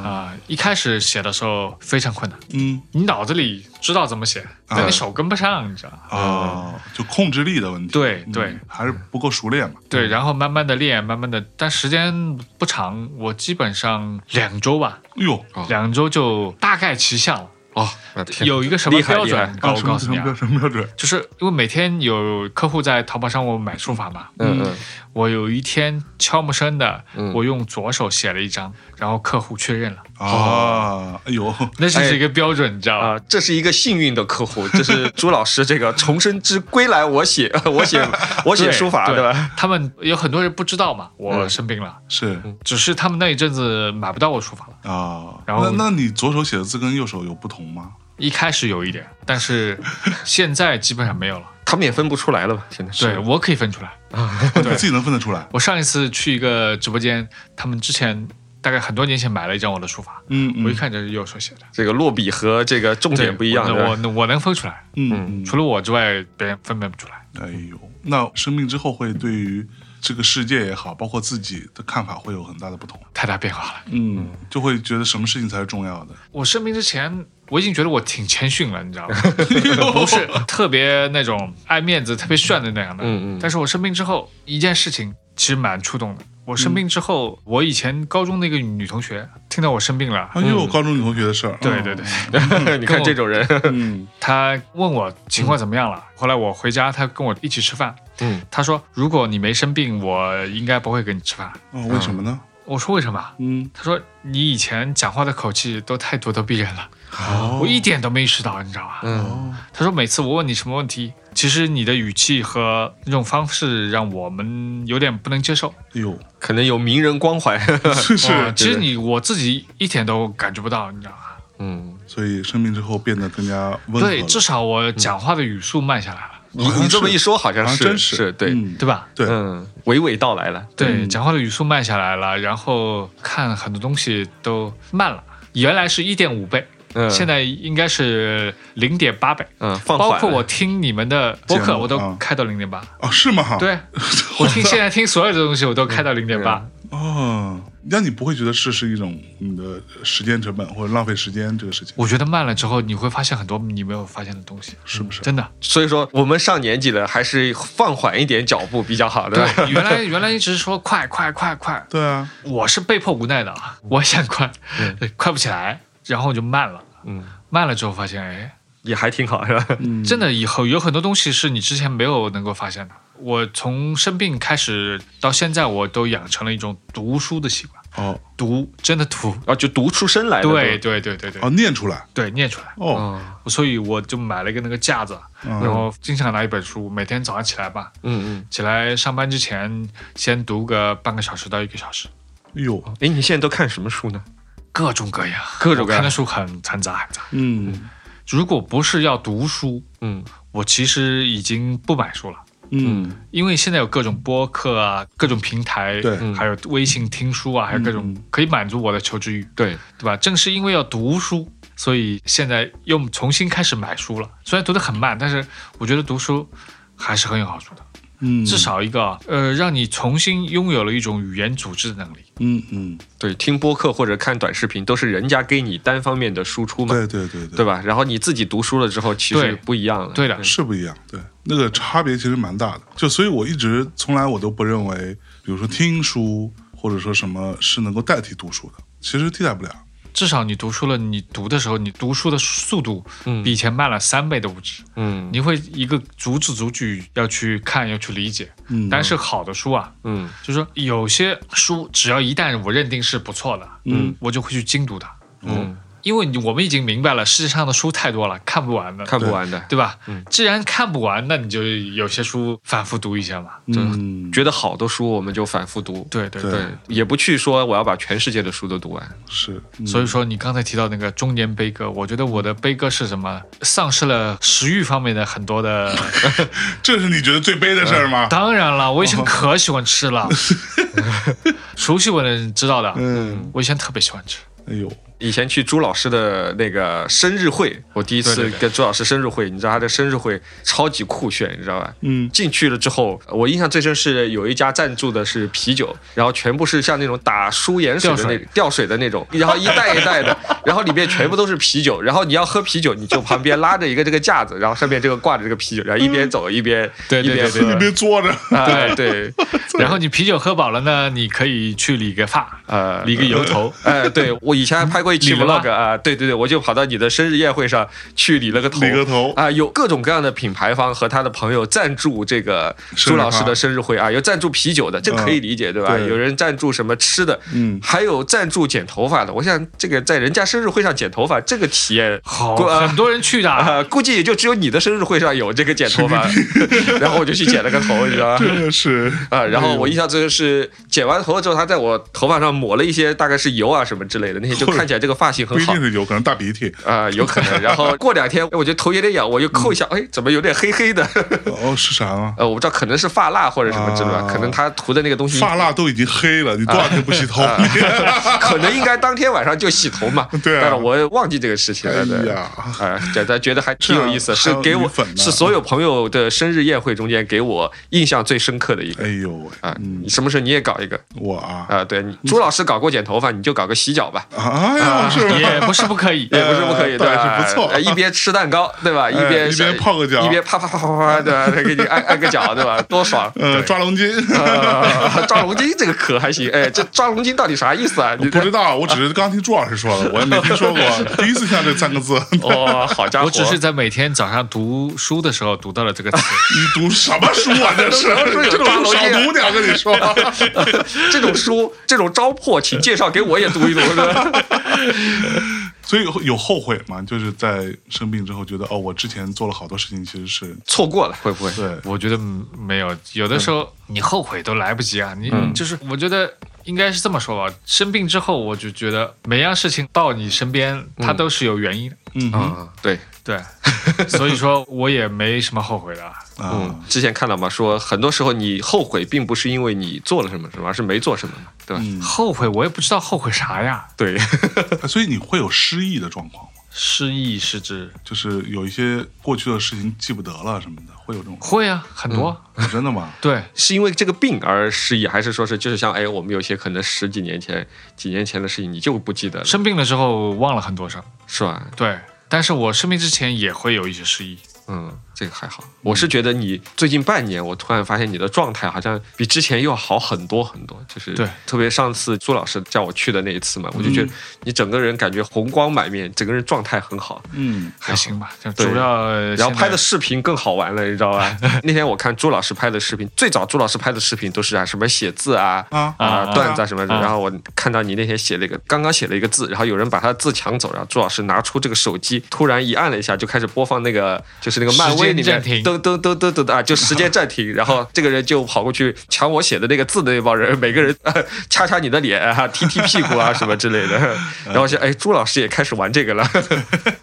[SPEAKER 4] 啊、一开始写的时候非常困难，
[SPEAKER 2] 嗯
[SPEAKER 4] 你脑子里知道怎么写，
[SPEAKER 3] 嗯
[SPEAKER 4] 但你手跟不上，你知道
[SPEAKER 3] 哦
[SPEAKER 4] 吗？嗯
[SPEAKER 2] 啊，就控制力的问题，
[SPEAKER 4] 对
[SPEAKER 2] 嗯
[SPEAKER 4] 对，
[SPEAKER 2] 还是不够熟练嘛。
[SPEAKER 4] 对，然后慢慢的练，慢慢的，但时间不长，我基本上两周吧，
[SPEAKER 2] 哎呦，
[SPEAKER 3] 哦
[SPEAKER 4] 两周就大概齐下了。
[SPEAKER 3] 哦，我的天
[SPEAKER 4] 有一个什么
[SPEAKER 3] 厉害
[SPEAKER 4] 标
[SPEAKER 3] 厉害
[SPEAKER 4] 准？高我
[SPEAKER 2] 什么
[SPEAKER 4] 告诉
[SPEAKER 2] 什
[SPEAKER 4] 你
[SPEAKER 2] 么标
[SPEAKER 4] 啊，
[SPEAKER 2] 什么标准？
[SPEAKER 4] 就是因为每天有客户在淘宝上我买书法嘛，
[SPEAKER 3] 嗯嗯，
[SPEAKER 4] 我有一天悄无声的
[SPEAKER 3] 嗯，哦
[SPEAKER 4] 我用左手写了一张，然后客户确认了，
[SPEAKER 2] 啊，哎呦，
[SPEAKER 4] 那是一个标准，你知道吧？
[SPEAKER 3] 啊，这是一个幸运的客户， 这是朱老师这个重生之归来，我写 我 写我写
[SPEAKER 4] 对
[SPEAKER 3] 书法，
[SPEAKER 4] 对
[SPEAKER 3] 对吧？？
[SPEAKER 4] 他们有很多人不知道嘛，我
[SPEAKER 3] 嗯
[SPEAKER 4] 生病了，
[SPEAKER 2] 是
[SPEAKER 4] 只是他们那一阵子买不到我书法了。
[SPEAKER 2] 啊。
[SPEAKER 4] 嗯然后
[SPEAKER 2] 那那你左手写的字跟右手有不同吗？
[SPEAKER 4] 一开始有一点，但是现在基本上没有了。
[SPEAKER 3] 他们也分不出来了吧？现在
[SPEAKER 4] 对我可以分出来。
[SPEAKER 2] 你自己能分得出来？
[SPEAKER 4] 我上一次去一个直播间，他们之前大概很多年前买了一张我的书法，
[SPEAKER 2] 嗯，嗯
[SPEAKER 4] 我一看就是右手写的，
[SPEAKER 3] 这个落笔和这个重嗯点不一样，
[SPEAKER 4] 对
[SPEAKER 3] 对吧
[SPEAKER 4] 我能我我能分出来，
[SPEAKER 2] 嗯，嗯
[SPEAKER 4] 除了我之外，别人分辨不出来。
[SPEAKER 2] 哎呦，那生病之后会对于这个世界也好，包括自己的看法会有很大的不同。
[SPEAKER 4] 太大变化了。
[SPEAKER 2] 嗯，就会觉得什么事情才是重要的。
[SPEAKER 4] 我生病之前，我已经觉得我挺谦逊了，你知 道吗？不是特别那种爱面子、特别炫的那样的。
[SPEAKER 3] 嗯嗯
[SPEAKER 4] 但是我生病之后，一件事情其实蛮触动的。我生病之后，我以前高中的一个女同学听到我生病了，
[SPEAKER 3] 嗯
[SPEAKER 2] 啊，又有高中女同学的事儿。
[SPEAKER 4] 嗯对
[SPEAKER 2] 嗯
[SPEAKER 4] 对对，
[SPEAKER 3] 你看这种 人，
[SPEAKER 2] 嗯，
[SPEAKER 4] 她问我情况怎么样了。后来我回家，她跟我一起吃饭，
[SPEAKER 3] 嗯，
[SPEAKER 4] 她说如果你没生病，我应该不会跟你吃饭。
[SPEAKER 2] 哦，为什么呢？
[SPEAKER 4] 我说为什么？
[SPEAKER 2] 嗯，
[SPEAKER 4] 她说你以前讲话的口气都太咄咄逼人了，
[SPEAKER 2] 哦
[SPEAKER 4] 我一点都没意识到，你知道吧？
[SPEAKER 3] 嗯，
[SPEAKER 4] 他说每次我问你什么问题，其实你的语气和那种方式让我们有点不能接受。
[SPEAKER 2] 哎呦，
[SPEAKER 3] 可能有名人光环，
[SPEAKER 2] 是
[SPEAKER 4] 哇
[SPEAKER 2] 是，
[SPEAKER 4] 其实你我自己一点都感觉不到，你知道吗？
[SPEAKER 3] 嗯，
[SPEAKER 2] 所以生病之后变得嗯更加温和了。
[SPEAKER 4] 对，至少我讲话的语速慢下来了，
[SPEAKER 3] 你你这么一说，好像
[SPEAKER 2] 好像
[SPEAKER 3] 是
[SPEAKER 2] 真
[SPEAKER 3] 是
[SPEAKER 2] 是
[SPEAKER 3] 对，
[SPEAKER 2] 嗯
[SPEAKER 4] 对吧？
[SPEAKER 2] 对
[SPEAKER 3] 嗯，娓娓道来了，
[SPEAKER 4] 对，讲话的语速慢下来了，然后看很多东西都慢了。原来是一点五倍，
[SPEAKER 3] 嗯，
[SPEAKER 4] 现在应该是零点八倍。
[SPEAKER 3] 嗯放缓了
[SPEAKER 4] 包括我听你们的播
[SPEAKER 2] 节
[SPEAKER 4] 客，
[SPEAKER 2] 目
[SPEAKER 4] 我都
[SPEAKER 2] 嗯
[SPEAKER 4] 开到零点八。
[SPEAKER 2] 哦，是吗？
[SPEAKER 4] 对，我听现在听所有的东西，我都开到零点八。
[SPEAKER 2] 哦，那你不会觉得这是一种你的时间成本或者浪费时间这个事情，
[SPEAKER 4] 我觉得慢了之后，你会发现很多你没有发现的东西，
[SPEAKER 2] 是不是？
[SPEAKER 4] 真的。
[SPEAKER 3] 所以说我们上年纪了，还是放缓一点脚步比较好的。
[SPEAKER 4] 对，原来 原来一直说快快快快，
[SPEAKER 2] 对啊，
[SPEAKER 4] 我是被迫无奈的啊，我想快， 对快不起来，然后我就慢了，
[SPEAKER 3] 嗯，
[SPEAKER 4] 慢了之后发现，哎，
[SPEAKER 3] 也还挺好，是吧？
[SPEAKER 4] 真的以后有很多东西是你之前没有能够发现的。我从生病开始到现在，我都养成了一种读书的习惯，
[SPEAKER 2] 哦
[SPEAKER 4] 读真的读，
[SPEAKER 3] 啊，就读出声来的。嗯
[SPEAKER 4] 对，对对对对
[SPEAKER 2] 哦，念出来
[SPEAKER 4] 对，念出来。
[SPEAKER 2] 哦，嗯
[SPEAKER 4] 所以我就买了一个那个架子，然后经常拿一本书，每天早上起来吧，
[SPEAKER 3] 嗯嗯。
[SPEAKER 4] 起来上班之前先读个半个小时到一个小时，
[SPEAKER 2] 哎呦，
[SPEAKER 3] 哎，你现在都看什么书呢？
[SPEAKER 4] 各种各样，
[SPEAKER 3] 各种各
[SPEAKER 4] 我看
[SPEAKER 3] 样
[SPEAKER 4] 的。书很很杂很杂。
[SPEAKER 2] 嗯
[SPEAKER 4] 如果不是要读书，
[SPEAKER 3] 嗯
[SPEAKER 4] 我其实已经不买书了。
[SPEAKER 2] 嗯，
[SPEAKER 4] 因为现在有各种播客啊，各种平台，
[SPEAKER 2] 对
[SPEAKER 4] 还有微信听书啊，还有各种可以满足我的求知欲，
[SPEAKER 3] 对，
[SPEAKER 4] 对吧？正是因为要读书，所以现在又重新开始买书了。虽然读得很慢，但是我觉得读书还是很有好处的，
[SPEAKER 2] 嗯，
[SPEAKER 4] 至少一个啊呃，让你重新拥有了一种语言组织的能力。
[SPEAKER 2] 嗯嗯，
[SPEAKER 3] 对，听播客或者看短视频，都是人家给你单方面的输出嘛，
[SPEAKER 2] 对对对
[SPEAKER 3] 对，吧？然后你自己读书了之后，其
[SPEAKER 4] 对
[SPEAKER 3] 实不一样了。
[SPEAKER 4] 对的，
[SPEAKER 2] 是不一样，对，那个差别其实蛮大的。就所以，我一直从来我都不认为，比如说听书或者说什么是能够代替读书的，其实替代不了。
[SPEAKER 4] 至少你读书了，你读的时候，你读书的速度
[SPEAKER 3] 嗯
[SPEAKER 4] 比以前慢了三倍都不止。
[SPEAKER 3] 嗯
[SPEAKER 4] 你会一个逐字逐句要去看，要去理解。
[SPEAKER 2] 嗯，
[SPEAKER 4] 但是好的书啊，
[SPEAKER 3] 嗯
[SPEAKER 4] 就是说有些书，只要一旦我认定是不错的，
[SPEAKER 2] 嗯，
[SPEAKER 4] 我就会去精读它，
[SPEAKER 3] 嗯，
[SPEAKER 4] 因为你我们已经明白了，世界上的书太多了，看不完的，
[SPEAKER 3] 看不完的，
[SPEAKER 4] 对吧？
[SPEAKER 2] 嗯
[SPEAKER 4] 既然看不完，那你就有些书反复读一下嘛。
[SPEAKER 2] 嗯，
[SPEAKER 3] 觉得好的书我们就反复读，
[SPEAKER 4] 对对
[SPEAKER 2] 对嗯
[SPEAKER 3] 对，也不去说我要把全世界的书都读完。
[SPEAKER 2] 是，嗯
[SPEAKER 4] 所以说你刚才提到那个中年悲歌，我觉得我的悲歌是什么？丧失了食欲方面的很多 的。
[SPEAKER 2] 嗯这是你觉得最悲的事儿吗？
[SPEAKER 4] 当然了，我以前可喜欢 吃了，熟悉我的人知道的，
[SPEAKER 2] 嗯，
[SPEAKER 4] 我以前特别喜欢吃。
[SPEAKER 2] 哎呦，
[SPEAKER 3] 以前去朱老师的那个生日会，我第一次
[SPEAKER 4] 对对对
[SPEAKER 3] 跟朱老师生日会，你知道他的生日会超级酷炫，你知道吧？
[SPEAKER 2] 嗯
[SPEAKER 3] 进去了之后，我印象最深是有一家赞助的是啤酒，然后全部是像那种打输盐水的那
[SPEAKER 4] 吊水
[SPEAKER 3] 吊水的那种，然后一袋一 袋的，然后里面全部都是啤酒，然后你要喝啤酒，你就旁边拉着一个这个架子，然后上面这个挂着这个啤酒，然后一边走一边
[SPEAKER 4] 嗯对对
[SPEAKER 3] 一边
[SPEAKER 4] 对对
[SPEAKER 2] 你
[SPEAKER 3] 喝。
[SPEAKER 2] 别坐 着，
[SPEAKER 3] 哎，对，
[SPEAKER 4] 然后你啤酒喝饱了呢，你可以去理个发，
[SPEAKER 3] 呃，
[SPEAKER 4] 理个油头。哦
[SPEAKER 3] 哎，对我以前还拍过一期
[SPEAKER 4] 理了吗
[SPEAKER 3] vlog 啊，对对对，我就跑到你的生日宴会上去理了个头，
[SPEAKER 2] 理个头
[SPEAKER 3] 啊，有各种各样的品牌方和他的朋友赞助这个
[SPEAKER 2] 生日
[SPEAKER 3] 朱老师
[SPEAKER 2] 趴嗯
[SPEAKER 3] 的生日会啊，有赞助啤酒的，这可以理解对吧？
[SPEAKER 2] 对
[SPEAKER 3] 有人赞助什么吃的，
[SPEAKER 2] 嗯
[SPEAKER 3] 还有赞助剪头发的。我想这个在人家生日会上剪头发，这个体验
[SPEAKER 4] 好，
[SPEAKER 3] 过啊
[SPEAKER 4] 很多人去的。
[SPEAKER 3] 啊，估计也就只有你的生日会上有这个剪头发， 然后我就去剪了个头，你知道吗？
[SPEAKER 2] 真的是，
[SPEAKER 3] 啊，然后我印象最深是剪完头发之后，他在我头发上抹了一些大概是油啊什么之类的，那些就看起来这个发型
[SPEAKER 2] 不
[SPEAKER 3] 很
[SPEAKER 2] 一
[SPEAKER 3] 好
[SPEAKER 2] 定是有可能大鼻涕，
[SPEAKER 3] 啊、有可 能。然后过两天，哎我觉得头有点痒，我就抠一下，哎，怎么有点黑黑的？
[SPEAKER 2] 哦，是啥啊？
[SPEAKER 3] 呃，我不知道，可能是发蜡或者什么之类的，
[SPEAKER 2] 啊
[SPEAKER 3] 可能他涂的那个东西，
[SPEAKER 2] 发蜡都已经黑了，你多少天不洗 头？
[SPEAKER 3] 啊可能应该当天晚上就洗头嘛。
[SPEAKER 2] 对啊
[SPEAKER 3] 但是我忘记这个事情
[SPEAKER 2] 哎
[SPEAKER 3] 了。对。
[SPEAKER 2] 呀，
[SPEAKER 3] 哎，觉得觉得还挺有意思，
[SPEAKER 2] 这
[SPEAKER 3] 是
[SPEAKER 2] 样还有
[SPEAKER 3] 给我
[SPEAKER 2] 米粉呢
[SPEAKER 3] 是所有朋友的生日宴会中间给我印象最深刻的一个
[SPEAKER 2] 哎呦喂，
[SPEAKER 3] 啊！你什么时候你也搞一个
[SPEAKER 2] 我啊，
[SPEAKER 3] 啊？对，你朱老师搞过剪头发，你就搞个洗脚吧。
[SPEAKER 2] 哎
[SPEAKER 3] 啊
[SPEAKER 2] 呀，是吧？
[SPEAKER 4] 也不是不可以，
[SPEAKER 3] 也不是不可以，
[SPEAKER 2] 呃
[SPEAKER 3] 对吧？
[SPEAKER 2] 倒也是不错哎
[SPEAKER 3] 呃一边吃蛋糕，对吧？一边
[SPEAKER 2] 一边泡个脚
[SPEAKER 3] 一边啪啪啪啪啪啪，对吧？再给你按按个脚，对吧？多爽！
[SPEAKER 2] 呃，抓龙筋，
[SPEAKER 3] 呃抓龙筋这个可还行，哎，这抓龙筋到底啥意思啊？你
[SPEAKER 2] 不知道，我只是刚听朱老师说的，我也没听 说过，第一次听到这三个字。
[SPEAKER 3] 哦，好家伙！
[SPEAKER 4] 我只是在每天早上读书的时候读到了这个词。
[SPEAKER 2] 你读什么书啊？这 是这种书少
[SPEAKER 3] 啊
[SPEAKER 2] 读点，我跟你说。
[SPEAKER 3] 这种书，这种糟粕，请介绍给我也读一读。是吧
[SPEAKER 2] 所以有后悔吗？就是在生病之后，觉得哦，我之前做了好多事情，其实是
[SPEAKER 3] 错过了，会不会？
[SPEAKER 2] 对，
[SPEAKER 4] 我觉得嗯没有，有的时候你后悔都来不及啊！你就是，我觉得应该是这么说吧。生病之后，我就觉得每样事情到你身边，它都是有原因的。
[SPEAKER 2] 嗯哼
[SPEAKER 3] 啊，对，
[SPEAKER 4] 对，所以说我也没什么后悔的啊。
[SPEAKER 2] 啊，
[SPEAKER 3] 嗯，之前看到嘛，说很多时候你后悔，并不是因为你做了什么什么，而是没做什么嘛，对吧？
[SPEAKER 2] 嗯，
[SPEAKER 4] 后悔我也不知道后悔啥呀。
[SPEAKER 3] 对，
[SPEAKER 2] 呃所以你会有失忆的状况吗？
[SPEAKER 4] 失忆失职，
[SPEAKER 2] 就是有一些过去的事情记不得了什么的，会有这种哦
[SPEAKER 4] 会啊，很多啊。
[SPEAKER 2] 真的 吗？
[SPEAKER 4] 对，
[SPEAKER 3] 是因为这个病而失忆，还是说是就是像哎，我们有些可能十几年前、几年前的事情你就不记得了，
[SPEAKER 4] 生病了之后忘了很多事儿。
[SPEAKER 3] 是吧？
[SPEAKER 4] 对，但是我生病之前也会有一些失忆。
[SPEAKER 3] 嗯，这个还好。我是觉得你最近半年，我突然发现你的状态好像比之前又好很多很多，就是
[SPEAKER 4] 对嗯
[SPEAKER 3] 特别上次朱老师叫我去的那一次嘛，我就觉得你整个人感觉红光满面，整个人状态很好。
[SPEAKER 2] 嗯，
[SPEAKER 4] 还行吧，就
[SPEAKER 3] 啊对
[SPEAKER 4] 主要现在
[SPEAKER 3] 然后拍的视频更好玩了，你知道 吧？那天我看朱老师拍的视频，最早朱老师拍的视频都是啊什么写字啊
[SPEAKER 2] 啊
[SPEAKER 4] 啊
[SPEAKER 3] 段子啊什么的。
[SPEAKER 4] 啊
[SPEAKER 3] 然后我看到你那天写了一个，刚刚写了一个字，然后有人把他的字抢走，然后朱老师拿出这个手机，突然一按了一下，就开始播放那个就是那个漫威里
[SPEAKER 4] 时
[SPEAKER 3] 面
[SPEAKER 4] 间暂停
[SPEAKER 3] 噔噔噔噔噔的啊，就时间暂停。然后这个人就跑过去抢我写的那个字的那帮人，每个人、啊掐掐你的脸啊，踢踢屁股啊什么之类的。 然后我想，哎，朱老师也开始玩这个了。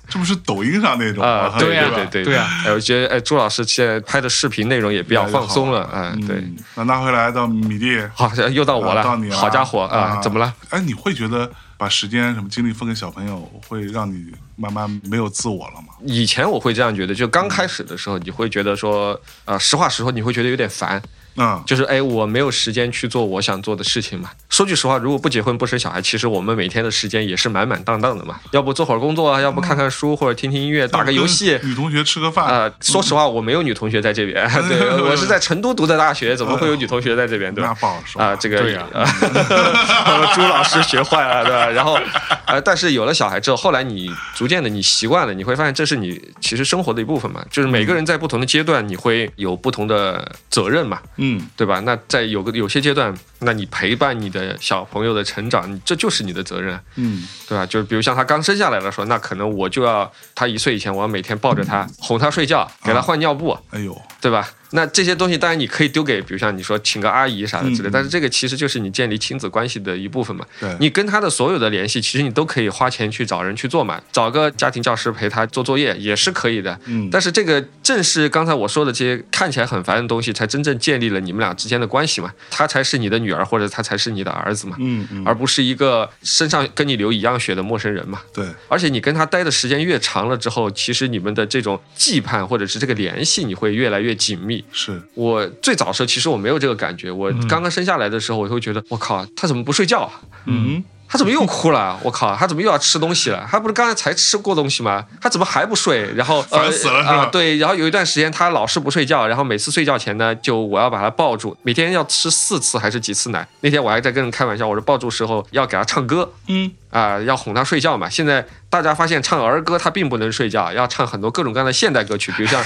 [SPEAKER 2] 这不是抖音上那种
[SPEAKER 3] 啊，
[SPEAKER 2] 吗
[SPEAKER 4] 对呀
[SPEAKER 3] 呀，
[SPEAKER 2] 吧
[SPEAKER 3] 对
[SPEAKER 4] 对呀
[SPEAKER 3] 哎，我觉得哎，朱老师现在拍的视频内容也比较放松了，嗯，对。
[SPEAKER 2] 嗯那拿回来到米粒，
[SPEAKER 3] 好，又到我了，
[SPEAKER 2] 啊到你了，
[SPEAKER 3] 好家伙啊，怎么了？？
[SPEAKER 2] 哎，你会觉得把时间什么精力分给小朋友，会让你慢慢没有自我了吗？
[SPEAKER 3] 以前我会这样觉得，就刚开始的时候，你会觉得说，呃，实话实说，你会觉得有点烦，
[SPEAKER 2] 嗯，
[SPEAKER 3] 就是哎，我没有时间去做我想做的事情嘛。说句实话，如果不结婚不生小孩，其实我们每天的时间也是满满当当的嘛，要不做会儿工作啊，要不看看书或者听听音乐，打个游戏，
[SPEAKER 2] 跟女同学吃个饭，
[SPEAKER 3] 啊、说实话，我没有女同学在 这边，对我是在成都读的大学，怎么会有女同学在这边？对吧？
[SPEAKER 2] 那不好说
[SPEAKER 3] 啊、这个
[SPEAKER 4] 对呀
[SPEAKER 3] 啊 朱老师学坏了，对吧？然后，呃，但是有了小孩之后，后来你逐渐的你习惯了，你会发现这是你其实生活的一部分嘛，就是
[SPEAKER 2] 嗯
[SPEAKER 3] 每个人在不同的阶段，你会有不同的责任嘛，
[SPEAKER 2] 嗯，
[SPEAKER 3] 对吧？那在有个有些阶段，那你陪伴你的小朋友的成长，你这就是你的责任，啊
[SPEAKER 2] 嗯
[SPEAKER 3] 对吧？就是比如像他刚生下来的时候，那可能我就要他一岁以前，我要每天抱着他，哄他睡觉，给他换尿布，
[SPEAKER 2] 哎呦，
[SPEAKER 3] 对吧？那这些东西当然你可以丢给，比如像你说请个阿姨啥的之类，
[SPEAKER 2] 嗯
[SPEAKER 3] 但是这个其实就是你建立亲子关系的一部分嘛。
[SPEAKER 2] 对，
[SPEAKER 3] 你跟他的所有的联系，其实你都可以花钱去找人去做嘛，找个家庭教师陪他做作业也是可以的。
[SPEAKER 2] 嗯，
[SPEAKER 3] 但是这个正是刚才我说的这些看起来很烦的东西，才真正建立了你们俩之间的关系嘛。他才是你的女儿，或者他才是你的儿子嘛，
[SPEAKER 2] 嗯嗯，
[SPEAKER 3] 而不是一个身上跟你流一样血的陌生人嘛。
[SPEAKER 2] 对，
[SPEAKER 3] 而且你跟他待的时间越长了之后，其实你们的这种羁绊或者是这个联系，你会越来越紧密。
[SPEAKER 2] 是，
[SPEAKER 3] 我最早的时候其实我没有这个感觉，我刚刚生下来的时候，我会觉得我靠，他怎么不睡觉啊？
[SPEAKER 2] 嗯，
[SPEAKER 3] 他怎么又哭了？啊我靠，他怎么又要吃东西了？他不是刚才才吃过东西吗？他怎么还不睡？然后
[SPEAKER 2] 烦死了
[SPEAKER 3] 呃
[SPEAKER 2] 是吧
[SPEAKER 3] 啊、对，然后有一段时间他老是不睡觉，然后每次睡觉前呢，就我要把他抱住，每天要吃四次还是几次奶？那天我还在跟人开玩笑，我说抱住时候要给他唱歌，
[SPEAKER 2] 嗯
[SPEAKER 3] 啊、要哄他睡觉嘛。现在大家发现唱儿歌他并不能睡觉，要唱很多各种各样的现代歌曲，比 如像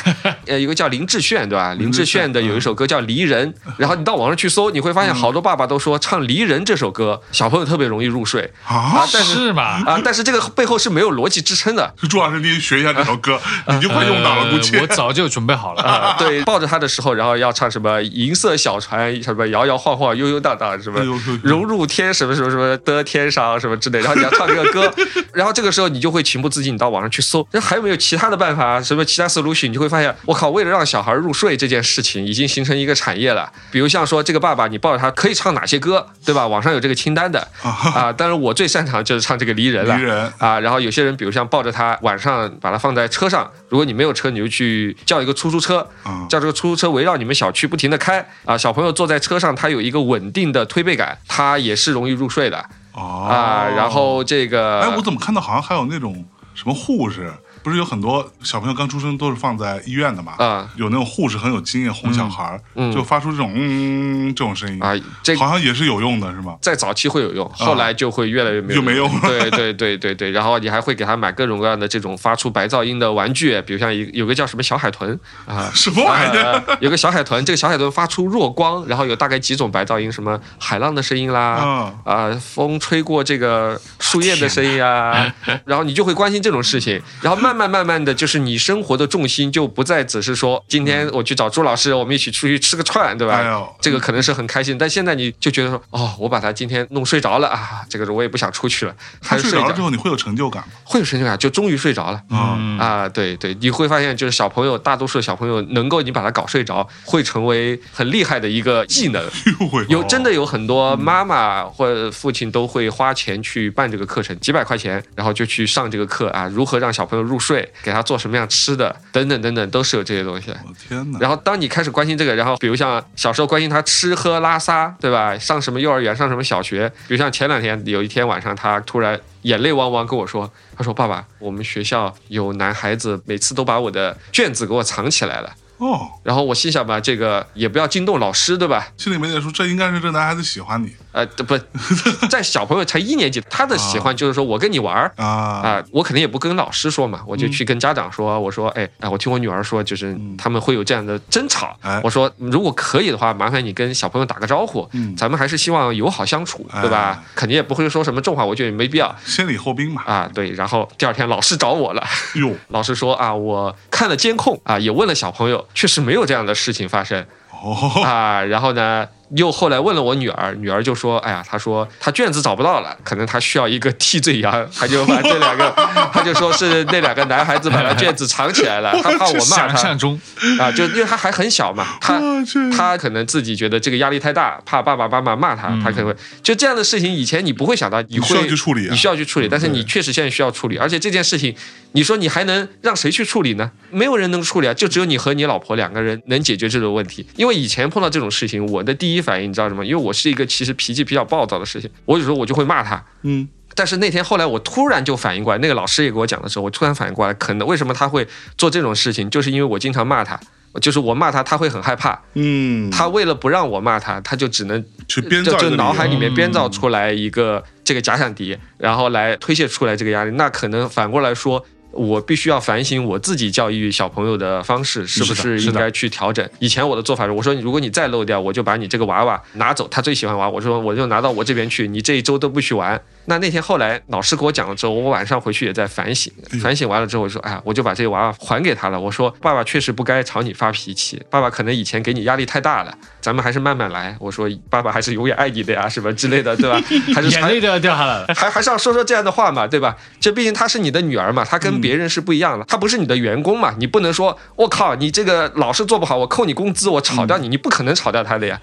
[SPEAKER 3] 呃有个叫林志炫对吧？林志炫嗯的有一首歌叫《离人》，然后你到网上去搜，你会发现好多爸爸都说唱《离人》这首歌小朋友特别容易入睡
[SPEAKER 2] 啊
[SPEAKER 3] 啊，，但是。
[SPEAKER 4] 是吗？
[SPEAKER 3] 啊，但是这个背后是没有逻辑支撑的。
[SPEAKER 2] 就朱老师，你学一下这首歌，你就快用到了，
[SPEAKER 4] 呃
[SPEAKER 2] 估计
[SPEAKER 4] 我早就准备好了。
[SPEAKER 3] 啊，对，抱着他的时候，然后要唱什么银色小船，什么摇摇晃晃、悠悠荡荡，什么
[SPEAKER 2] 哎呦呦呦
[SPEAKER 3] 融入天什么什么什么的天上什么之类，然后你要唱这个歌，然后这个时候你就会情不自禁，你到网上去搜，那还有没有其他的办法？什么其他 solution？你就会发现，我靠，为了让小孩入睡这件事情已经形成一个产业了。比如像说这个爸爸，你抱着他可以唱哪些歌，对吧？网上有这个清单的啊。当然我最擅长就是唱这个离人了。
[SPEAKER 2] 离人
[SPEAKER 3] 啊，然后有些人比如像抱着他，晚上把他放在车上，如果你没有车，你就去叫一个出租车
[SPEAKER 2] 啊，
[SPEAKER 3] 叫这个出租车围绕你们小区不停的开啊，小朋友坐在车上，他有一个稳定的推背感，他也是容易入睡的
[SPEAKER 2] 哦
[SPEAKER 3] 啊。然后这
[SPEAKER 2] 哎，我
[SPEAKER 3] 个。
[SPEAKER 2] 怎么看到好像还有那种什么护士？不是有很多小朋友刚出生都是放在医院的嘛？
[SPEAKER 3] 啊，
[SPEAKER 2] 有那种护士很有经验哄小孩儿，
[SPEAKER 3] 嗯
[SPEAKER 2] 就发出这种嗯这种声音
[SPEAKER 3] 啊，这
[SPEAKER 2] 好像也是有用的，是吗？
[SPEAKER 3] 在早期会有用，后来就会越来越没有
[SPEAKER 2] 就没用了
[SPEAKER 3] 对对对对对，然后你还会给他买各种各样的这种发出白噪音的玩具，比如像一有个叫什么小海豚啊，
[SPEAKER 2] 什么玩意儿？
[SPEAKER 3] 呃 有个小海豚，这个小海豚发出弱光，然后有大概几种白噪音，什么海浪的声音啦，
[SPEAKER 2] 啊，
[SPEAKER 3] 啊、 风吹过这个树叶的声音啊，然后你就会关心这种事情，然后慢慢慢慢慢的就是你生活的重心就不再只是说今天我去找朱老师，我们一起出去吃个串，对吧？
[SPEAKER 2] 哎呦
[SPEAKER 3] 这个可能是很开心，但现在你就觉得说，哦，我把他今天弄睡着了啊，这个我也不想出去了，
[SPEAKER 2] 他
[SPEAKER 3] 就
[SPEAKER 2] 睡
[SPEAKER 3] 睡
[SPEAKER 2] 着了之后，你会有成就感吗？
[SPEAKER 3] 会有成就感，就终于睡着了。
[SPEAKER 2] 啊，
[SPEAKER 4] 嗯
[SPEAKER 3] 啊，对对，你会发现，就是小朋友，大多数的小朋友能够你把他搞睡着，会成为很厉害的一个技能。
[SPEAKER 2] 又会
[SPEAKER 3] 有真的有很多妈妈或者父亲都会花钱去办这个课程，几百块钱，然后就去上这个课啊，如何让小朋友入睡，给他做什么样吃的，等等等等，都是有这些东西的。
[SPEAKER 2] 我天哪！
[SPEAKER 3] 然后当你开始关心这个，然后比如像小时候关心他吃喝拉撒，对吧？上什么幼儿园，上什么小学，比如像前两天有一天晚上，他突然眼泪汪汪跟我说，他说：“爸爸，我们学校有男孩子每次都把我的卷子给我藏起来了。”
[SPEAKER 2] 哦，
[SPEAKER 3] 然后我心想吧，这个也不要惊动老师，对吧？
[SPEAKER 2] 心里没点数，这应该是这男孩子喜欢你
[SPEAKER 3] 呃，不， 在小朋友才一年级，他的喜欢就是说我跟你玩儿。
[SPEAKER 2] 啊嗯
[SPEAKER 3] 啊、我肯定也不跟老师说嘛，我就去跟家长说，我说，哎，哎，我听我女儿说，就是他们会有这样的争吵，
[SPEAKER 2] 哎
[SPEAKER 3] 我说如果可以的话，麻烦你跟小朋友打个招呼，
[SPEAKER 2] 嗯哎
[SPEAKER 3] 咱们还是希望友好相处，对吧？肯定也不会说什么重话，我觉得也没必要
[SPEAKER 2] 先礼后兵嘛。
[SPEAKER 3] 啊。对，然后第二天老师找我了，
[SPEAKER 2] 哟，
[SPEAKER 3] 老师说啊，我看了监控啊，也问了小朋友，确实没有这样的事情发生，
[SPEAKER 2] 哦，
[SPEAKER 3] 啊，然后呢，又后来问了我女儿，女儿就说：“哎呀，她说她卷子找不到了，可能她需要一个替罪羊。”她就把这两个，她就说是那两个男孩子把她卷子藏起来了，她怕我骂
[SPEAKER 4] 想
[SPEAKER 3] 她
[SPEAKER 4] 象中，
[SPEAKER 3] 啊，就因为她还很小嘛，她
[SPEAKER 2] 我去
[SPEAKER 3] 她可能自己觉得这个压力太大，怕爸爸妈妈骂她，她可能会就这样的事情，以前你不会想到，
[SPEAKER 2] 嗯
[SPEAKER 3] 你
[SPEAKER 2] 你需
[SPEAKER 3] 会
[SPEAKER 2] 要去处理啊
[SPEAKER 3] 你需要去处理，但是你确实现在需要处理，而且这件事情，你说你还能让谁去处理呢？没有人能处理啊，就只有你和你老婆两个人能解决这个问题。因为以前碰到这种事情，我的第一反应你知道什么？因为我是一个其实脾气比较暴躁的事情，我有时候我就会骂他。
[SPEAKER 2] 嗯，
[SPEAKER 3] 但是那天后来我突然就反应过来，那个老师也给我讲的时候，我突然反应过来，可能为什么他会做这种事情，就是因为我经常骂他，就是我骂他，他会很害怕，
[SPEAKER 2] 嗯，
[SPEAKER 3] 他为了不让我骂他，他就只能呃
[SPEAKER 2] 去编造
[SPEAKER 3] 就
[SPEAKER 2] 一个嗯理由
[SPEAKER 3] 就脑海里面编造出来一个这个假想敌，然后来推卸出来这个压力。那可能反过来说，我必须要反省我自己教育小朋友的方式是
[SPEAKER 2] 是
[SPEAKER 3] 不
[SPEAKER 2] 的
[SPEAKER 3] 是
[SPEAKER 2] 是
[SPEAKER 3] 应
[SPEAKER 2] 的
[SPEAKER 3] 该去调整。以前我的做法是，我说你如果你再漏掉，我就把你这个娃娃拿走，他最喜欢娃，我说我就拿到我这边去，你这一周都不许玩。那那天后来老师给我讲了之后，我晚上回去也在反省，反省完了之后我就说，哎呀，我就把这个娃娃还给他了。我说爸爸确实不该朝你发脾气，爸爸可能以前给你压力太大了，咱们还是慢慢来。我说爸爸还是永远爱你的呀，什么之类的，对吧？还是
[SPEAKER 4] 眼泪都要掉下来了。
[SPEAKER 3] 还还是要说说这样的话嘛，对吧？这毕竟她是你的女儿嘛，她
[SPEAKER 2] 嗯
[SPEAKER 3] 跟别人是不一样的，她不是你的员工嘛，你不能说我靠，你这个老是做不好，我扣你工资，我炒
[SPEAKER 2] 嗯
[SPEAKER 3] 掉你，你不可能炒掉她的呀，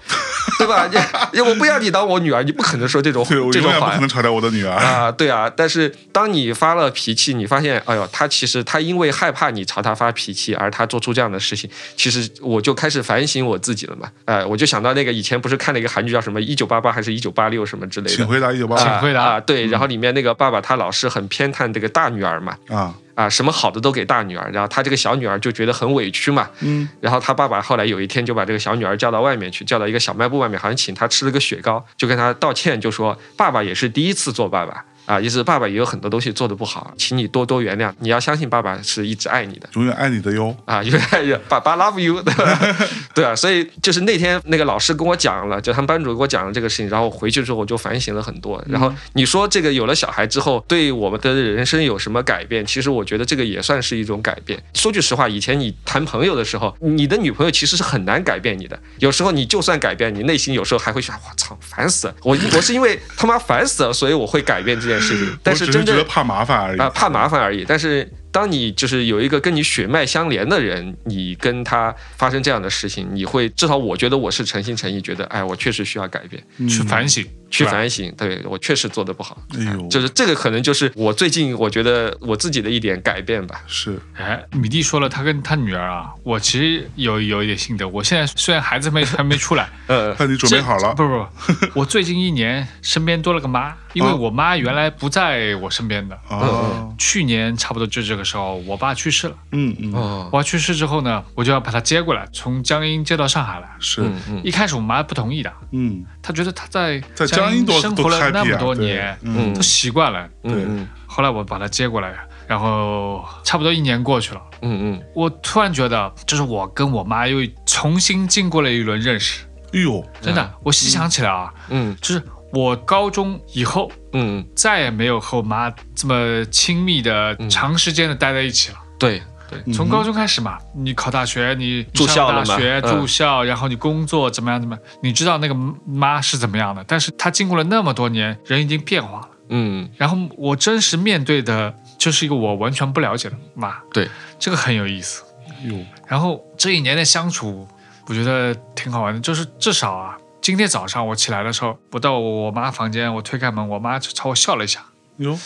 [SPEAKER 3] 对吧？ 你我不要你当我女儿，你不可能说这种
[SPEAKER 2] 对我
[SPEAKER 3] 这
[SPEAKER 2] 永
[SPEAKER 3] 种
[SPEAKER 2] 远不
[SPEAKER 3] 话
[SPEAKER 2] 可
[SPEAKER 3] 呀。
[SPEAKER 2] 能传掉我的女儿。
[SPEAKER 3] 啊，对啊，但是当你发了脾气，你发现，哎呦，他其实他因为害怕你朝他发脾气，而他做出这样的事情，其实我就开始反省我自己了嘛，哎、我就想到那个以前不是看了一个韩剧叫什么《一九八八》还是《一九八六》什么之类
[SPEAKER 2] 请
[SPEAKER 3] 的。
[SPEAKER 2] 回答一九八
[SPEAKER 4] 请回答嗯
[SPEAKER 3] 啊，对，然后里面那个爸爸他老是很偏袒这个大女儿嘛，
[SPEAKER 2] 啊，
[SPEAKER 3] 啊，什么好的都给大女儿，然后他这个小女儿就觉得很委屈嘛，
[SPEAKER 2] 嗯，
[SPEAKER 3] 然后他爸爸后来有一天就把这个小女儿叫到外面去，叫到一个小卖部外面，好像请她吃了个雪糕，就跟她道歉，就说爸爸也是第一次做爸爸啊，意思爸爸也有很多东西做的不好，请你多多原谅，你要相信爸爸是一直爱你的。
[SPEAKER 2] 永远爱你的哟。
[SPEAKER 3] 啊， 因为爸爸 love you，对 吧？对啊，所以就是那天那个老师跟我讲了，就他们班主任跟我讲了这个事情，然后我回去之后我就反省了很多。然
[SPEAKER 2] 嗯
[SPEAKER 3] 后你说这个有了小孩之后，对我们的人生有什么改变？其实我觉得这个也算是一种改变。说句实话，以前你谈朋友的时候，你的女朋友其实是很难改变你的。有时候你就算改变，你内心有时候还会想，我操，烦死了！我我是因为他妈烦死了，所以我会改变这件事 情。但
[SPEAKER 2] 我
[SPEAKER 3] 是
[SPEAKER 2] 只是
[SPEAKER 3] 真
[SPEAKER 2] 觉
[SPEAKER 3] 正
[SPEAKER 2] 得怕麻烦而已
[SPEAKER 3] 啊，。怕麻烦而已。但是当你就是有一个跟你血脉相连的人，你跟他发生这样的事情，你会至少我觉得我是诚心诚意觉得，哎，我确实需要改变，
[SPEAKER 4] 去反省，
[SPEAKER 3] 嗯去
[SPEAKER 4] 是吧
[SPEAKER 3] 反省，对我确实做的不好。
[SPEAKER 2] 嗯哎呦，
[SPEAKER 3] 就是这个，可能就是我最近我觉得我自己的一点改变吧。
[SPEAKER 2] 是
[SPEAKER 4] 哎，米蒂说了，他跟他女儿啊，我其实有有一点心得。我现在虽然孩子没还没 出来，
[SPEAKER 3] 呃，
[SPEAKER 2] 看你准备好了
[SPEAKER 4] 这不不不， 我最近一年身边多了个妈，因为
[SPEAKER 2] 哦
[SPEAKER 4] 我妈原来不在我身边的。
[SPEAKER 2] 啊，
[SPEAKER 4] 去年差不多就这个时候，我爸去世了。
[SPEAKER 2] 嗯嗯，
[SPEAKER 3] 哦，
[SPEAKER 4] 我爸去世之后呢，我就要把他接过来，从江阴接到上海来。
[SPEAKER 2] 是
[SPEAKER 3] 嗯嗯
[SPEAKER 4] 一开始我妈不同意的，
[SPEAKER 2] 嗯，
[SPEAKER 4] 她觉得她在
[SPEAKER 2] 在江
[SPEAKER 4] 江
[SPEAKER 2] 阴
[SPEAKER 4] 阴
[SPEAKER 2] 多
[SPEAKER 4] 生
[SPEAKER 2] 多
[SPEAKER 4] 活了
[SPEAKER 2] happy
[SPEAKER 4] 那么
[SPEAKER 2] 啊
[SPEAKER 4] 多
[SPEAKER 2] 对
[SPEAKER 4] 年，
[SPEAKER 3] 嗯
[SPEAKER 4] 都习惯了。
[SPEAKER 3] 嗯
[SPEAKER 4] 后来我把她接过来，然后差不多一年过去了。
[SPEAKER 3] 嗯嗯
[SPEAKER 4] 我突然觉得，就是我跟我妈又重新经过了一轮认识，
[SPEAKER 2] 哎呦，
[SPEAKER 4] 真的，我细想起来啊，
[SPEAKER 3] 嗯
[SPEAKER 4] 就是我高中以后
[SPEAKER 3] 嗯，
[SPEAKER 4] 再也没有和我妈这么亲密的、
[SPEAKER 3] 嗯
[SPEAKER 4] 长时间的待在一起了。
[SPEAKER 3] 对对，
[SPEAKER 2] 嗯
[SPEAKER 4] 从高中开始嘛，你考大学，你
[SPEAKER 3] 嗯住
[SPEAKER 4] 上
[SPEAKER 3] 校了嘛
[SPEAKER 4] 大学
[SPEAKER 3] 嗯
[SPEAKER 4] 住校，然后你工作怎么样怎么样，你知道那个妈是怎么样的，但是她经过了那么多年，人已经变化了。
[SPEAKER 3] 嗯
[SPEAKER 4] 然后我真实面对的就是一个我完全不了解的妈，
[SPEAKER 3] 对，
[SPEAKER 4] 这个很有意思。
[SPEAKER 2] 哟，
[SPEAKER 4] 然后这一年的相处，我觉得挺好玩的，就是至少啊，今天早上我起来的时候，我到我妈房间，我推开门，我妈就朝我笑了 一下。
[SPEAKER 2] 哟，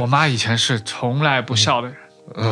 [SPEAKER 4] 我妈以前是从来不笑的人，
[SPEAKER 3] 嗯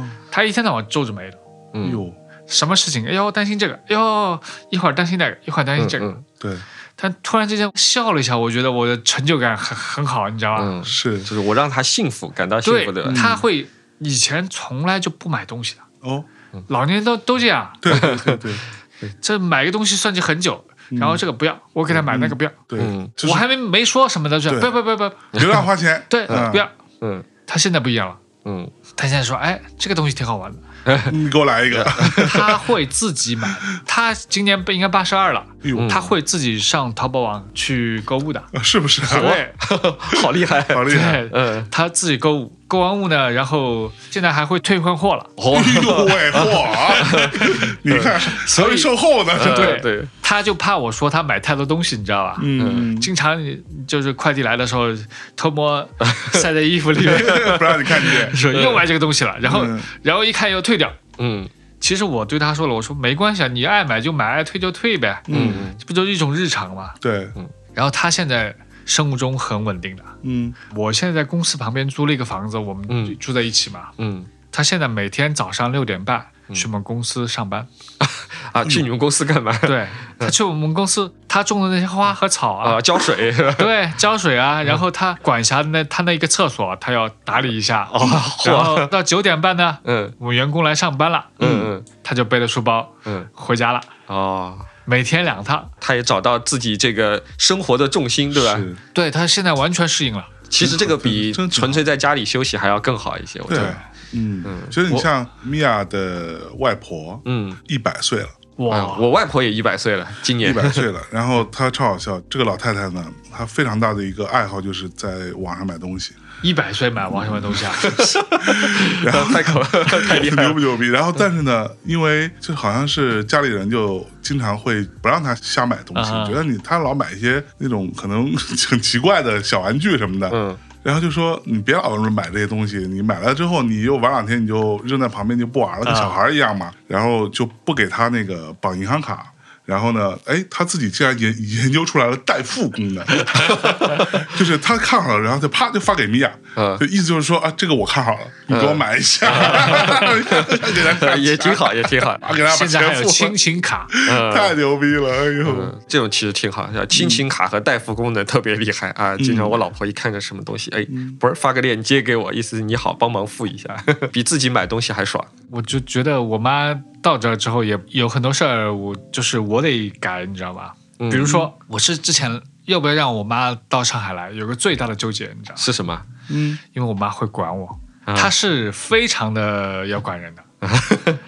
[SPEAKER 2] 啊，哎
[SPEAKER 4] 她一天到晚皱着眉的，
[SPEAKER 3] 嗯，
[SPEAKER 2] 哟，
[SPEAKER 4] 什么事情，哎呦担心这个，哎呦一会儿担心那个，一会儿担心这个。
[SPEAKER 3] 嗯
[SPEAKER 2] 对，
[SPEAKER 4] 她突然之间笑了一下，我觉得我的成就感很很好，你知道吧？
[SPEAKER 3] 嗯，
[SPEAKER 2] 是
[SPEAKER 3] 就是我让他幸福，感到幸
[SPEAKER 4] 对
[SPEAKER 3] 福的，，
[SPEAKER 4] 她会以前从来就不买东西的，
[SPEAKER 2] 哦，
[SPEAKER 3] 嗯
[SPEAKER 4] 老年人都都这样，
[SPEAKER 2] 对对对对嗯
[SPEAKER 4] 这买个东西算计很久，然后这个不要，我给她买那个不要。
[SPEAKER 2] 对
[SPEAKER 3] 嗯，
[SPEAKER 2] 就是
[SPEAKER 4] 我还没没说什么的，就是
[SPEAKER 2] 对
[SPEAKER 4] 不要不要不要不要，
[SPEAKER 2] 流量花钱，
[SPEAKER 4] 对，
[SPEAKER 2] 嗯
[SPEAKER 4] 不要。
[SPEAKER 3] 嗯
[SPEAKER 4] 他现在不一样了，
[SPEAKER 3] 嗯
[SPEAKER 4] 他现在说，哎，这个东西挺好玩的，
[SPEAKER 2] 你给我来一个，
[SPEAKER 4] 他会自己买。他今年不应该八十二了，
[SPEAKER 2] 哟，
[SPEAKER 4] 他会自己上淘宝网去购物的。
[SPEAKER 2] 是不是啊？
[SPEAKER 4] 对
[SPEAKER 3] 好厉害，
[SPEAKER 2] 好厉害！
[SPEAKER 4] 对，
[SPEAKER 3] 嗯，
[SPEAKER 4] 他自己购物，购完物呢，然后现在还会退换货了。
[SPEAKER 3] 哦，
[SPEAKER 2] 哎呦喂，嚯！ 你看，所以售后呢，这
[SPEAKER 4] 对
[SPEAKER 3] 嗯对，
[SPEAKER 4] 他就怕我说他买太多东西，你知道吧？
[SPEAKER 2] 嗯，
[SPEAKER 4] 经常你就是快递来的时候偷摸塞在衣服里面，
[SPEAKER 2] 不让你看见，
[SPEAKER 4] 说 又买这个东西了，然后
[SPEAKER 2] 嗯
[SPEAKER 4] 然后一看又退掉，
[SPEAKER 3] 嗯
[SPEAKER 4] 其实我对他说了，我说没关系啊，你爱买就买，爱退就退呗，
[SPEAKER 2] 嗯，
[SPEAKER 4] 这不就是一种日常嘛。
[SPEAKER 2] 对，
[SPEAKER 4] 然后他现在生物钟很稳定的，
[SPEAKER 2] 嗯，
[SPEAKER 4] 我现在在公司旁边租了一个房子，我们
[SPEAKER 3] 嗯
[SPEAKER 4] 就住在一起嘛。
[SPEAKER 3] 嗯
[SPEAKER 4] 他现在每天早上六点半去我们公司 上班，
[SPEAKER 3] 啊，去你们公司干嘛？
[SPEAKER 4] 对他去我们公司，他种的那些花和草啊。
[SPEAKER 3] 啊，浇水，
[SPEAKER 4] 对，浇水
[SPEAKER 3] 嗯
[SPEAKER 4] 啊，然后他管辖那他那一个厕所，他要打理一下。
[SPEAKER 3] 哦，
[SPEAKER 4] 然
[SPEAKER 3] 嚯，
[SPEAKER 4] 后到九点半呢，
[SPEAKER 3] 嗯
[SPEAKER 4] 我们员工来上班了，
[SPEAKER 3] 嗯嗯
[SPEAKER 4] 他就背着书包
[SPEAKER 3] 嗯，
[SPEAKER 4] 回家了，
[SPEAKER 3] 哦，
[SPEAKER 4] 每天两趟。
[SPEAKER 3] 他也找到自己这个生活的重心，对吧？
[SPEAKER 2] 是
[SPEAKER 4] 对他现在完全适应了。
[SPEAKER 3] 其实这个比
[SPEAKER 2] 真真挺好
[SPEAKER 3] 纯粹在家里休息还要更好一些，我觉
[SPEAKER 2] 对
[SPEAKER 3] 得。，
[SPEAKER 2] 嗯，其实你像米娅的外婆，
[SPEAKER 3] 嗯，
[SPEAKER 2] 一百岁了。
[SPEAKER 4] 哇，
[SPEAKER 3] 哎我外婆也一百岁了，今
[SPEAKER 2] 一
[SPEAKER 3] 年。
[SPEAKER 2] 百岁了，然后她超好笑。这个老太太呢，她非常大的一个爱好就是在网上买东西，
[SPEAKER 4] 一百岁买王什么东西啊？
[SPEAKER 3] 太可 太厉害
[SPEAKER 2] 牛
[SPEAKER 3] 了。
[SPEAKER 2] 不牛逼？然后但是呢，因为就好像是家里人就经常会不让她瞎买东西，
[SPEAKER 4] 啊
[SPEAKER 2] 觉得你她老买一些那种可能 很奇怪的小玩具什么的，
[SPEAKER 3] 嗯，
[SPEAKER 2] 然后就说你别老买这些东西，你买了之后你又玩两天你就扔在旁边就不玩了，跟
[SPEAKER 4] 啊
[SPEAKER 2] 小孩儿一样嘛。然后就不给他那个绑银行卡。然后呢，哎，他自己竟然研 研究出来了代付功能， 就是他看好了，然后就啪就发给米娅，
[SPEAKER 3] 嗯
[SPEAKER 2] 就意思就是说啊，这个我看好了，你给我买一 下，给他看一下
[SPEAKER 3] 也挺，好，也挺 好。嗯
[SPEAKER 2] 啊给他把
[SPEAKER 4] 现在还
[SPEAKER 2] 钱付
[SPEAKER 4] 有亲
[SPEAKER 2] 了，
[SPEAKER 4] 情卡，
[SPEAKER 2] 太牛逼了，哎呦，
[SPEAKER 3] 这种其实挺好，像亲情卡和代付功能特别厉害啊！
[SPEAKER 2] 嗯
[SPEAKER 3] 经常我老婆一看着什么东西，哎，不是发个链接给我，意思是你好，帮忙付一下， 比自己买东西还爽。
[SPEAKER 4] 我就觉得我妈到这儿之后也有很多事儿，我就是我得改，你知道吧？
[SPEAKER 3] 嗯
[SPEAKER 4] 比
[SPEAKER 2] 嗯
[SPEAKER 4] 如说，我是之前要不要让我妈到上海来，有个最大的纠结，你知道吗，
[SPEAKER 3] 是什么？
[SPEAKER 2] 嗯，
[SPEAKER 4] 因为我妈会管我，
[SPEAKER 3] 啊
[SPEAKER 4] 她是非常的要管 人的，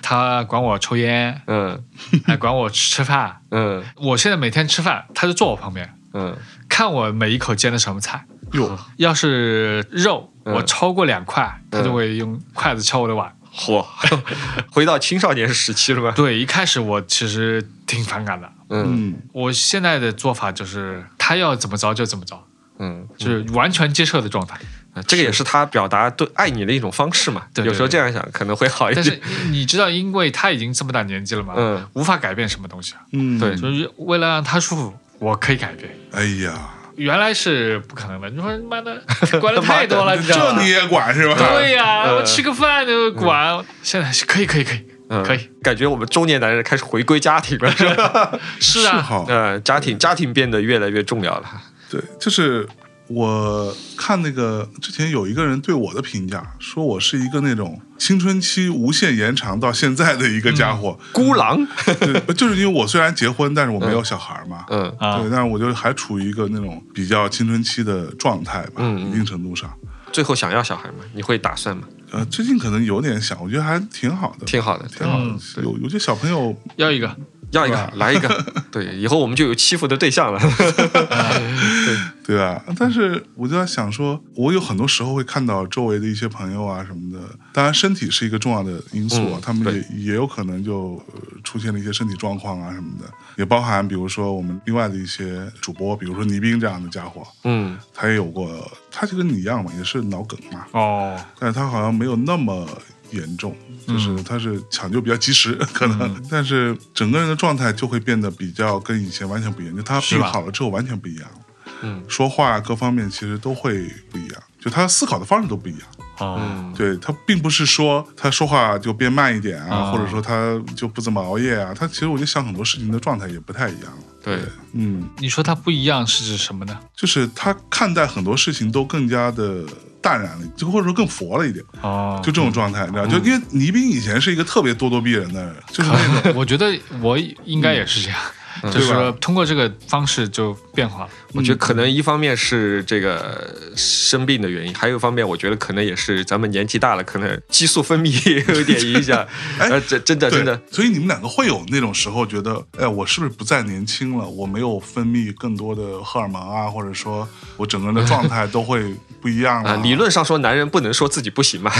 [SPEAKER 4] 她管我抽烟，
[SPEAKER 3] 嗯
[SPEAKER 4] 还管我吃吃饭。
[SPEAKER 3] 嗯
[SPEAKER 4] 我现在每天吃饭，她就坐我旁边，
[SPEAKER 3] 嗯，
[SPEAKER 4] 看我每一口煎的什么菜。
[SPEAKER 2] 哟，
[SPEAKER 4] 要是肉，
[SPEAKER 3] 嗯
[SPEAKER 4] 我超过两块，他
[SPEAKER 3] 嗯
[SPEAKER 4] 就会用筷子敲我的碗。
[SPEAKER 3] 嚯， 回到青少年时期了吗？
[SPEAKER 4] 对，一开始我其实挺反感的。
[SPEAKER 3] 嗯
[SPEAKER 2] 嗯，
[SPEAKER 4] 我现在的做法就是，他要怎么着就怎么着，
[SPEAKER 3] 嗯，啊
[SPEAKER 4] 就是完全接受 的状态。
[SPEAKER 3] 这个也是他表达对爱你的一种方式嘛。
[SPEAKER 4] 对对
[SPEAKER 3] 有时候这样想可能会好一
[SPEAKER 4] 但
[SPEAKER 3] 点
[SPEAKER 4] 是。你知道，因为他已经这么大年纪了嘛，
[SPEAKER 3] 嗯
[SPEAKER 4] 无法改变什么东西啊。
[SPEAKER 2] 嗯，
[SPEAKER 3] 对
[SPEAKER 4] 就是为了让他舒服，我可以改变。
[SPEAKER 2] 哎呀，
[SPEAKER 4] 原来是不可能的，你说他 妈的管的太多了，你知道
[SPEAKER 2] 这
[SPEAKER 4] 吗
[SPEAKER 2] 你？也管是吧？
[SPEAKER 4] 啊对呀，
[SPEAKER 3] 嗯
[SPEAKER 4] 我吃个饭都管。现在是可以，可以，可以，
[SPEAKER 3] 嗯
[SPEAKER 4] 可以。
[SPEAKER 3] 感觉我们中年男人开始回归家庭了，是吧？
[SPEAKER 4] 是
[SPEAKER 2] 是
[SPEAKER 4] 啊，
[SPEAKER 2] 哈，
[SPEAKER 3] 呃，家庭家庭变得越来越重要了。
[SPEAKER 2] 对，就是我看那个之前有一个人对我的评价，说我是一个那种青春期无限延长到现在的一个家伙，
[SPEAKER 3] 孤狼，
[SPEAKER 2] 对呃就是因为我虽然结婚，但是我没有小孩儿 嘛，
[SPEAKER 3] 嗯
[SPEAKER 4] 啊
[SPEAKER 2] 对，但是我就还处于一个那种比较青春期的状态吧，
[SPEAKER 3] 嗯嗯
[SPEAKER 2] 一定程度上。
[SPEAKER 3] 最后想要小孩嘛？你会打算吗？
[SPEAKER 2] 呃，最近可能有点想，我觉得还挺好的，
[SPEAKER 3] 挺好的，
[SPEAKER 2] 挺好的
[SPEAKER 4] 嗯。
[SPEAKER 2] 有有些小朋友
[SPEAKER 4] 要一个，
[SPEAKER 3] 要一个来一个， 对，以后我们就有欺负的对象了。
[SPEAKER 2] 对吧？但是我就在想说，我有很多时候会看到周围的一些朋友啊什么的，当然身体是一个重要的因素啊，
[SPEAKER 3] 嗯
[SPEAKER 2] 他们也也有可能就、呃出现了一些身体状况啊什么的，也包含比如说我们另外的一些主播，比如说倪斌这样的家伙，
[SPEAKER 3] 嗯，
[SPEAKER 2] 他也有过，他就跟你一样嘛，也是脑梗嘛，
[SPEAKER 4] 哦，
[SPEAKER 2] 但是他好像没有那么严重，就是
[SPEAKER 4] 嗯
[SPEAKER 2] 他是抢救比较及时，可能， 但是整个人的状态就会变得比较跟以前完全不一样，就他
[SPEAKER 4] 是
[SPEAKER 2] 病
[SPEAKER 4] 吧
[SPEAKER 2] 好了之后完全不一样，
[SPEAKER 3] 嗯，
[SPEAKER 2] 说话各方面其实都会不一样，就他思考的方式都不一样。
[SPEAKER 3] 嗯
[SPEAKER 4] 哦，
[SPEAKER 2] 对他并不是说他说话就变慢一点啊，
[SPEAKER 4] 啊
[SPEAKER 2] 或者说他就不怎么熬夜啊，他其实我就想很多事情的状态也不太一样了。
[SPEAKER 3] 对，
[SPEAKER 2] 嗯，
[SPEAKER 4] 你说它不一样是指什么呢？
[SPEAKER 2] 就是他看待很多事情都更加的淡然了，就或者说更佛了一点。
[SPEAKER 4] 哦，
[SPEAKER 2] 就这
[SPEAKER 3] 嗯
[SPEAKER 2] 种状态，你知道？就因为倪斌以前是一个特别咄咄逼人的人，就是那 种
[SPEAKER 4] 我觉得我应该也是这样，
[SPEAKER 3] 嗯
[SPEAKER 4] 就是
[SPEAKER 2] 对吧
[SPEAKER 4] 说通过这个方式就 变化了。
[SPEAKER 3] 我
[SPEAKER 2] 嗯
[SPEAKER 3] 觉得可能一方面是这个生病的原因，还有一方面我觉得可能也是咱们年纪大了，可能激素分泌也有点影响。
[SPEAKER 2] 哎
[SPEAKER 3] 呃，真真的
[SPEAKER 2] 对
[SPEAKER 3] 真的，，
[SPEAKER 2] 所以你们两个会有那种时候觉得，哎，我是不是不再年轻了？我没有分泌更多的荷尔蒙啊，或者说我整个人的状态都会不一样了、
[SPEAKER 3] 啊，理论上说男人不能说自己不行嘛，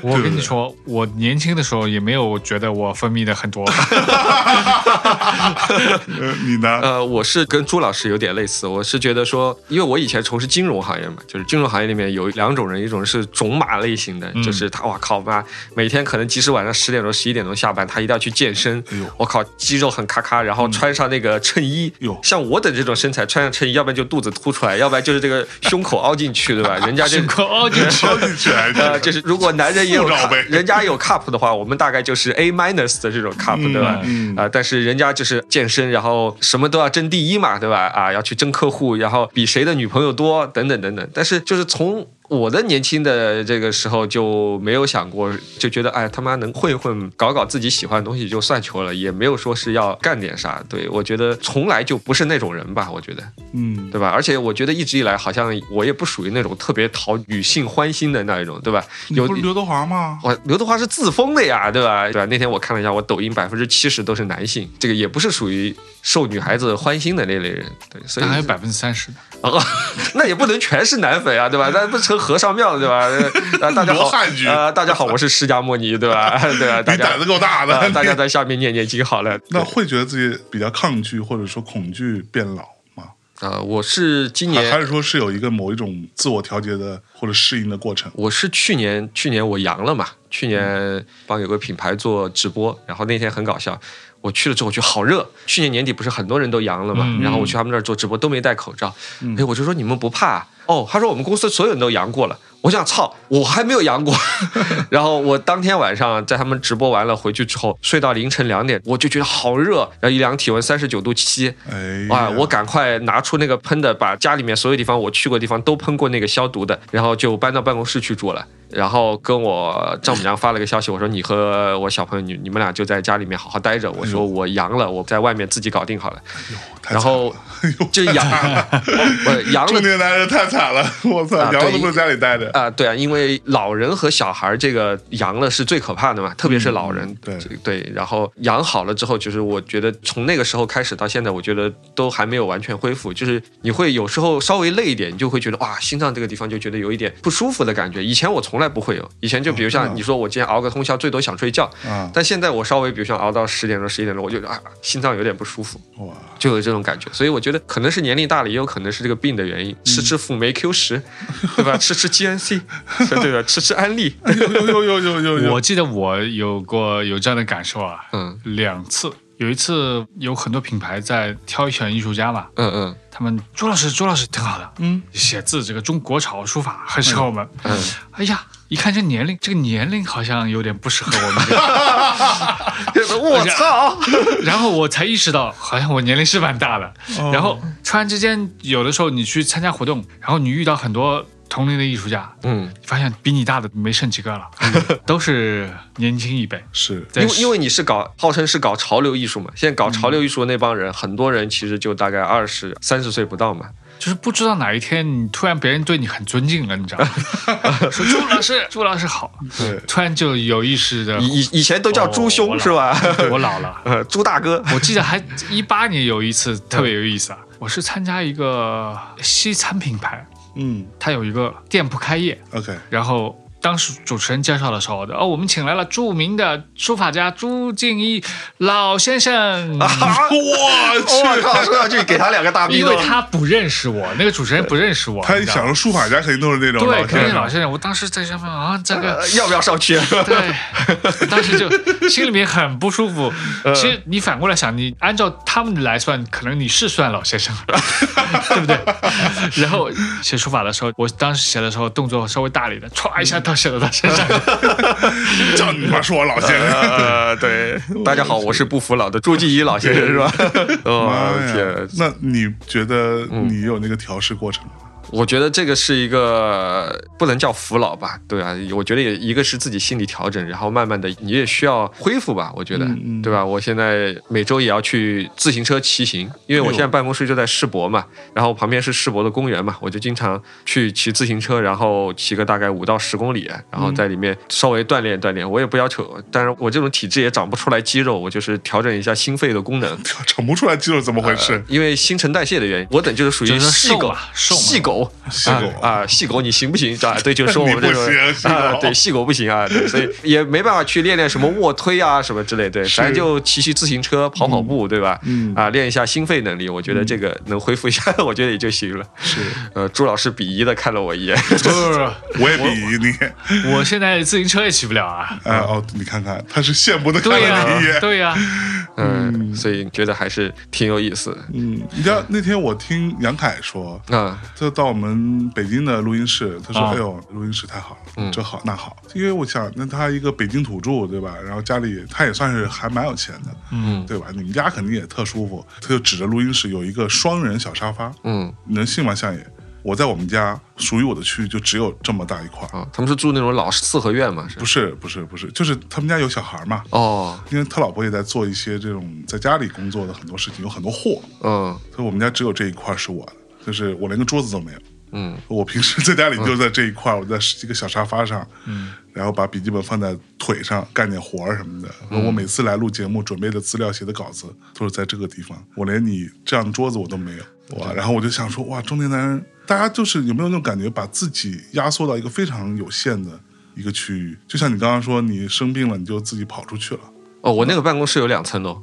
[SPEAKER 4] 我跟你说，我年轻的时候也没有觉得我分泌的很多，
[SPEAKER 2] 呃，你 呢？
[SPEAKER 3] 呃，我是跟朱老师有点类似，我是觉得说，因为我以前从事金融行业嘛，就是金融行业里面有两种人，一种是种马类型
[SPEAKER 2] 嗯
[SPEAKER 3] 的，就是他哇靠妈，每天可能即使晚上十点钟、十一点钟下班，他一定要去健身，
[SPEAKER 2] 哎呦
[SPEAKER 3] 我靠，肌肉很咔咔，然后穿上那个衬衣，
[SPEAKER 2] 嗯哟
[SPEAKER 3] 像我等这种身材，穿上衬衣，要不然就肚子凸出来，要不然就是这个胸口凹进去，对 吧？人 家这
[SPEAKER 4] 胸口凹进去。
[SPEAKER 2] 超级起来
[SPEAKER 3] 呃，就是如果男 人也有
[SPEAKER 2] 塑料
[SPEAKER 3] cup，
[SPEAKER 2] 呗
[SPEAKER 3] 人家有 cup 的话，我们大概就是 A minus 的这种 cup，对吧？啊、
[SPEAKER 2] 嗯
[SPEAKER 3] 但是人家就是健身，然后什么都要争第一嘛，对吧？啊，要去争客户，然后比谁的女朋友多，等等等等。但是就是从我的年轻的这个时候就没有想过，就觉得哎他妈能混一混，搞搞自己喜欢的东西就算球了，也没有说是要干点啥。对我觉得从来就不是那种人吧，我觉得。
[SPEAKER 2] 嗯，
[SPEAKER 3] 对吧？而且我觉得一直以来，好像我也不属于那种特别讨女性欢心的那一种，对吧？
[SPEAKER 2] 你
[SPEAKER 3] 有
[SPEAKER 2] 不是刘德华吗？
[SPEAKER 3] 我刘德华是自封的呀，对吧？对吧？那天我看了一下，我抖音百分之七十都是男性，这个也不是属于受女孩子欢心的那类人，对，所以
[SPEAKER 4] 但还有百分之三十的，
[SPEAKER 3] 哦， 那也不能全是男粉啊，对吧？那不成和尚庙了，对吧？呃、大家好
[SPEAKER 2] 罗汉局
[SPEAKER 3] 呃，大家好，我是释迦摩尼，对吧？ 对吧？大
[SPEAKER 2] 你
[SPEAKER 3] 家
[SPEAKER 2] 胆子够大的，
[SPEAKER 3] 呃大家在下面念念经好了。
[SPEAKER 2] 那会觉得自己比较抗拒或者说恐惧变老吗？
[SPEAKER 3] 啊、我是今
[SPEAKER 2] 还
[SPEAKER 3] 年
[SPEAKER 2] 还是说是有一个某一种自我调节的或者适应的过程？
[SPEAKER 3] 我是去年去年我阳了嘛，去年帮有个品牌做直播，然后那天很搞笑，我去了之后我觉得好热，去年年底不是很多人都阳了嘛，然后我去他们那儿做直播都没戴口罩，哎，我就说你们不怕、啊？哦，他说我们公司所有人都阳过了。我想操，我还没有阳过。然后我当天晚上在他们直播完了回去之后，睡到凌晨两点，我就觉得好热，然后一量体温三十九度七，
[SPEAKER 2] 哎呀，
[SPEAKER 3] 啊！我赶快拿出那个喷的，把家里面所有地方我去过的地方都喷过那个消毒的，然后就搬到办公室去住了。然后跟我丈母娘发了个消息，我说你和我小朋友，你你们俩就在家里面好好待着。我说我阳了，我在外面自己搞定好了。
[SPEAKER 2] 太惨
[SPEAKER 3] 然 后
[SPEAKER 2] 了哎呦，
[SPEAKER 3] 就阳， 我阳
[SPEAKER 2] 中
[SPEAKER 3] 了
[SPEAKER 2] 年男人太惨了， 我操，
[SPEAKER 3] 啊
[SPEAKER 2] 阳了
[SPEAKER 3] 对
[SPEAKER 2] 都不能在家里待 着。
[SPEAKER 3] 啊、对啊，因为老人和小孩儿这个阳了是最可怕的嘛，特别是老人。
[SPEAKER 2] 嗯对
[SPEAKER 3] 这个对，然后阳好了之后，就是我觉得从那个时候开始到现在，我觉得都还没有完全恢复，就是你会有时候稍微累一点，你就会觉得哇，心脏这个地方就觉得有一点不舒服的感觉。以前我从来不会有，以前就比如
[SPEAKER 2] 哦
[SPEAKER 3] 像你说我今天熬个通宵，最多想睡觉，
[SPEAKER 2] 啊，
[SPEAKER 3] 但现在我稍微比如像熬到十点钟、十一点钟，我就觉得啊，心脏有点不舒服。
[SPEAKER 2] 哇，
[SPEAKER 3] 就有这种感觉，所以我觉得可能是年龄大了，也有可能是这个病的原因，吃吃辅酶 Q 十，对吧？吃吃 GNC，对吧？吃吃安利，
[SPEAKER 2] 呦呦呦呦呦呦！
[SPEAKER 4] 我记得我有过有这样的感受啊，
[SPEAKER 3] 嗯
[SPEAKER 4] 两次。有一次有很多品牌在挑选艺术家嘛，
[SPEAKER 3] 嗯嗯
[SPEAKER 4] 他们朱老师，朱老师挺好的，
[SPEAKER 2] 嗯，
[SPEAKER 4] 写字这个中国潮书法很适合我们。
[SPEAKER 3] 嗯，
[SPEAKER 4] 哎呀，一看这年龄，这个年龄好像有点不适合我们这个。
[SPEAKER 3] 我操，嗯
[SPEAKER 4] 然后我才意识到，好像我年龄是蛮大的。
[SPEAKER 3] 哦
[SPEAKER 4] 然后突然之间，有的时候你去参加活动，然后你遇到很多同龄的艺术家，
[SPEAKER 3] 嗯，
[SPEAKER 4] 你发现比你大的没剩几个 了，都是年轻一辈。
[SPEAKER 2] 是
[SPEAKER 4] 在
[SPEAKER 3] 因为因为你是搞号称是搞潮流艺术嘛，现在搞潮流艺术的那帮人，很多人其实就大概二十三十岁不到嘛，
[SPEAKER 4] 就是不知道哪一天你突然别人对你很尊敬了，你知道吗？ 说朱老师，朱老师好，
[SPEAKER 2] 对，
[SPEAKER 4] 突然就有意识的，
[SPEAKER 3] 以以以前都叫猪
[SPEAKER 4] 哎哦
[SPEAKER 3] 兄
[SPEAKER 4] 我
[SPEAKER 3] 是吧？
[SPEAKER 4] 我老了。
[SPEAKER 3] 呃，猪大 哥，
[SPEAKER 4] 我记得还一八年有一次特别有意思啊，我是参加一个西餐品牌，
[SPEAKER 2] 嗯
[SPEAKER 4] 它有一个店铺开业，
[SPEAKER 2] ，OK，
[SPEAKER 4] 然后当时主持人介绍的时候，哦，我们请来了著名的书法家朱敬一老先生。
[SPEAKER 3] 啊
[SPEAKER 2] 我
[SPEAKER 3] 我
[SPEAKER 2] 去，
[SPEAKER 3] 靠，说上去给他两个大逼
[SPEAKER 4] 因
[SPEAKER 3] 兜
[SPEAKER 4] 为，他不认识我，那个主持人不认识我，
[SPEAKER 2] 他
[SPEAKER 4] 你
[SPEAKER 2] 一
[SPEAKER 4] 知道
[SPEAKER 2] 想说
[SPEAKER 4] 吗
[SPEAKER 2] 书法家肯定都是那种
[SPEAKER 4] 对，
[SPEAKER 2] 老
[SPEAKER 4] 肯定
[SPEAKER 2] 先
[SPEAKER 4] 是
[SPEAKER 2] 生
[SPEAKER 4] 老，先生。我当时在上面啊，这个
[SPEAKER 3] 呃要不要上去？
[SPEAKER 4] 对，当时就心里面很不舒服。其实你反过来想，你按照他们来算，可能你是算老先生 了，对不对？然后写书法的时候，我当时写的时候动作稍微大了一点，歘一下到写到他身上。
[SPEAKER 2] 叫你妈说我老先生，
[SPEAKER 3] 呃，对，大家好，我是不服老的朱继一老先生是吧？
[SPEAKER 2] 妈
[SPEAKER 3] 哦
[SPEAKER 2] 呀
[SPEAKER 3] 天，，
[SPEAKER 2] 那你觉得你有那个调试过程吗？
[SPEAKER 3] 我觉得这个是一个不能叫服老吧，对啊，我觉得也一个是自己心理调整，然后慢慢的你也需要恢复吧，我觉得，
[SPEAKER 2] 嗯嗯
[SPEAKER 3] 对吧？我现在每周也要去自行车骑行，因为我现在办公室就在世博嘛，然后旁边是世博的公园嘛，我就经常去骑自行车，然后骑个大概五到十公里，
[SPEAKER 2] 嗯
[SPEAKER 3] 然后在里面稍微锻炼锻炼。我也不要求，但是我这种体质也长不出来肌肉，我就是调整一下心肺的功能。
[SPEAKER 2] 整不出来肌肉怎么回事？
[SPEAKER 3] 因为新陈代谢的原因，我等就是属于
[SPEAKER 4] 就是说
[SPEAKER 3] 细
[SPEAKER 4] 瘦
[SPEAKER 3] 狗
[SPEAKER 4] 啊，瘦嘛
[SPEAKER 3] 细狗，
[SPEAKER 2] 细狗
[SPEAKER 3] 啊啊，细狗，你行不行？啊，对，就是说我们这
[SPEAKER 2] 你不行细
[SPEAKER 3] 种
[SPEAKER 2] 狗
[SPEAKER 3] 啊，对，细狗不行啊，对，所以也没办法去练练什么卧推啊什么之类，对，
[SPEAKER 2] 是
[SPEAKER 3] 咱就骑骑自行车，跑跑步，对吧？
[SPEAKER 2] 嗯
[SPEAKER 3] 啊，练一下心肺能力，我觉得这个能恢复一下， 我觉得也就行了。
[SPEAKER 2] 是，
[SPEAKER 3] 呃，朱老师鄙夷的看了我一 眼，
[SPEAKER 4] 不是不是
[SPEAKER 2] 我也鄙夷你。
[SPEAKER 4] 不 是，我现在自行车也骑不了 啊。
[SPEAKER 2] 哎哦，你看看，他是羡慕的看
[SPEAKER 4] 对呀、
[SPEAKER 2] 了你一眼。
[SPEAKER 4] 对呀、
[SPEAKER 3] 嗯，所以觉得还是挺有意思的
[SPEAKER 2] 嗯，你知道那天我听杨凯说，
[SPEAKER 3] 啊，
[SPEAKER 2] 他到我们北京的录音室，他说：“
[SPEAKER 4] 啊嗯
[SPEAKER 2] 哎呦，录音室太好了，这好那好。”因为我想，那他一个北京土著，对吧？然后家里他也算是还蛮有钱的，
[SPEAKER 4] 嗯，
[SPEAKER 2] 对吧？你们家肯定也特舒服。他就指着录音室有一个双人小沙发，
[SPEAKER 3] 嗯
[SPEAKER 2] 你能信吗，相爷？我在我们家属于我的区域就只有这么大一块，
[SPEAKER 3] 啊，他们是住那种老四合院嘛，是
[SPEAKER 2] 不是不是不是，就是他们家有小孩嘛。
[SPEAKER 3] 哦，
[SPEAKER 2] 因为他老婆也在做一些这种在家里工作的很多事情，有很多货，
[SPEAKER 3] 嗯
[SPEAKER 2] 所以我们家只有这一块是我的，就是我连个桌子都没有。
[SPEAKER 3] 嗯
[SPEAKER 2] 我平时在家里就在这一块，我在一个小沙发上，然后把笔记本放在腿上干点活儿什么的。我每次来录节目准备的资料、写的稿子都是在这个地方，我连你这样的桌子我都没有。哇！然后我就想说，哇，中年男人，大家就是有没有那种感觉，把自己压缩到一个非常有限的一个区域？就像你刚刚说，你生病了，你就自己跑出去了。
[SPEAKER 3] 哦，我那个办公室有两层楼，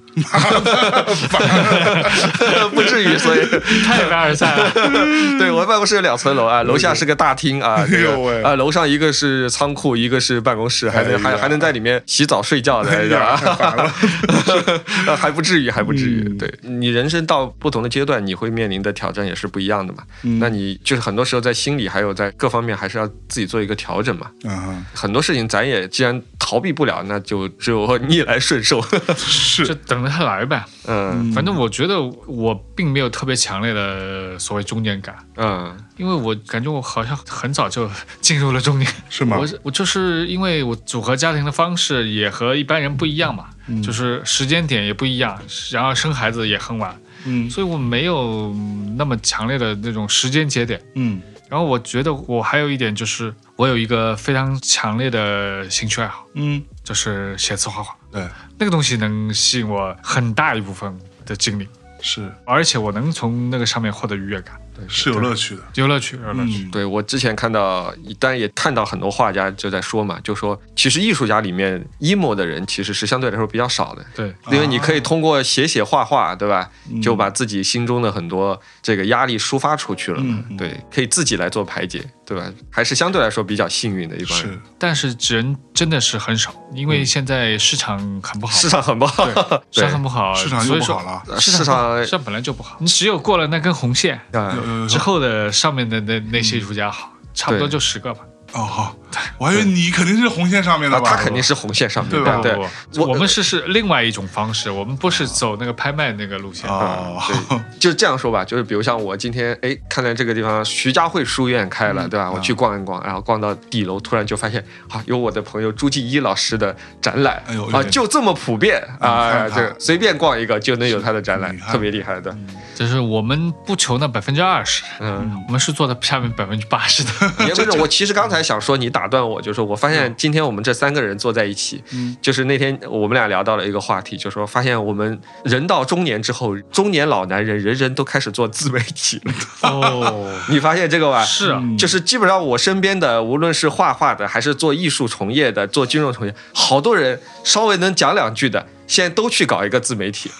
[SPEAKER 3] 不至 于，所以
[SPEAKER 4] 太凡尔赛了。
[SPEAKER 3] 对我办公室有两层楼啊，楼下是个大厅啊，这
[SPEAKER 2] 哎呦喂
[SPEAKER 3] 个啊，楼上一个是仓库，一个是办公室，还能
[SPEAKER 2] 哎
[SPEAKER 3] 还
[SPEAKER 2] 呀
[SPEAKER 3] 还能在里面洗澡睡觉
[SPEAKER 2] 哎
[SPEAKER 3] 的，是
[SPEAKER 2] 呀，太
[SPEAKER 3] 吧？
[SPEAKER 2] 烦了。
[SPEAKER 3] 啊还不至于，还不至于。
[SPEAKER 2] 嗯
[SPEAKER 3] 对你人生到不同的阶段，你会面临的挑战也是不一样的嘛。
[SPEAKER 2] 嗯
[SPEAKER 3] 那你就是很多时候在心理还有在各方面，还是要自己做一个调整嘛。
[SPEAKER 2] 啊，
[SPEAKER 3] 很多事情咱也既然逃避不了，那就只有逆来顺受。
[SPEAKER 4] 就是等着他来呗，
[SPEAKER 3] 嗯
[SPEAKER 4] 反正我觉得我并没有特别强烈的所谓中年感，
[SPEAKER 3] 嗯
[SPEAKER 4] 因为我感觉我好像很早就进入了中年。
[SPEAKER 2] 是吗
[SPEAKER 4] 我？是我就是因为我组合家庭的方式也和一般人不一样嘛，就是时间点也不一样，然后生孩子也很晚，
[SPEAKER 2] 嗯
[SPEAKER 4] 所以我没有嗯那么强烈的那种时间节点。
[SPEAKER 2] 嗯
[SPEAKER 4] 然后我觉得我还有一点就是，我有一个非常强烈的兴趣爱好，
[SPEAKER 2] 嗯，
[SPEAKER 4] 就是写字画画，
[SPEAKER 2] 对，
[SPEAKER 4] 那个东西能吸引我很大一部分的精力，
[SPEAKER 2] 是
[SPEAKER 4] 而且我能从那个上面获得愉悦感，
[SPEAKER 2] 是有乐趣的。
[SPEAKER 4] 有乐趣，有乐趣。
[SPEAKER 2] 嗯，
[SPEAKER 3] 对我之前看到，当然也看到很多画家就在说嘛，就说其实艺术家里面 emo 的人其实是相对来说比较少的，
[SPEAKER 4] 对，
[SPEAKER 3] 因为你可以通过写写画画，对吧
[SPEAKER 2] 啊嗯？
[SPEAKER 3] 就把自己心中的很多这个压力抒发出去了嘛
[SPEAKER 2] 嗯嗯，
[SPEAKER 3] 对，可以自己来做排解，对吧？还是相对来说比较幸运的一帮人
[SPEAKER 2] 是。
[SPEAKER 4] 但是人真的是很少，因为现在市场很不好，
[SPEAKER 3] 市场很不 好，
[SPEAKER 4] 市
[SPEAKER 3] 对
[SPEAKER 4] 场很不好，
[SPEAKER 2] 市场
[SPEAKER 4] 所
[SPEAKER 2] 又
[SPEAKER 4] 以
[SPEAKER 2] 不
[SPEAKER 4] 说
[SPEAKER 2] 好了，
[SPEAKER 3] 市场
[SPEAKER 4] 市场本来就不好，你只有过了那根红线
[SPEAKER 2] 有有
[SPEAKER 3] 啊，
[SPEAKER 2] 有有
[SPEAKER 4] 之后的上面的那那些艺术家好，
[SPEAKER 2] 嗯
[SPEAKER 4] 差不多就十个吧。
[SPEAKER 2] 哦好，我还以为你肯定是红线上面的吧？
[SPEAKER 3] 啊他肯定是红线上面
[SPEAKER 2] 对啊
[SPEAKER 3] 的，
[SPEAKER 2] 吧
[SPEAKER 3] 对
[SPEAKER 4] 不，不
[SPEAKER 3] 我
[SPEAKER 4] 我们是是另外一种方式，我们不是走那个拍卖那个路线。
[SPEAKER 2] 哦，
[SPEAKER 3] 啊对，就这样说吧，就是比如像我今天哎，看见这个地方徐家汇书院开了，对吧？我去逛一逛，然后逛到底楼，突然就发现啊，有我的朋友朱继一老师的展览，
[SPEAKER 2] 哎呦
[SPEAKER 3] 啊，
[SPEAKER 2] 对
[SPEAKER 3] 就这么普遍
[SPEAKER 2] 啊
[SPEAKER 3] 啊，
[SPEAKER 2] 你看看
[SPEAKER 3] 这随便逛一个就能有他的展览
[SPEAKER 2] 你，看
[SPEAKER 3] 特别厉害的。
[SPEAKER 4] 就是我们不求那百分之二十，
[SPEAKER 3] 嗯，
[SPEAKER 4] 我们是做到下面百分之八十的。
[SPEAKER 3] 也不是，我其实刚才想说，你打断我，就是我发现今天我们这三个人坐在一起，
[SPEAKER 4] 嗯
[SPEAKER 3] 就是那天我们俩聊到了一个话题，就说发现我们人到中年之后，中年老男人人人都开始做自媒体了。
[SPEAKER 4] 哦，
[SPEAKER 3] 你发现这个吧？
[SPEAKER 4] 是啊，
[SPEAKER 2] 嗯
[SPEAKER 3] 就是基本上我身边的，无论是画画的，还是做艺术从业的，做金融从业，好多人稍微能讲两句的，现在都去搞一个自媒体。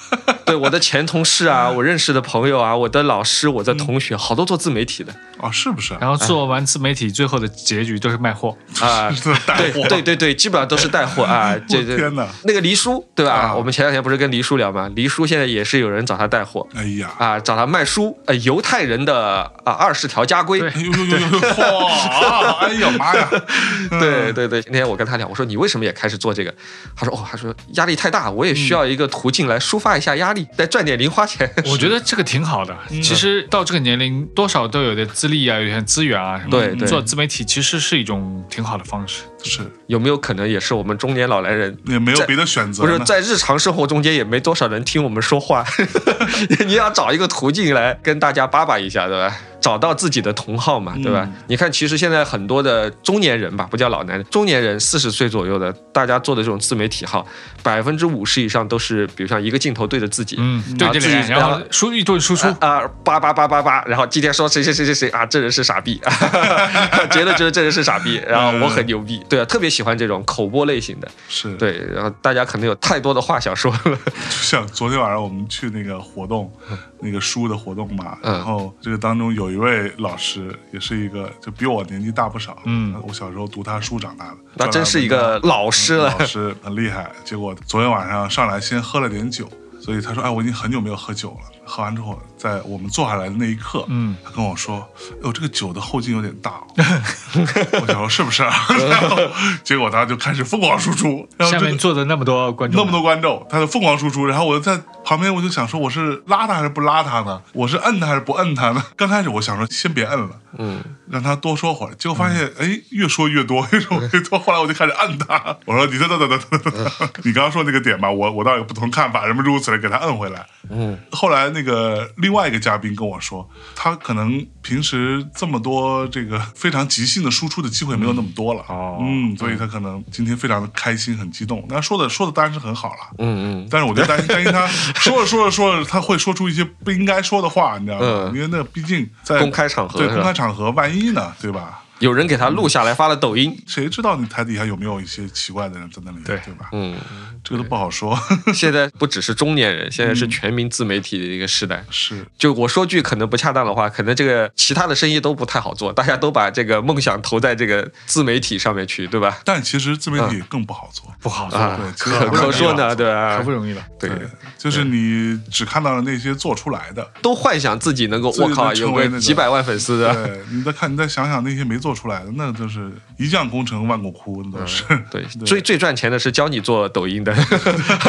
[SPEAKER 3] 对我的前同事啊，我认识的朋友啊，我的老师，我的同学，好多做自媒体的
[SPEAKER 2] 啊，是不是？
[SPEAKER 4] 然后做完自媒体，最后的结局都是卖货。
[SPEAKER 3] 啊、
[SPEAKER 2] 是带
[SPEAKER 3] 对
[SPEAKER 2] 货，
[SPEAKER 3] 对对对，基本上都是带货啊！这这
[SPEAKER 2] 天哪
[SPEAKER 3] 那个黎叔对吧？
[SPEAKER 2] 啊
[SPEAKER 3] 我们前两天不是跟黎叔聊吗？黎叔现在也是有人找他带货
[SPEAKER 2] 哎呀，
[SPEAKER 3] 啊，找他卖书，呃，犹太人的啊二十条家规。
[SPEAKER 4] 对
[SPEAKER 2] 哎呦呦呦呦，嚯！哎呀妈呀！
[SPEAKER 3] 对对对，那天我跟他聊，我说你为什么也开始做这个？他说哦，他说压力太大，我也需要一个途径来抒发一下压力，再赚点零花钱。
[SPEAKER 4] 我觉得这个挺好的。其实到这个年龄，多少都有点资历啊，有点资源啊什么的。
[SPEAKER 3] 对对
[SPEAKER 4] 做自媒体其实是一种挺好的方式。
[SPEAKER 2] 是
[SPEAKER 3] 有没有可能也是我们中年老男人？
[SPEAKER 2] 也没有别的选择
[SPEAKER 3] 不
[SPEAKER 2] 呢，
[SPEAKER 3] 是在日常生活中间也没多少人听我们说话， 你要找一个途径来跟大家叭叭一下，对吧？找到自己的同好嘛，对吧？你看，其实现在很多的中年人吧，不叫老男人，中年人四十岁左右的，大家做的这种自媒体号，百分之五十以上都是，比如像一个镜头对着自己，
[SPEAKER 4] 嗯，对
[SPEAKER 3] 啊
[SPEAKER 4] 对
[SPEAKER 3] 自
[SPEAKER 4] 对。
[SPEAKER 3] 己
[SPEAKER 4] 然后输一顿输出，
[SPEAKER 3] 啊，叭叭叭叭叭，然后今天说谁谁谁谁谁啊，这人是傻逼， 觉得觉得这人是傻逼，然后我很牛
[SPEAKER 2] 嗯
[SPEAKER 3] 逼，对啊，特别喜欢这种口播类型的，
[SPEAKER 2] 是
[SPEAKER 3] 对，然后大家可能有太多的话想说了，
[SPEAKER 2] 就像昨天晚上我们去那个活动，那个书的活动嘛，
[SPEAKER 3] 嗯
[SPEAKER 2] 然后这个当中有一位老师，也是一个就比我年纪大不少，
[SPEAKER 4] 嗯，
[SPEAKER 2] 我小时候读他书长大的，
[SPEAKER 3] 那真是一个老师了
[SPEAKER 2] 嗯老师很厉害。结果昨天晚上上来先喝了点酒，所以他说：“哎，我已经很久没有喝酒了。”喝完之后，在我们坐下来的那一刻，
[SPEAKER 4] 嗯，
[SPEAKER 2] 他跟我说：“哎呦，这个酒的后劲有点大、哦。” 我想说是不是、啊？ 然后结果他就开始疯狂输出，然后
[SPEAKER 4] 下
[SPEAKER 2] 这个
[SPEAKER 4] 面坐的那么多观众，
[SPEAKER 2] 那么多观众，他就疯狂输出，然后我在旁边我就想说，我是拉他还是不拉他呢？我是摁他还是不摁他呢？ 刚开始我想说先别摁了，
[SPEAKER 3] 嗯，
[SPEAKER 2] 让他多说会儿，结果发现
[SPEAKER 4] 嗯
[SPEAKER 2] 哎越说越多， 越说越多，后来我就开始摁他， 我说你等等等等等等等，你刚刚说那个点吧，我我倒有不同看法，什么如此类，给他摁回来。
[SPEAKER 3] 嗯，
[SPEAKER 2] 后来那个另外一个嘉宾跟我说，他可能平时这么多这个非常即兴的输出的机会没有那么多了，
[SPEAKER 4] 哦
[SPEAKER 2] 嗯，所以他可能今天非常的开心，很激动。那说的说的当然是很好了，
[SPEAKER 3] 嗯嗯，
[SPEAKER 2] 但是我就担心担心他说着说着说着他会说出一些不应该说的话，你知道吗？
[SPEAKER 3] 嗯
[SPEAKER 2] 因为那毕竟在
[SPEAKER 3] 公开场合
[SPEAKER 2] 对
[SPEAKER 3] 是吧
[SPEAKER 2] 公开场合，万一呢，对吧？
[SPEAKER 3] 有人给他录下来发了抖音，
[SPEAKER 2] 谁知道你台底下有没有一些奇怪的人在那里，对
[SPEAKER 4] 对
[SPEAKER 2] 吧？
[SPEAKER 3] 嗯，
[SPEAKER 2] 这个都不好说，
[SPEAKER 3] 现在不只是中年人，现
[SPEAKER 2] 嗯
[SPEAKER 3] 在是全民自媒体的一个时代。
[SPEAKER 2] 是
[SPEAKER 3] 就我说句可能不恰当的话，可能这个其他的生意都不太好做，大家都把这个梦想投在这个自媒体上面去，对吧？
[SPEAKER 2] 但其实自媒
[SPEAKER 3] 嗯
[SPEAKER 2] 体更不好做，
[SPEAKER 4] 不好做，
[SPEAKER 3] 啊
[SPEAKER 2] 对，其实
[SPEAKER 3] 可
[SPEAKER 2] 很
[SPEAKER 3] 可
[SPEAKER 2] 难
[SPEAKER 3] 说
[SPEAKER 2] 做
[SPEAKER 3] 呢，对吧？
[SPEAKER 4] 可不容易了。
[SPEAKER 3] 对，
[SPEAKER 2] 对，就是你只看到了那些做出来的，
[SPEAKER 3] 都幻想自己能够，
[SPEAKER 2] 自己
[SPEAKER 3] 我
[SPEAKER 2] 能
[SPEAKER 3] 靠，有
[SPEAKER 2] 成为那
[SPEAKER 3] 个
[SPEAKER 2] 个
[SPEAKER 3] 几百万粉丝的。
[SPEAKER 2] 对，你再看，你再想想那些没做出来的，那就是一将功成万骨枯，那都是。
[SPEAKER 3] 对，
[SPEAKER 2] 对
[SPEAKER 3] 最最赚钱的是教你做抖 音的，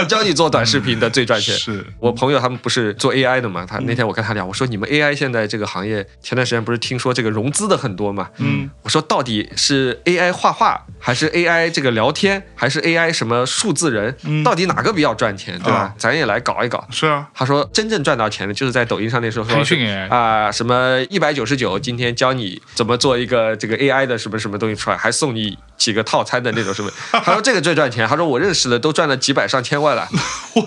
[SPEAKER 3] 教你做短视频的最赚钱。
[SPEAKER 2] 嗯是嗯
[SPEAKER 3] 我朋友他们不是做 AI 的嘛？他那天我跟他聊，我说你们 AI 现在这个行业，前段时间不是听说这个融资的很多嘛？
[SPEAKER 2] 嗯，
[SPEAKER 3] 我说到底是 AI 画画，还是 AI 这个聊天，还是 AI 什么数字人？
[SPEAKER 2] 嗯
[SPEAKER 3] 到底哪个比较赚钱，对吧
[SPEAKER 2] 啊？
[SPEAKER 3] 咱也来搞一搞。
[SPEAKER 2] 是啊，
[SPEAKER 3] 他说真正赚到钱的就是在抖音上那时候说
[SPEAKER 4] 培训 AI
[SPEAKER 3] 啊、什么一百九十九，今天教你怎么做一个这个 AI 的什么什么东西出来，还送你几个套餐的那种什么。他说这个最赚钱，他说我认识的都赚了几百上千万了。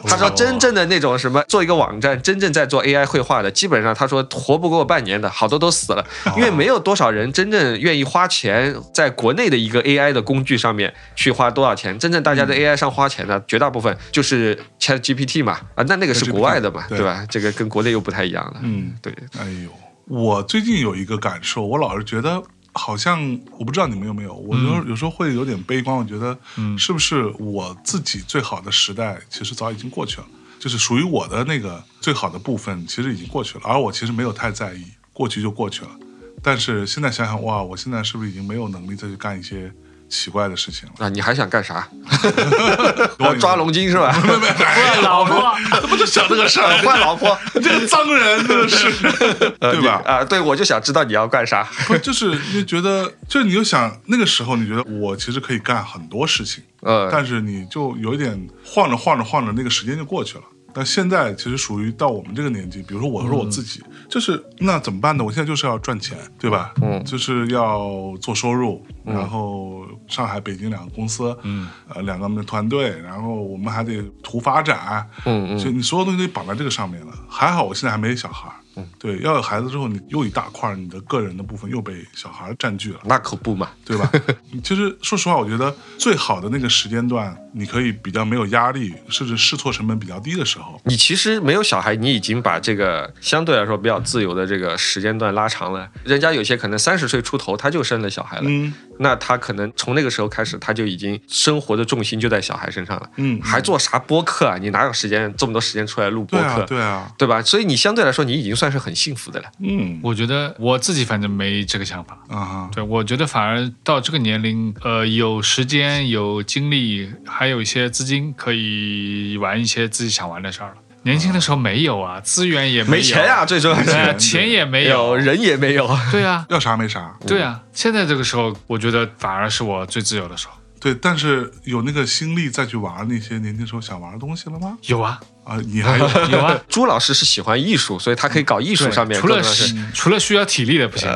[SPEAKER 3] 他说真正的那种什么做一个网站，真正在做 AI 绘画的，基本上他说活不过半年的，好多都死了，
[SPEAKER 2] 哦
[SPEAKER 3] 因为没有多少人真正愿意花钱在国内的一个 AI 的工具上面去花多少钱。真正大家
[SPEAKER 2] 嗯
[SPEAKER 3] 在 AI 上花钱的，绝大部分就是 ChatGPT 嘛，啊，那那个是国外的嘛，
[SPEAKER 2] 对
[SPEAKER 3] 对吧？这个跟国内又不太一样了。
[SPEAKER 2] 嗯，
[SPEAKER 3] 对，
[SPEAKER 2] 哎呦，我最近有一个感受，我老是觉得好像我不知道你们有没有，我有
[SPEAKER 3] 嗯
[SPEAKER 2] 有时候会有点悲观，我觉得是不是我自己最好的时代其实早已经过去了，就是属于我的那个最好的部分其实已经过去了，而我其实没有太在意，过去就过去了。但是现在想想，哇，我现在是不是已经没有能力再去干一些奇怪的事情了？
[SPEAKER 3] 啊，你还想干啥？
[SPEAKER 2] 我
[SPEAKER 3] 抓龙筋是吧？
[SPEAKER 4] 换老婆，
[SPEAKER 2] 他不就想这个事儿？
[SPEAKER 3] 换 老婆，
[SPEAKER 2] 你 这个脏人真的是，
[SPEAKER 3] 呃
[SPEAKER 2] 对吧
[SPEAKER 3] 你？啊，对，我就想知道你要干啥。
[SPEAKER 2] 不就是你就觉得，就是你就想那个时候，你觉得我其实可以干很多事情，
[SPEAKER 3] 呃，
[SPEAKER 2] 但是你就有一点晃着晃着晃着，那个时间就过去了。但现在其实属于到我们这个年纪，比如说我说我自己，就是那怎么办呢？我现在就是要赚钱，对吧？
[SPEAKER 3] 嗯
[SPEAKER 2] 就是要做收入，然后上海、北京两个公司，嗯，呃，两个团队，然后我们还得图发展，
[SPEAKER 3] 嗯嗯
[SPEAKER 2] 就你所有东西都绑在这个上面了。还好我现在还没小孩，嗯，对，要有孩子之后，你又一大块儿你的个人的部分又被小孩占据了。
[SPEAKER 3] 那可不嘛，
[SPEAKER 2] 对吧？ 其实说实话，我觉得最好的那个时间段，你可以比较没有压力，甚至试错成本比较低的时候，
[SPEAKER 3] 你其实没有小孩，你已经把这个相对来说比较自由的这个时间段拉长了。人家有些可能三十岁出头他就生了小孩了，
[SPEAKER 2] 嗯
[SPEAKER 3] 那他可能从那个时候开始他就已经生活的重心就在小孩身上了，
[SPEAKER 2] 嗯，
[SPEAKER 3] 还做啥播客啊？你哪有时间这么多时间出来录播
[SPEAKER 2] 对
[SPEAKER 3] 客？
[SPEAKER 2] 啊对啊，
[SPEAKER 3] 对吧？所以你相对来说，你已经算是很幸福的了。
[SPEAKER 2] 嗯
[SPEAKER 4] 我觉得我自己反正没这个想法，
[SPEAKER 2] 啊哈，
[SPEAKER 4] 对，我觉得反而到这个年龄，呃，有时间、有精力，还有一些资金，可以玩一些自己想玩的事儿了。年轻的时候没有啊，资源也
[SPEAKER 3] 没
[SPEAKER 4] 有
[SPEAKER 3] 钱啊，最重要
[SPEAKER 4] 呃
[SPEAKER 3] 是
[SPEAKER 4] 钱也没
[SPEAKER 3] 有，人也没有。
[SPEAKER 4] 对啊，
[SPEAKER 2] 要啥没啥，
[SPEAKER 4] 对啊。现在这个时候，我觉得反而是我最自由的时候。
[SPEAKER 2] 对，但是有那个心力再去玩那些年轻时候想玩的东西了吗？
[SPEAKER 4] 有啊，
[SPEAKER 2] 啊，你还 有
[SPEAKER 4] 有啊。
[SPEAKER 3] 朱老师是喜欢艺术，所以他可以搞艺术
[SPEAKER 4] 对
[SPEAKER 3] 上面
[SPEAKER 4] 除
[SPEAKER 3] 各
[SPEAKER 4] 了
[SPEAKER 3] 种各样的事。
[SPEAKER 4] 除了需要体力的 不行，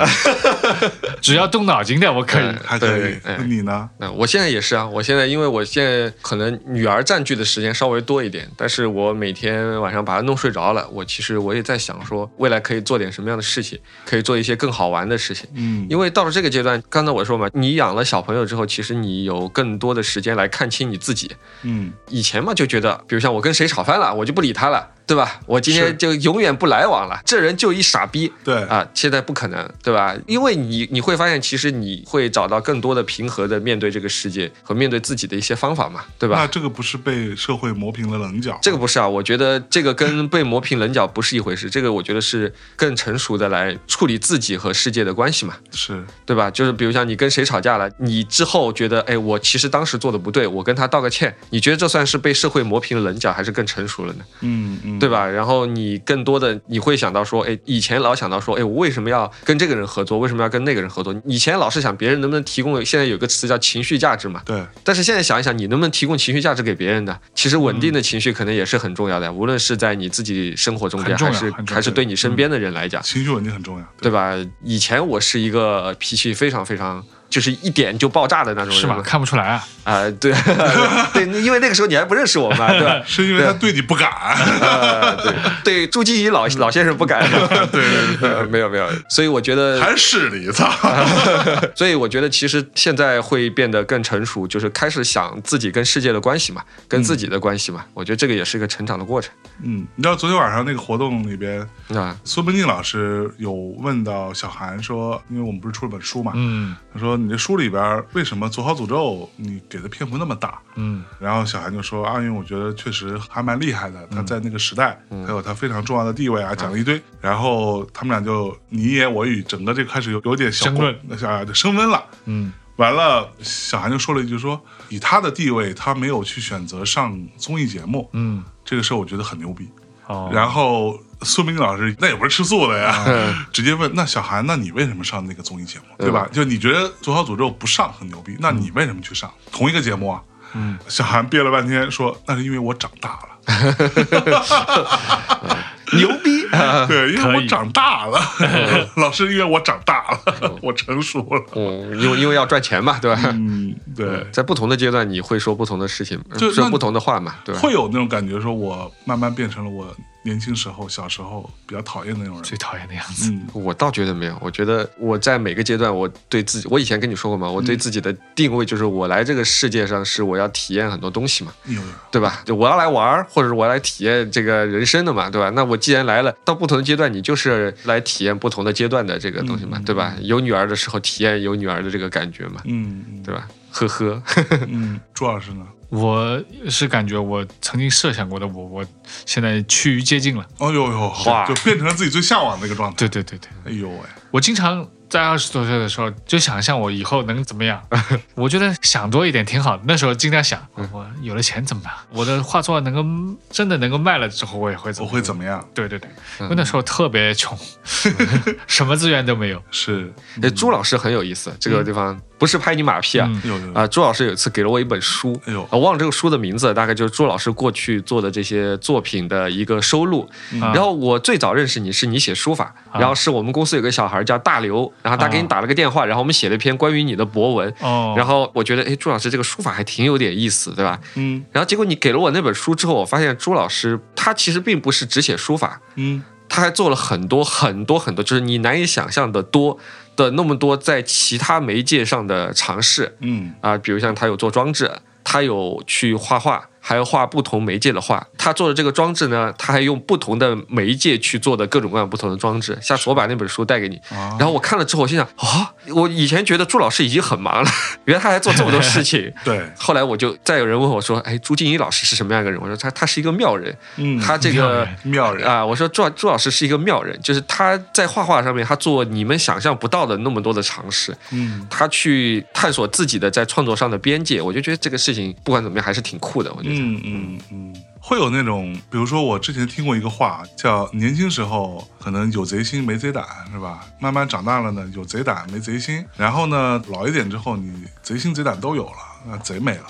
[SPEAKER 4] 只要动脑筋的我可以。
[SPEAKER 2] 还可
[SPEAKER 3] 对哎
[SPEAKER 2] 以
[SPEAKER 3] 对，对
[SPEAKER 2] 那你呢？
[SPEAKER 3] 那我现在也是啊，我现在因为我现在可能女儿占据的时间稍微多一点，但是我每天晚上把她弄睡着了，我其实我也在想说，未来可以做点什么样的事情，可以做一些更好玩的事情。
[SPEAKER 2] 嗯
[SPEAKER 3] 因为到了这个阶段，刚才我说嘛，你养了小朋友之后，其实你有更多的时间来看清你自己。
[SPEAKER 2] 嗯，
[SPEAKER 3] 以前嘛就觉得，比如像我跟谁吵翻了，我就不理他了，对吧？我今
[SPEAKER 2] 是
[SPEAKER 3] 天就永远不来往了，这人就一傻逼。
[SPEAKER 2] 对
[SPEAKER 3] 啊，现在不可能，对吧？因为你你会发现，其实你会找到更多的平和的面对这个世界和面对自己的一些方法嘛，对
[SPEAKER 2] 那
[SPEAKER 3] 吧？
[SPEAKER 2] 这个不是被社会磨平了棱角？
[SPEAKER 3] 这个不是啊，我觉得这个跟被磨平棱角不是一回事，这个我觉得是更成熟的来处理自己和世界的关系嘛。
[SPEAKER 2] 是
[SPEAKER 3] 对吧？就是比如像你跟谁吵架了，你之后觉得，哎，我其实当时做的不对，我跟他道个歉，你觉得这算是被社会磨平了棱角，还是更成熟了呢？
[SPEAKER 2] 嗯嗯，
[SPEAKER 3] 对吧？然后你更多的你会想到说，哎，以前老想到说，哎，我为什么要跟这个人合作，为什么要跟那个人合作？以前老是想别人能不能提供，现在有个词叫情绪价值嘛。
[SPEAKER 2] 对，
[SPEAKER 3] 但是现在想一想，你能不能提供情绪价值给别人呢？其实稳
[SPEAKER 4] 嗯
[SPEAKER 3] 定的情绪可能也是很重要的，无论是在你自己生活中间，
[SPEAKER 4] 很重
[SPEAKER 3] 还
[SPEAKER 4] 要
[SPEAKER 3] 是
[SPEAKER 4] 很重要嗯
[SPEAKER 3] 还是对你身边的人来讲，
[SPEAKER 2] 情绪稳定很重要，
[SPEAKER 3] 对吧？以前我是一个脾气非常非常。就是一点就爆炸的那种人，
[SPEAKER 4] 是吧？看不出来啊，
[SPEAKER 3] 啊、对 对，因为那个时候你还不认识我嘛，对吧？
[SPEAKER 2] 是因为他对你不 敢，
[SPEAKER 3] 呃，对 对，朱基怡老老先生 不敢，对对对， 没有没有，所以我觉得，
[SPEAKER 2] 还是你操，
[SPEAKER 3] 所以我觉得其实现在会变得更成熟，就是开始想自己跟世界的关系嘛，跟自己的关系嘛，我觉得这个也是一个成长的过程
[SPEAKER 2] 嗯，你知道昨天晚上那个活动里边，
[SPEAKER 3] 啊。
[SPEAKER 2] 苏文静老师有问到小韩说，因为我们不是出了本书嘛，
[SPEAKER 4] 嗯
[SPEAKER 2] 他说你这书里边为什么《左好诅咒》你给的篇幅那么大？
[SPEAKER 4] 嗯，
[SPEAKER 2] 然后小韩就说啊，因为我觉得确实还蛮厉害的，
[SPEAKER 4] 嗯
[SPEAKER 2] 他在那个时代，他有他非常重要的地位啊，讲了一堆。然后他们俩就你言我语，整个这开始有有点小
[SPEAKER 4] 争论，
[SPEAKER 2] 啊，就升温了。
[SPEAKER 4] 嗯，
[SPEAKER 2] 完了，小韩就说了一句说，以他的地位，他没有去选择上综艺节目，
[SPEAKER 4] 嗯，
[SPEAKER 2] 这个事儿我觉得很牛逼。
[SPEAKER 4] 哦，
[SPEAKER 2] 然后苏明老师那也不是吃素的呀， 直接问那小韩，那你为什么上那个综艺节目，对吧？就你觉得《左小诅咒》不上很牛逼，那你为什么去上同一个节目啊？嗯，小韩憋了半天说，那是因为我长大了，
[SPEAKER 3] 牛逼！
[SPEAKER 2] 对，因为
[SPEAKER 4] 可
[SPEAKER 2] 我
[SPEAKER 4] 以
[SPEAKER 2] 长大了，老师，因为我长大了， 我成熟了，
[SPEAKER 3] 嗯，因为因为要赚钱嘛，对吧？
[SPEAKER 2] 嗯，对。
[SPEAKER 3] 在不同的阶段，你会说不同的事情，
[SPEAKER 2] 就
[SPEAKER 3] 说
[SPEAKER 2] 那
[SPEAKER 3] 不同的话嘛，对吧？
[SPEAKER 2] 会有那种感觉，说我慢慢变成了我年轻时候、小时候比较讨厌的那种人
[SPEAKER 4] 最。讨厌的样子。
[SPEAKER 2] 嗯，
[SPEAKER 3] 我倒觉得没有，我觉得我在每个阶段，我对自己，我以前跟你说过嘛，我
[SPEAKER 2] 嗯
[SPEAKER 3] 对自己的定位就是我来这个世界上是我要体验很多东西嘛，
[SPEAKER 2] 你有点
[SPEAKER 3] 对吧？就我要来玩儿，或者是我要来体验这个人生的嘛，对吧？那我既然来了，到不同的阶段，你就是来体验不同的阶段的这个东西嘛，对吧？有女儿的时候体验有女儿的这个感觉嘛，
[SPEAKER 2] 嗯
[SPEAKER 3] 对吧？呵呵，
[SPEAKER 2] 嗯嗯，朱老师呢？
[SPEAKER 4] 我是感觉我曾经设想过的我，我现在趋于接近了。
[SPEAKER 2] 哦呦呦，
[SPEAKER 3] 哇
[SPEAKER 2] 就变成了自己最向往的一个状态。
[SPEAKER 4] 对对对对，
[SPEAKER 2] 哎呦喂，
[SPEAKER 4] 我经常在二十多岁的时候就想象我以后能怎么 样，我觉得想多一点挺好的。那时候经常想，
[SPEAKER 2] 嗯
[SPEAKER 4] 我有了钱怎么办？我的画作能够真的能够卖了之后，我也会怎
[SPEAKER 2] 我
[SPEAKER 4] 么
[SPEAKER 2] 会嗯怎么样？
[SPEAKER 4] 对对对，因为那时候特 别穷，什么资源都没有。
[SPEAKER 2] 是，
[SPEAKER 3] 哎，朱老师很有意思，这个地方不是拍你马屁啊。
[SPEAKER 4] 嗯
[SPEAKER 2] 有有
[SPEAKER 3] 啊，朱老师有一次给了我一本书，啊
[SPEAKER 2] 哎呦
[SPEAKER 3] 我忘了这个书的名字，大概就是朱老师过去做的这些作品的一个收录。然后我最早认识你是你写书法，然后是我们公司有个小孩叫大刘，然后他给你打了个电话，然后我们写了一篇关于你的博文。
[SPEAKER 4] 哦，
[SPEAKER 3] 然后我觉得，哎，朱老师这个书法还挺有点意思，对吧？
[SPEAKER 2] 嗯
[SPEAKER 3] 然后结果你给了我那本书之后，我发现朱老师他其实并不是只写书法，
[SPEAKER 2] 嗯，
[SPEAKER 3] 他还做了很多很多很多，就是你难以想象的多的那么多在其他媒介上的尝试
[SPEAKER 2] 嗯
[SPEAKER 3] 啊、比如像他有做装置，他有去画画，还有画不同媒介的画。他做的这个装置呢，他还用不同的媒介去做的各种各样不同的装置。下次我把那本书带给你，
[SPEAKER 2] 啊
[SPEAKER 3] 然后我看了之后，我心想啊、我以前觉得朱老师已经很忙了，原来他还做这么多事情。
[SPEAKER 2] 对，
[SPEAKER 3] 后来我就再有人问我说：“哎，朱静怡老师是什么样一个人？”我说他：“他是一个妙人，
[SPEAKER 2] 嗯，
[SPEAKER 3] 他这
[SPEAKER 4] 妙
[SPEAKER 3] 个
[SPEAKER 4] 人
[SPEAKER 2] 妙人，
[SPEAKER 3] 啊，我说朱朱老师是一个妙人，就是他在画画上面，他做你们想象不到的那么多的尝试，
[SPEAKER 2] 嗯
[SPEAKER 3] 他去探索自己的在创作上的边界，我就觉得这个事情不管怎么样还是挺酷的，我觉得。
[SPEAKER 2] 嗯嗯嗯，会有那种，比如说我之前听过一个话，叫年轻时候可能有贼心没贼胆，是吧？慢慢长大了呢，有贼胆没贼心，然后呢，老一点之后，你贼心贼胆都有了，那贼没了，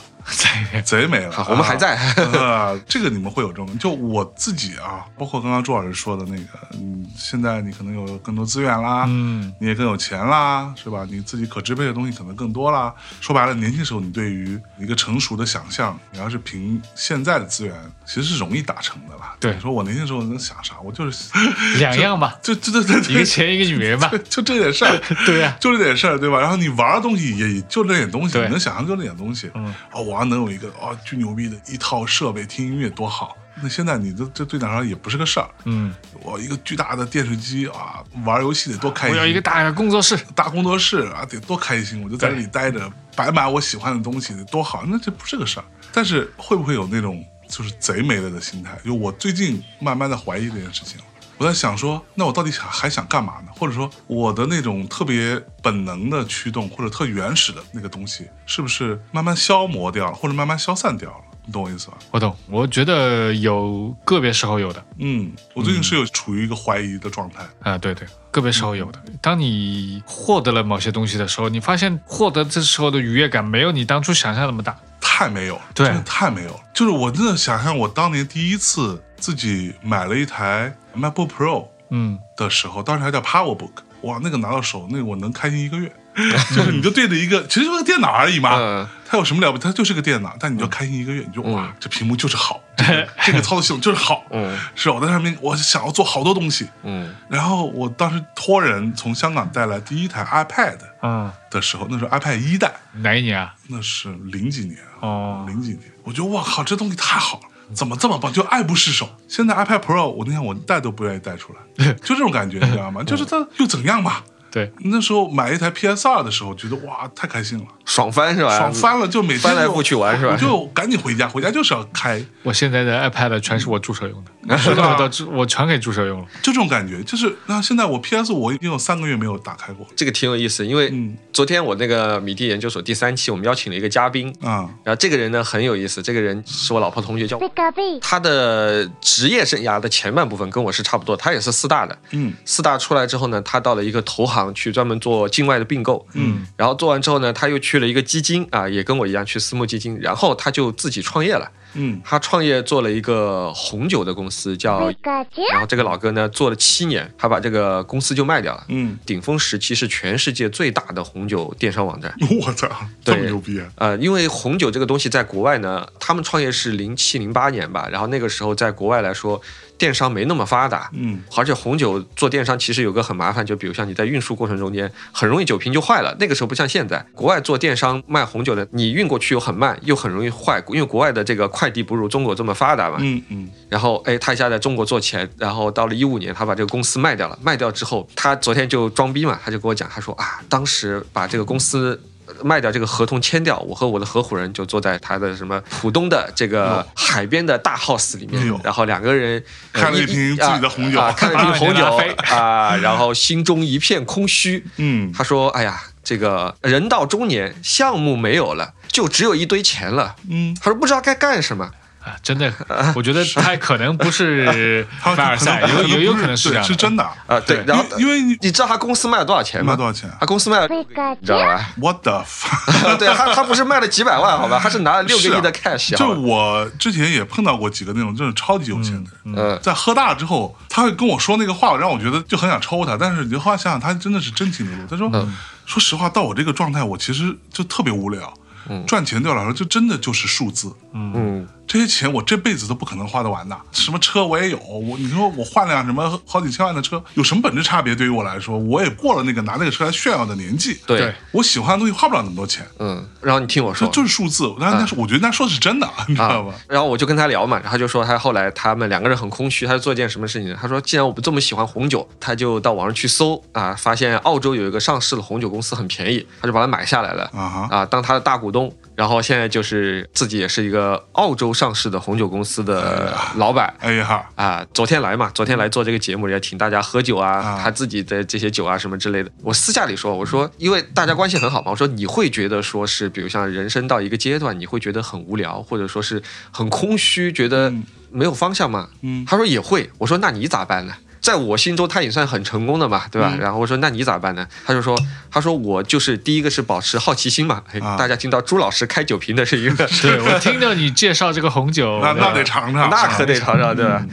[SPEAKER 4] 在
[SPEAKER 2] 贼没了
[SPEAKER 3] 好，，我们还
[SPEAKER 2] 啊
[SPEAKER 3] 在，
[SPEAKER 2] 呃，这个你们会有这种，就我自己啊，包括刚刚朱老师说的那个，嗯，现在你可能有更多资源啦，
[SPEAKER 4] 嗯
[SPEAKER 2] 你也更有钱啦，是吧？你自己可支配的东西可能更多啦。说白了，年轻时候你对于一个成熟的想象，你要是凭现在的资源，其实是容易达成的啦。
[SPEAKER 4] 对
[SPEAKER 2] 你说我年轻时候能想啥？我就是，
[SPEAKER 4] 两样吧，
[SPEAKER 2] 就就就就
[SPEAKER 4] 一个钱一个女人吧
[SPEAKER 2] 就，就这点事儿，
[SPEAKER 4] 对呀
[SPEAKER 2] 就这点事儿，对吧？然后你玩的东西也就这点东西，
[SPEAKER 4] 对
[SPEAKER 2] 你能想象就这点东西。
[SPEAKER 4] 嗯，
[SPEAKER 2] 哦，我要能有一个哦巨牛逼的一套设备听音乐多好。那现在你这这对你来说也不是个事儿，
[SPEAKER 4] 嗯，
[SPEAKER 2] 我一个巨大的电视机啊，玩游戏得多开
[SPEAKER 4] 我
[SPEAKER 2] 心！
[SPEAKER 4] 要一个大的工作室，
[SPEAKER 2] 大工作室啊，得多开心！我就在这里待着，白买我喜欢的东西，得多好！那这不是个事儿。但是会不会有那种就是贼没了的心态？就我最近慢慢的怀疑这件事情了。我在想说，那我到底想还想干嘛呢？或者说，我的那种特别本能的驱动，或者特原始的那个东西，是不是慢慢消磨掉了，或者慢慢消散掉了？你懂我意思吧？
[SPEAKER 4] 我懂，我觉得有个别时候有的，
[SPEAKER 2] 嗯，我最近是有处于一个怀疑的状态。
[SPEAKER 4] 啊，对对，个别时候有的。当你获得了某些东西的时候，你发现获得这时候的愉悦感没有你当初想象那么大。
[SPEAKER 2] 太没有了，
[SPEAKER 4] 对
[SPEAKER 2] 真的太没有了。就是我真的想象我当年第一次自己买了一台 MacBook Pro
[SPEAKER 4] 嗯，
[SPEAKER 2] 的时候，当时还叫 PowerBook，哇，那个拿到手，那个我能开心一个 月。就是你就对着一个，其实就是个电脑而已嘛，
[SPEAKER 3] 嗯
[SPEAKER 2] 它有什么了不起？它就是个电脑，但你就开心一个月，你就哇，这屏幕就是好，这个这个操作系统就是好，
[SPEAKER 3] 嗯
[SPEAKER 2] 是啊吧我在上面我想要做好多东西。
[SPEAKER 3] 嗯
[SPEAKER 2] 然后我当时托人从香港带来第一台 iPad
[SPEAKER 4] 啊，
[SPEAKER 2] 的时候，那时候 iPad 一代，
[SPEAKER 4] 哪一年啊？
[SPEAKER 2] 那是零几年啊
[SPEAKER 4] 哦，
[SPEAKER 2] 零几年，我觉得我靠，这东西太好了。怎么这么棒，就爱不释手。现在 iPad Pro，我那天我带都不愿意带出 来，就这种感觉，你知道吗？就是它又怎样吧？
[SPEAKER 4] 对，
[SPEAKER 2] 那时候买一台 PSR 的时候，觉得哇，太开心了，
[SPEAKER 3] 爽翻是吧？
[SPEAKER 2] 爽翻了，就每天
[SPEAKER 3] 哎翻来
[SPEAKER 2] 就
[SPEAKER 3] 覆去玩是吧
[SPEAKER 2] 我就赶紧回家，回家就是要开，
[SPEAKER 4] 我现在的 iPad 全是我助手用的，是
[SPEAKER 2] 吧
[SPEAKER 4] 我 到助我全给助手用了。
[SPEAKER 2] 就这种感觉。就是那现在我 PS 我已经有三个月没有打开过
[SPEAKER 3] 这个挺有意思，因为
[SPEAKER 2] 嗯
[SPEAKER 3] 昨天我那个米蒂研究所第三期，我们邀请了一个嘉宾，
[SPEAKER 2] 了啊，
[SPEAKER 3] 然后这个人呢很有意思，这个人是我老婆同学，叫
[SPEAKER 5] Pika Bee.
[SPEAKER 3] 他的职业生涯的前半部分跟我是差不多，他也是四大的。
[SPEAKER 2] 嗯
[SPEAKER 3] 四大出来之后呢，他到了一个投行去专门做境外的并购，
[SPEAKER 2] 嗯，
[SPEAKER 3] 然后做完之后呢，他又去了一个基金啊，也跟我一样去私募基金，然后他就自己创业了。
[SPEAKER 2] 嗯
[SPEAKER 3] 他创业做了一个红酒的公司，叫，
[SPEAKER 5] Pikachu.
[SPEAKER 3] 然后这个老哥呢做了七年，他把这个公司就卖掉了。
[SPEAKER 2] 嗯，
[SPEAKER 3] 顶峰时期是全世界最大的红酒电商网站。
[SPEAKER 2] 我操，这么
[SPEAKER 3] 对
[SPEAKER 2] 牛逼啊！
[SPEAKER 3] 呃，因为红酒这个东西在国外呢，他们创业是零七零八年吧，然后那个时候在国外来说，电商没那么发达，
[SPEAKER 2] 嗯，
[SPEAKER 3] 而且红酒做电商其实有个很麻烦，就比如像你在运输过程中间，很容易酒瓶就坏了。那个时候不像现在，国外做电商卖红酒的，你运过去又很慢，又很容易坏，因为国外的这个快递不如中国这么发达嘛。
[SPEAKER 2] 嗯嗯
[SPEAKER 3] 然后哎，他一下在中国做钱，然后到了一五年，他把这个公司卖掉了。卖掉之后，他昨天就装逼嘛，他就跟我讲，他说啊，当时把这个公司。呃卖掉这个合同签掉，我和我的合伙人就坐在他的什么浦东的这个海边的大 house 里
[SPEAKER 2] 嗯
[SPEAKER 3] 面
[SPEAKER 2] 哎呦，
[SPEAKER 3] 然后两个人呃
[SPEAKER 2] 看了一
[SPEAKER 3] 一
[SPEAKER 2] 瓶自己的红酒
[SPEAKER 3] 啊啊看了一瓶红
[SPEAKER 4] 拉菲
[SPEAKER 3] 酒啊，然后心中一片空虚。
[SPEAKER 2] 嗯，
[SPEAKER 3] 他说：“哎呀，这个人到中年，项目没有了，就只有一堆钱了。”
[SPEAKER 2] 嗯
[SPEAKER 3] 他说不知道该干什么。
[SPEAKER 4] 啊，真 的，我觉得他可能不是
[SPEAKER 2] 他
[SPEAKER 4] 凡尔赛，有有有可能
[SPEAKER 2] 是
[SPEAKER 4] 是这样
[SPEAKER 2] 是真
[SPEAKER 4] 的。
[SPEAKER 2] 的啊。
[SPEAKER 3] 啊，对，然后
[SPEAKER 2] 因为因为
[SPEAKER 3] 你知道他公司卖了多少钱吗？
[SPEAKER 2] 卖多少钱
[SPEAKER 4] 啊
[SPEAKER 3] 他啊公司卖了六个亿，你知道 吧？
[SPEAKER 2] What the fuck？
[SPEAKER 3] 对他，他不是卖了几百万，好吧？他是拿 了六个
[SPEAKER 2] 是啊
[SPEAKER 3] 亿的 cash，
[SPEAKER 2] 就
[SPEAKER 3] 好吧
[SPEAKER 2] 我之前也碰到过几个那种就是超级有钱的人，
[SPEAKER 3] 嗯，
[SPEAKER 2] 在喝大了之后，他会跟我说那个话，让我觉得就很想抽他。但是你后来想想，他真的是真情流露。他说：“
[SPEAKER 3] 嗯
[SPEAKER 2] 说实话，到我这个状态，我其实就特别无聊。赚钱对我来说，就真的就是数字。
[SPEAKER 3] 嗯，
[SPEAKER 2] 这些钱我这辈子都不可能花得完的。什么车我也有，我你说我换辆什么好几千万的车，有什么本质差别？对于我来说，我也过了那个拿那个车来炫耀的年纪。
[SPEAKER 3] 对，
[SPEAKER 2] 我喜欢的东西花不了那么多钱，
[SPEAKER 3] 嗯，然后你听我
[SPEAKER 2] 这
[SPEAKER 3] 说，啊
[SPEAKER 2] 就是数
[SPEAKER 3] 嗯
[SPEAKER 2] 字。但是他说，我觉得他说的是真的，你知道吧？
[SPEAKER 3] 然后我就跟他聊嘛，然后他就说他后来他们两个人很空虚，他就做一件什么事情呢？他说既然我不这么喜欢红酒，他就到网上去搜啊，发现澳洲有一个上市的红酒公司很便宜，他就把它买下来了
[SPEAKER 2] 啊哈
[SPEAKER 3] 啊，当他的大股东。然后现在就是自己也是一个澳洲上市的红酒公司的老板。
[SPEAKER 2] 哎呀，
[SPEAKER 3] 啊，昨天来嘛，昨天来做这个节目，也请大家喝酒啊，
[SPEAKER 2] 啊嗯
[SPEAKER 3] 他自己的这些酒啊什么之类的。我私下里说，我说因为大家关系很好嘛，我说你会觉得说是，比如像人生到一个阶段，你会觉得很无聊，或者说是很空虚，觉得没有方向嘛。
[SPEAKER 2] 嗯
[SPEAKER 3] 他说也会，我说那你咋办呢？在我心中，他也算很成功的嘛，
[SPEAKER 2] 嗯
[SPEAKER 3] 对吧？然后我说那你咋办呢？他就说，他说我就是第一个是保持好奇心嘛。哎
[SPEAKER 2] 啊
[SPEAKER 3] 大家听到朱老师开酒瓶的声音了，
[SPEAKER 4] 对我听到你介绍这个红酒，
[SPEAKER 2] 那那
[SPEAKER 4] 对
[SPEAKER 2] 得尝啊尝，
[SPEAKER 3] 哦那可得尝尝，对吧？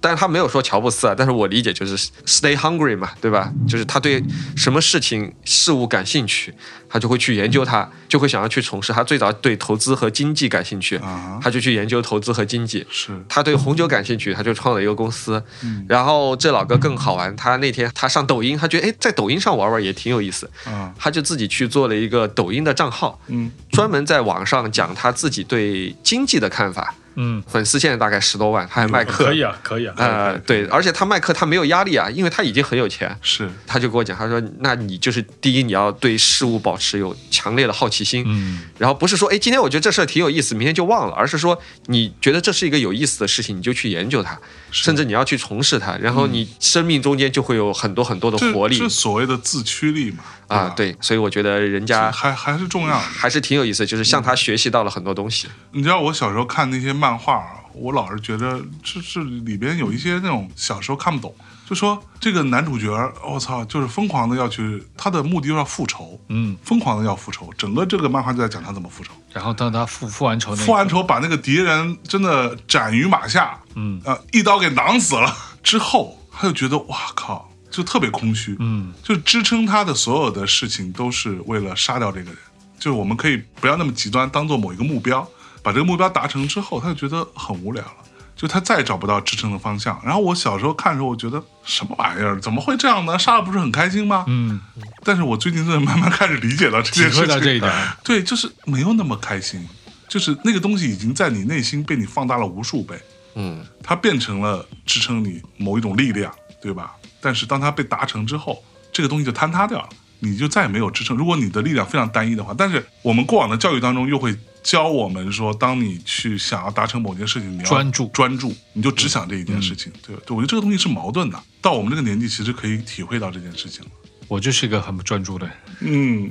[SPEAKER 3] 但是他没有说乔布斯啊，但是我理解就是 stay hungry 嘛，对吧？就是他对什么事情事物感兴趣，他就会去研究它，就会想要去从事。他最早对投资和经济感兴趣
[SPEAKER 2] 啊，
[SPEAKER 3] 他就去研究投资和经济。
[SPEAKER 2] 是
[SPEAKER 3] 他对红酒感兴趣，他就创了一个公司。然后这老哥更好玩，他那天他上抖音，他觉得哎，在抖音上玩玩也挺有意思，
[SPEAKER 2] 啊，
[SPEAKER 3] 他就自己去做了一个抖音的账号，
[SPEAKER 2] 嗯
[SPEAKER 3] 专门在网上讲他自己对经济的看法。
[SPEAKER 4] 嗯，
[SPEAKER 3] 粉丝现在大概十多万，他还卖课，
[SPEAKER 4] 可以啊，可以啊，
[SPEAKER 3] 呃，对，而且他卖课他没有压力啊，因为他已经很有钱。
[SPEAKER 2] 是
[SPEAKER 3] 他就跟我讲，他说：“那你就是第一，你要对事物保持有强烈的好奇心，
[SPEAKER 4] 嗯，
[SPEAKER 3] 然后不是说，哎，今天我觉得这事儿挺有意思，明天就忘了，而是说你觉得这是一个有意思的事情，你就去研究它，甚至你要去从事它，然
[SPEAKER 4] 嗯
[SPEAKER 3] 后你生命中间就会有很多很多的
[SPEAKER 2] 这
[SPEAKER 3] 活力
[SPEAKER 2] 这所谓的自驱力嘛
[SPEAKER 3] 啊。，对，所以我觉得人
[SPEAKER 2] 吧
[SPEAKER 3] 家
[SPEAKER 2] 还还是重要的。
[SPEAKER 3] 还是挺有意思，就是向
[SPEAKER 4] 嗯
[SPEAKER 3] 他学习到了很多东西。
[SPEAKER 2] 你知道我小时候看那些漫画啊，我老是觉得这这里边有一些那种小时候看不懂，就说这个男主角，我、操，就是疯狂的要去，他的目的就是要复仇，
[SPEAKER 4] 嗯，
[SPEAKER 2] 疯狂的要复仇，整个这个漫画就在讲他怎么复仇，
[SPEAKER 4] 然后当他付付完仇那一刻
[SPEAKER 2] 复完仇把那个敌人真的斩于马下，
[SPEAKER 4] 嗯
[SPEAKER 2] 啊、一刀给囊死了之后，他就觉得哇靠，就特别空虚，
[SPEAKER 4] 嗯，
[SPEAKER 2] 就支撑他的所有的事情都是为了杀掉这个人。就是我们可以不要那么极端，当做某一个目标，把这个目标达成之后，他就觉得很无聊了。就他再也找不到支撑的方向。然后我小时候看的时候，我觉得什么玩意儿，怎么会这样呢？杀了不是很开心吗？
[SPEAKER 4] 嗯，
[SPEAKER 2] 但是我最近真的慢慢开始理解到这
[SPEAKER 4] 体
[SPEAKER 2] 件事
[SPEAKER 4] 会
[SPEAKER 2] 情，
[SPEAKER 4] 到这一点，
[SPEAKER 2] 对，就是没有那么开心，就是那个东西已经在你内心被你放大了无数倍，
[SPEAKER 3] 嗯，
[SPEAKER 2] 它变成了支撑你某一种力量，对吧？但是当它被达成之后，这个东西就坍塌掉了，你就再也没有支撑。如果你的力量非常单一的话，但是我们过往的教育当中又会教我们说，当你去想要达成某件事情，你要
[SPEAKER 4] 专注嗯
[SPEAKER 2] 专注，你就只想这一件事情，对吧？对，我觉得这个东西是矛盾的。到我们这个年纪，其实可以体会到这件事情了。
[SPEAKER 4] 我就是一个很不专注的人。
[SPEAKER 2] 嗯，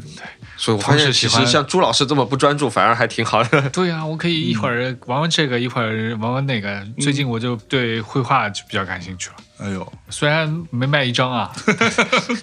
[SPEAKER 3] 所以我发现
[SPEAKER 4] 同时喜
[SPEAKER 3] 其
[SPEAKER 4] 欢
[SPEAKER 3] 实像朱老师这么不专注，反而还挺好 的。
[SPEAKER 4] 对啊，我可以一会儿玩玩这个，一会儿玩玩那个。最近我就对绘画就比较感兴趣了，
[SPEAKER 2] 哎呦，
[SPEAKER 4] 虽然没卖一张啊，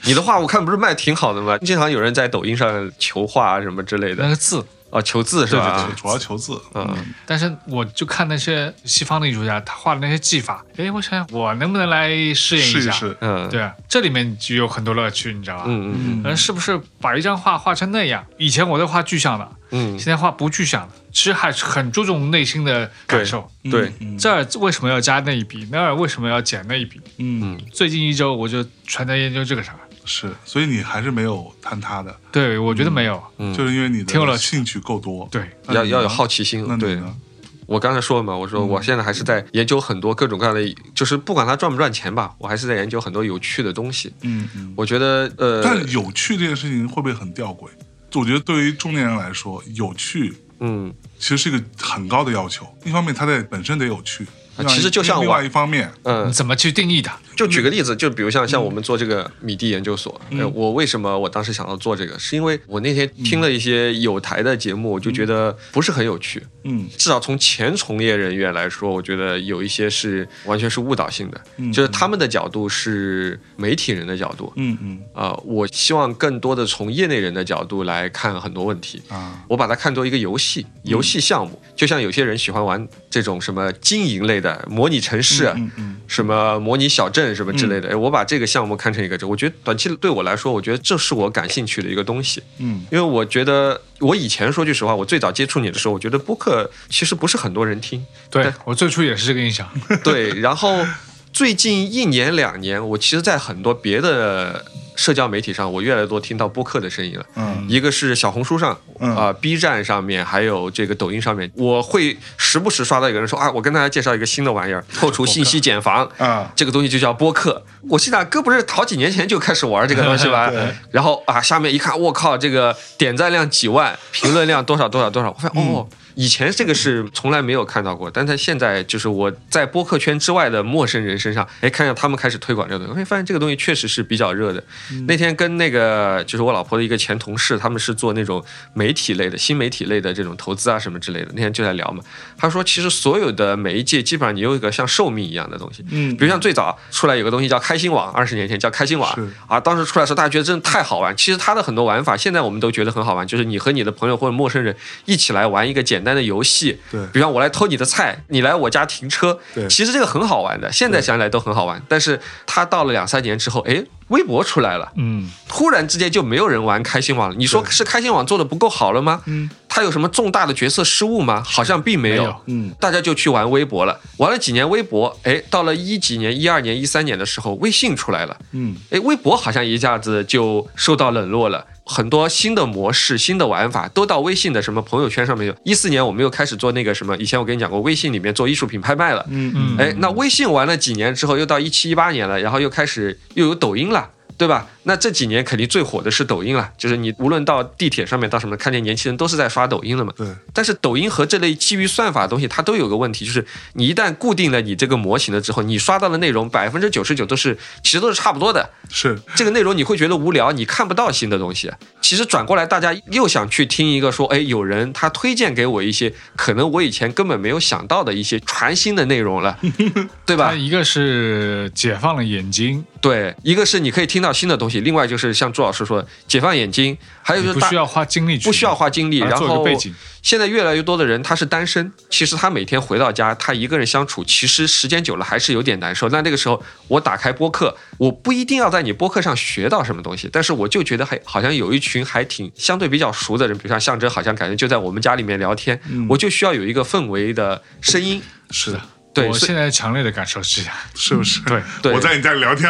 [SPEAKER 3] 你的画我看不是卖挺好的吗？经常有人在抖音上求画啊什么之类
[SPEAKER 4] 那
[SPEAKER 3] 的
[SPEAKER 4] 个字，
[SPEAKER 3] 啊，求字是吧？
[SPEAKER 2] 主要求字，
[SPEAKER 3] 嗯，
[SPEAKER 4] 但是我就看那些西方的艺术家，他画的那些技法，哎，我想想我能不能来试验
[SPEAKER 2] 试
[SPEAKER 4] 一
[SPEAKER 2] 一
[SPEAKER 4] 下？
[SPEAKER 2] 试。
[SPEAKER 3] 嗯，
[SPEAKER 4] 对啊，这里面就有很多乐趣，你知道吧？
[SPEAKER 3] 嗯嗯
[SPEAKER 4] 嗯，是不是把一张画画成那样？以前我在画具象的，
[SPEAKER 3] 嗯
[SPEAKER 4] 现在画不具象的，其实还是很注重内心的感受。
[SPEAKER 2] 嗯
[SPEAKER 3] 对，
[SPEAKER 2] 嗯
[SPEAKER 4] 这儿为什么要加那一笔？那儿为什么要减那一笔？
[SPEAKER 2] 嗯，
[SPEAKER 4] 最近一周我就全在研究这个啥。
[SPEAKER 2] 是，所以你还是没有坍塌的，
[SPEAKER 4] 对，我觉得没有。
[SPEAKER 3] 嗯
[SPEAKER 2] 就是因为你
[SPEAKER 4] 挺有乐
[SPEAKER 2] 的
[SPEAKER 4] 趣
[SPEAKER 2] 兴趣够多。
[SPEAKER 4] 对，
[SPEAKER 2] 那
[SPEAKER 3] 要
[SPEAKER 2] 你
[SPEAKER 3] 要有
[SPEAKER 2] 呢
[SPEAKER 3] 好奇心
[SPEAKER 2] 那。你
[SPEAKER 3] 对，
[SPEAKER 2] 呢？
[SPEAKER 3] 我刚才说了嘛，我
[SPEAKER 4] 嗯
[SPEAKER 3] 说我现在还是在研究很多各种各样的，就是不管它赚不赚钱吧，我还是在研究很多有趣的东西。
[SPEAKER 2] 嗯嗯。
[SPEAKER 3] 我觉得，
[SPEAKER 2] 但
[SPEAKER 3] 呃
[SPEAKER 2] 是，有趣这件事情会不会很吊诡？我觉得对于中年人来说，有趣
[SPEAKER 3] 嗯，
[SPEAKER 2] 其实是一个很高的要求。一方面，他得本身得有趣，
[SPEAKER 3] 啊其实就像
[SPEAKER 2] 另
[SPEAKER 3] 我
[SPEAKER 2] 外一方面，
[SPEAKER 4] 你
[SPEAKER 3] 嗯，
[SPEAKER 4] 怎么去定义它？
[SPEAKER 3] 就
[SPEAKER 2] 嗯
[SPEAKER 3] 举个例子，就比如像像我们做这个米地研究所，呃我为什么我当时想要做这个，是因为我那天
[SPEAKER 2] 嗯
[SPEAKER 3] 听了一些有台的节目，我就觉得不是很有趣。
[SPEAKER 2] 嗯
[SPEAKER 3] 至少从前从业人员来说，我觉得有一些是完全是误导性的，
[SPEAKER 2] 嗯
[SPEAKER 3] 就是他们的角度是媒体人的角度。
[SPEAKER 2] 嗯嗯
[SPEAKER 3] 啊、我希望更多的从业内人的角度来看很多问题。
[SPEAKER 2] 啊，
[SPEAKER 3] 我把它看作一个游戏，
[SPEAKER 2] 嗯
[SPEAKER 3] 游戏项目，就像有些人喜欢玩这种什么经营类的、模拟城市、啊
[SPEAKER 2] 嗯嗯
[SPEAKER 3] 什么模拟小镇什么之类的。哎我把这个项目看成一个，这我觉得短期对我来说，我觉得这是我感兴趣的一个东西。
[SPEAKER 2] 嗯
[SPEAKER 3] 因为我觉得，我以前说句实话，我最早接触你的时候，我觉得播客其实不是很多 人听，
[SPEAKER 4] 对我最初也是这个印象，
[SPEAKER 3] 对。然后最近一年两年，我其实，在很多别的社交媒体上，我越来越多听到播客的声音了。
[SPEAKER 2] 嗯
[SPEAKER 3] 一个是小红书上，
[SPEAKER 2] 嗯
[SPEAKER 3] 啊、b 站上面，还有这个抖音上面，我会时不时刷到有人说啊，我跟大家介绍一个新的玩意儿，破除信息茧房，
[SPEAKER 2] 啊，
[SPEAKER 3] 这个东西就叫播客。我心想，哥不是好几年前就开始玩这个 东西吗
[SPEAKER 2] 对？
[SPEAKER 3] 然后啊，下面一看，我靠，这个点赞量几万，评论量多少多少多少，我发
[SPEAKER 2] 嗯
[SPEAKER 3] 现哦。以前这个是从来没有看到过，但他现在就是我在播客圈之外的陌生人身上，哎，看见他们开始推广这个东西，哎，发现这个东西确实是比较热的。
[SPEAKER 2] 嗯
[SPEAKER 3] 那天跟那个就是我老婆的一个前同事，他们是做那种媒体类的、新媒体类的这种投资啊什么之类的，那天就在聊嘛。他说，其实所有的媒介基本上你有一个像寿命一样的东西，
[SPEAKER 2] 嗯
[SPEAKER 3] 比如像最早出来有个东西叫开心网，二十年前叫开心网
[SPEAKER 2] 是
[SPEAKER 3] 啊，当时出来的时候大家觉得真的太好玩。其实它的很多玩法，现在我们都觉得很好玩，就是你和你的朋友或者陌生人一起来玩一个简单的游戏，
[SPEAKER 2] 对
[SPEAKER 3] 比方我来偷你的菜，你来我家停车
[SPEAKER 2] 对，
[SPEAKER 3] 其实这个很好玩的，现在想起来都很好玩。但是它到了两三年之后，哎，微博出来了，
[SPEAKER 4] 嗯，
[SPEAKER 3] 突然之间就没有人玩开心网了。你说是开心网做的不够好了吗？
[SPEAKER 2] 嗯，
[SPEAKER 3] 它有什么重大的决策失误吗？好像并没
[SPEAKER 4] 没
[SPEAKER 3] 有
[SPEAKER 4] 有。
[SPEAKER 2] 嗯
[SPEAKER 3] 大家就去玩微博了。玩了几年微博，哎，到了一几年、一二年、一三年的时候，微信出来了，
[SPEAKER 2] 嗯
[SPEAKER 3] 哎，微博好像一下子就受到冷落了。很多新的模式、新的玩法都到微信的什么朋友圈上面去。一四年我们又开始做那个什么，以前我跟你讲过，微信里面做艺术品拍卖了。
[SPEAKER 2] 嗯
[SPEAKER 4] 嗯
[SPEAKER 3] 哎，那微信玩了几年之后，又到一七一八年了，然后又开始又有抖音了。对吧？那这几年肯定最火的是抖音了，就是你无论到地铁上面到什么，看见年轻人都是在刷抖音了嘛。
[SPEAKER 2] 对，
[SPEAKER 3] 但是抖音和这类基于算法的东西，它都有个问题，就是你一旦固定了你这个模型了之后，你刷到的内容百分之九十九都是其实都是差不多的。
[SPEAKER 2] 是
[SPEAKER 3] 这个内容你会觉得无聊，你看不到新的东西。其实转过来，大家又想去听一个说，哎，有人他推荐给我一些可能我以前根本没有想到的一些全新的内容 了，对 吧
[SPEAKER 4] 它？一个是解放了眼睛，
[SPEAKER 3] 对，一个是你可以听到新的东西，另外就是像朱老师说，的，解放眼睛，还哎有就是
[SPEAKER 4] 你不
[SPEAKER 3] 大
[SPEAKER 4] 需要花精力去，
[SPEAKER 3] 不需要花精力，
[SPEAKER 4] 把
[SPEAKER 3] 然
[SPEAKER 4] 它做一
[SPEAKER 3] 后
[SPEAKER 4] 个背景，
[SPEAKER 3] 现在越来越多的人他是单身，其实他每天回到家，他一个人相处，其实时间久了还是有点难受。那这个时候，我打开播客，我不一定要在你播客上学到什么东西，但是我就觉得还好像有一群还挺相对比较熟的人，比如像象征，好像感觉就在我们家里面聊天，我就需要有一个氛围的声音。
[SPEAKER 2] 是的，
[SPEAKER 3] 对，
[SPEAKER 4] 我
[SPEAKER 3] 所以
[SPEAKER 4] 现在强烈的感受是这样，
[SPEAKER 2] 是不是？
[SPEAKER 4] 对，
[SPEAKER 3] 对
[SPEAKER 2] 我在你家里聊天，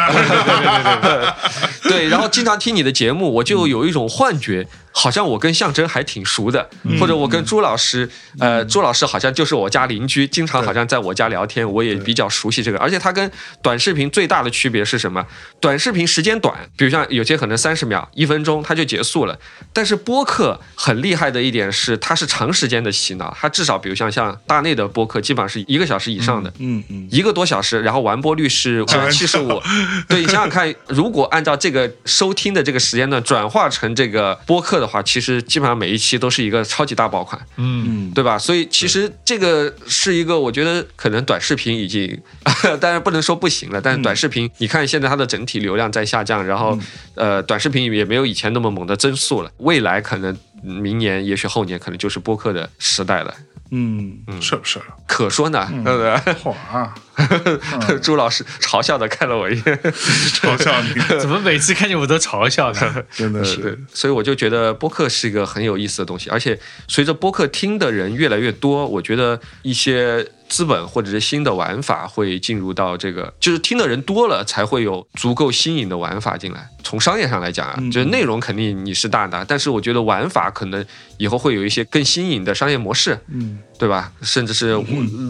[SPEAKER 3] 对，然后经常听你的节目，我就有一种幻觉，好像我跟象征还挺熟的，
[SPEAKER 2] 嗯
[SPEAKER 3] 或者我跟朱老师，呃，朱老师好像就是我家邻居，经常好像在我家聊天，我也比较熟悉这个。而且它跟短视频最大的区别是什么？短视频时间短，比如像有些可能三十秒、一分钟它就结束了，但是播客很厉害的一点是，它是长时间的洗脑，它至少比如像像大内的播客，基本上是一个小时以上的。
[SPEAKER 2] 嗯嗯，
[SPEAKER 3] 一个多小时，然后完播 率是七十五。 对你想想看，如果按照这个收听的这个时间段转化成这个播客的话，其实基本上每一期都是一个超级大爆款，
[SPEAKER 4] 嗯，
[SPEAKER 2] 嗯
[SPEAKER 3] 对吧？所以其实这个是一个，我觉得可能短视频已经， 当然不能说不行了，但是短视频，你看现在它的整体流量在下降，然后呃，短视频也没有以前那么猛的增速了。未来可能明年，也许后年，可能就是播客的时代了。
[SPEAKER 2] 嗯，是不是？
[SPEAKER 3] 可说呢，对不对？
[SPEAKER 2] 嚯啊，
[SPEAKER 3] 朱老师嘲笑的看了我一眼，
[SPEAKER 2] 嘲笑你，
[SPEAKER 4] 怎么每次看见我都嘲笑 他？
[SPEAKER 2] 真的
[SPEAKER 3] 嗯对
[SPEAKER 2] 是，，
[SPEAKER 3] 所以我就觉得播客是一个很有意思的东西，而且随着播客听的人越来越多，我觉得一些资本或者是新的玩法会进入到这个，就是听的人多了才会有足够新颖的玩法进来。从商业上来讲啊，就是内容肯定你是大拿，但是我觉得玩法可能以后会有一些更新颖的商业模式，
[SPEAKER 2] 嗯，
[SPEAKER 3] 对吧？甚至是我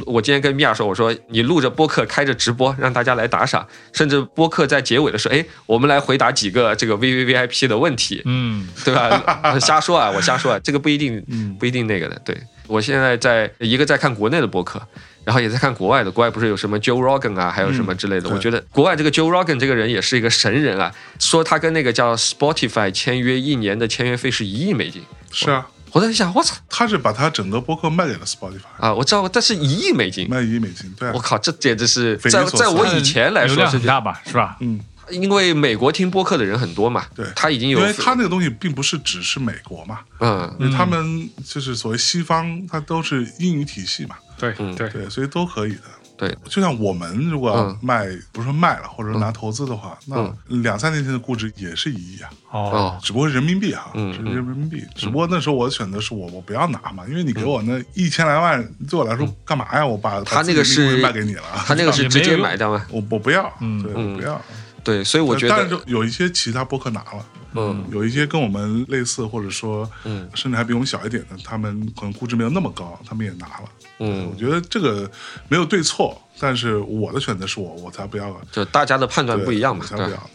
[SPEAKER 3] 我今天跟米娅说，我说你录着播客开着直播，让大家来打赏，甚至播客在结尾的时候，哎，我们来回答几个这个 V V V I P 的问题，
[SPEAKER 4] 嗯，
[SPEAKER 3] 对吧？瞎说啊，我瞎说啊，这个不一定，不一定那个的。对我现在在一个在看国内的播客，然后也在看国外的，国外不是有什么 Joe Rogan 啊，还有什么之类的。
[SPEAKER 2] 对
[SPEAKER 3] 我觉得国外这个 Joe Rogan 这个人也是一个神人啊，说他跟那个叫 Spotify 签约一年的签约费是一亿美金。
[SPEAKER 2] 是啊，
[SPEAKER 3] 我在想，我操
[SPEAKER 2] 他是把他整个播客卖给了 Spotify，
[SPEAKER 3] 啊！我知道，但是一亿美金，
[SPEAKER 2] 卖一亿美金，对啊
[SPEAKER 3] 我，靠，这简直是
[SPEAKER 2] 匪夷
[SPEAKER 3] 在
[SPEAKER 2] 所思
[SPEAKER 3] 在我以前来
[SPEAKER 4] 嗯流
[SPEAKER 3] 说
[SPEAKER 4] 量
[SPEAKER 3] 是
[SPEAKER 4] 很，大吧，是吧？
[SPEAKER 2] 嗯，
[SPEAKER 3] 因为美国听播客的人很多嘛，
[SPEAKER 2] 对，
[SPEAKER 3] 他已经有
[SPEAKER 2] 因为他那个东西并不是只是美国嘛，
[SPEAKER 3] 嗯
[SPEAKER 2] 因为他们就是所谓西方，它都是英语体系嘛，
[SPEAKER 4] 对
[SPEAKER 3] 嗯
[SPEAKER 4] 对，
[SPEAKER 2] 对，所以都可以的。
[SPEAKER 3] 对，
[SPEAKER 2] 就像我们如果要
[SPEAKER 3] 嗯
[SPEAKER 2] 卖，不是说卖了，或者说拿投资的话，那两三年前的估值也是一亿啊，
[SPEAKER 4] 哦，
[SPEAKER 3] 哦
[SPEAKER 2] 只不过是人民币哈，
[SPEAKER 3] 嗯嗯
[SPEAKER 2] 只是人民币。只不过那时候我的选择是我我不要拿嘛，因为你给我那一千来万，对我来说干嘛呀？我把把
[SPEAKER 3] 他那个
[SPEAKER 2] 自己的利益
[SPEAKER 3] 是
[SPEAKER 2] 卖给你了，
[SPEAKER 3] 他那个是
[SPEAKER 4] 也没
[SPEAKER 3] 直接
[SPEAKER 4] 用
[SPEAKER 3] 买的嘛，
[SPEAKER 2] 我我不要，
[SPEAKER 4] 嗯
[SPEAKER 2] 对，
[SPEAKER 3] 嗯
[SPEAKER 2] 我不要。
[SPEAKER 3] 对，所以我觉
[SPEAKER 2] 但是
[SPEAKER 3] 得，
[SPEAKER 2] 就有一些其他播客拿了。
[SPEAKER 3] 嗯
[SPEAKER 2] 有一些跟我们类似，或者说，
[SPEAKER 3] 嗯
[SPEAKER 2] 甚至还比我们小一点的，他们可能估值没有那么高，他们也拿了。我
[SPEAKER 3] 嗯，
[SPEAKER 2] 觉得这个没有对错，但是我的选择是我，我才不要了。
[SPEAKER 3] 就大家的判断
[SPEAKER 2] 对
[SPEAKER 3] 嗯不一样嘛，
[SPEAKER 2] 我才
[SPEAKER 3] 对
[SPEAKER 2] 不
[SPEAKER 3] 吧
[SPEAKER 2] 要。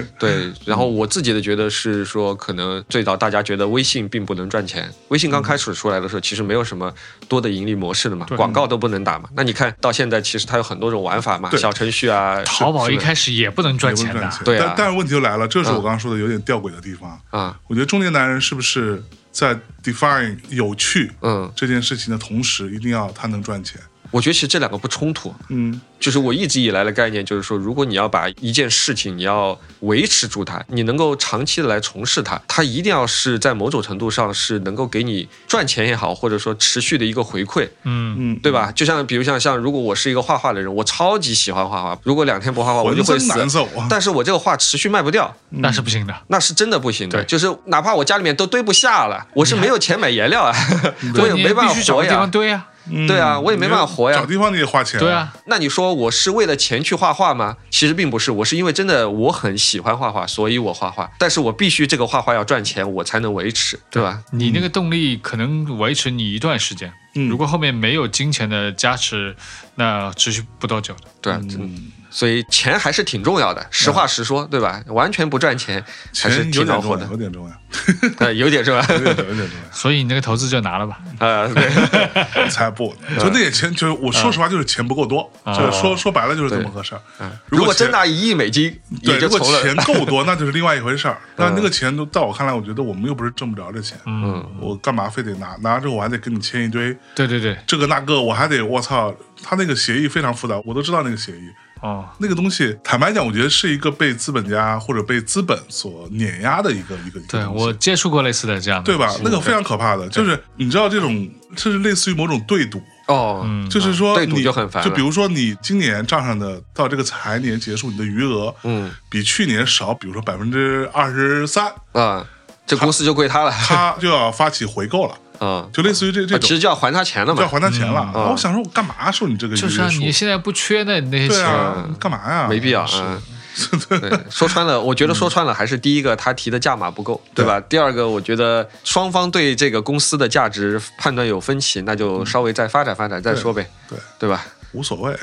[SPEAKER 2] 呢。对，
[SPEAKER 3] 对，然后我自己的觉得是说，可能最早大家觉得微信并不能赚钱，微信
[SPEAKER 2] 嗯
[SPEAKER 3] 刚开始出来的时候，其实没有什么多的盈利模式的嘛，
[SPEAKER 4] 对
[SPEAKER 3] 广告都不能打嘛。那你看到现在，其实它有很多种玩法嘛，
[SPEAKER 2] 对
[SPEAKER 3] 小程序啊，
[SPEAKER 4] 淘宝
[SPEAKER 3] 是
[SPEAKER 4] 一
[SPEAKER 3] 不是
[SPEAKER 4] 开始也不能
[SPEAKER 2] 也
[SPEAKER 4] 赚
[SPEAKER 2] 不
[SPEAKER 4] 钱
[SPEAKER 2] 赚
[SPEAKER 4] 的，
[SPEAKER 2] 钱。
[SPEAKER 3] 对啊
[SPEAKER 2] 但但是问题就来了，这是我刚
[SPEAKER 3] 嗯
[SPEAKER 2] 刚说的有点吊诡的地方。
[SPEAKER 3] 啊，
[SPEAKER 2] 我觉得中年男人是不是在 define 有趣
[SPEAKER 3] 嗯，
[SPEAKER 2] 这件事情的同时，一定要他能赚钱？
[SPEAKER 3] 我觉得其实这两个不冲突，
[SPEAKER 2] 嗯，
[SPEAKER 3] 就是我一直以来的概念，就是说，如果你要把一件事情你要维持住它，你能够长期的来从事它，它一定要是在某种程度上是能够给你赚钱也好，或者说持续的一个回馈，
[SPEAKER 4] 嗯，
[SPEAKER 2] 嗯，
[SPEAKER 3] 对吧？就像比如像像，如果我是一个画画的人，我超级喜欢画画，如果两天不画画，我就
[SPEAKER 2] 浑
[SPEAKER 3] 会
[SPEAKER 2] 身
[SPEAKER 3] 死。
[SPEAKER 2] 难受啊。
[SPEAKER 3] 但是我这个画持续卖不掉，
[SPEAKER 4] 那是不行的。
[SPEAKER 3] 那是真的不行的。
[SPEAKER 4] 对
[SPEAKER 3] 就是哪怕我家里面都堆不下了，我是没有钱买颜料啊， 我也
[SPEAKER 4] 嗯你
[SPEAKER 3] 没办
[SPEAKER 4] 必须
[SPEAKER 3] 法
[SPEAKER 4] 找
[SPEAKER 3] 活
[SPEAKER 4] 个地方
[SPEAKER 3] 呀。
[SPEAKER 4] 堆呀，
[SPEAKER 2] 嗯
[SPEAKER 3] 对啊我也没办法活呀
[SPEAKER 2] 找地方你也花钱。
[SPEAKER 4] 对，啊，
[SPEAKER 3] 那你说我是为了钱去画画吗？其实并不是，我是因为真的我很喜欢画画，所以我画画。但是我必须这个画画要赚钱，我才能维持，对吧？
[SPEAKER 4] 你那个动力可能维持你一段时间，
[SPEAKER 2] 嗯
[SPEAKER 4] 如果后面没有金钱的加持，那持续不多久的。
[SPEAKER 3] 对啊，
[SPEAKER 2] 嗯，
[SPEAKER 3] 所以钱还是挺重要的，实话实说，对吧？完全不赚钱还是
[SPEAKER 2] 钱有
[SPEAKER 3] 挺恼
[SPEAKER 2] 点
[SPEAKER 3] 火
[SPEAKER 2] 重
[SPEAKER 3] 的
[SPEAKER 2] 要，，有点重要，
[SPEAKER 3] 呃，有点是吧？
[SPEAKER 2] 有点重要有点重要。
[SPEAKER 4] 所以你那个投资就拿了吧，
[SPEAKER 2] 嗯
[SPEAKER 3] 啊， 对。
[SPEAKER 2] 才不呢，就那点钱，就是我说实话，就是钱不够多，
[SPEAKER 4] 啊
[SPEAKER 2] 就是说说白了就是这么个事儿。
[SPEAKER 3] 如果
[SPEAKER 2] 钱
[SPEAKER 3] 真拿一亿美金，
[SPEAKER 2] 对，
[SPEAKER 3] 也就
[SPEAKER 2] 如果
[SPEAKER 3] 从了嗯
[SPEAKER 2] 钱够 多，那就是另外一回事儿。但那个钱都在我看来，我觉得我们又不是挣不着这钱，
[SPEAKER 4] 嗯，
[SPEAKER 2] 我干嘛非得拿？拿着我还得跟你签一堆
[SPEAKER 4] 对对对，
[SPEAKER 2] 这个那个，我还得我操，他那个协议非常复杂，我都知道那个协议。
[SPEAKER 4] 哦，
[SPEAKER 2] 那个东西，坦白讲，我觉得是一个被资本家或者被资本所碾压的一个一个一个
[SPEAKER 4] 对
[SPEAKER 2] 东西
[SPEAKER 4] 我接触过类似的这样的，
[SPEAKER 2] 对吧？那个非常可怕的，就是你知道这种，甚至类似于某种对赌，
[SPEAKER 3] 哦，
[SPEAKER 4] 嗯，
[SPEAKER 2] 就是说
[SPEAKER 3] 对
[SPEAKER 2] 你
[SPEAKER 3] 赌就很烦了
[SPEAKER 2] 就比如说你今年账上的到这个财年结束，你的余额
[SPEAKER 3] 嗯
[SPEAKER 2] 比去年少，比如说百分之二十三，
[SPEAKER 3] 啊，这公司就归他了
[SPEAKER 2] 他就要发起回购了，
[SPEAKER 3] 啊，
[SPEAKER 2] 就类似于这这
[SPEAKER 3] 啊其
[SPEAKER 2] 种
[SPEAKER 3] 实就要还他钱了
[SPEAKER 2] 就要
[SPEAKER 3] 嘛。
[SPEAKER 2] 还他钱了。然后我想说，我干嘛收你这个余额
[SPEAKER 4] 就是啊，
[SPEAKER 2] 数
[SPEAKER 4] 你现在不缺那那些
[SPEAKER 2] 对
[SPEAKER 4] 钱，
[SPEAKER 2] 啊，你干嘛呀？
[SPEAKER 3] 嗯没必要，
[SPEAKER 2] 是
[SPEAKER 3] 嗯，对，说穿了，我觉
[SPEAKER 2] 嗯
[SPEAKER 3] 得说穿了还是第一个，他提的价码不够，对吧？第二个，我觉得双方对这个公司的价值判断有分歧，那就稍微再发展发展再说呗，
[SPEAKER 2] 对，
[SPEAKER 3] 对 吧？
[SPEAKER 2] 无所谓，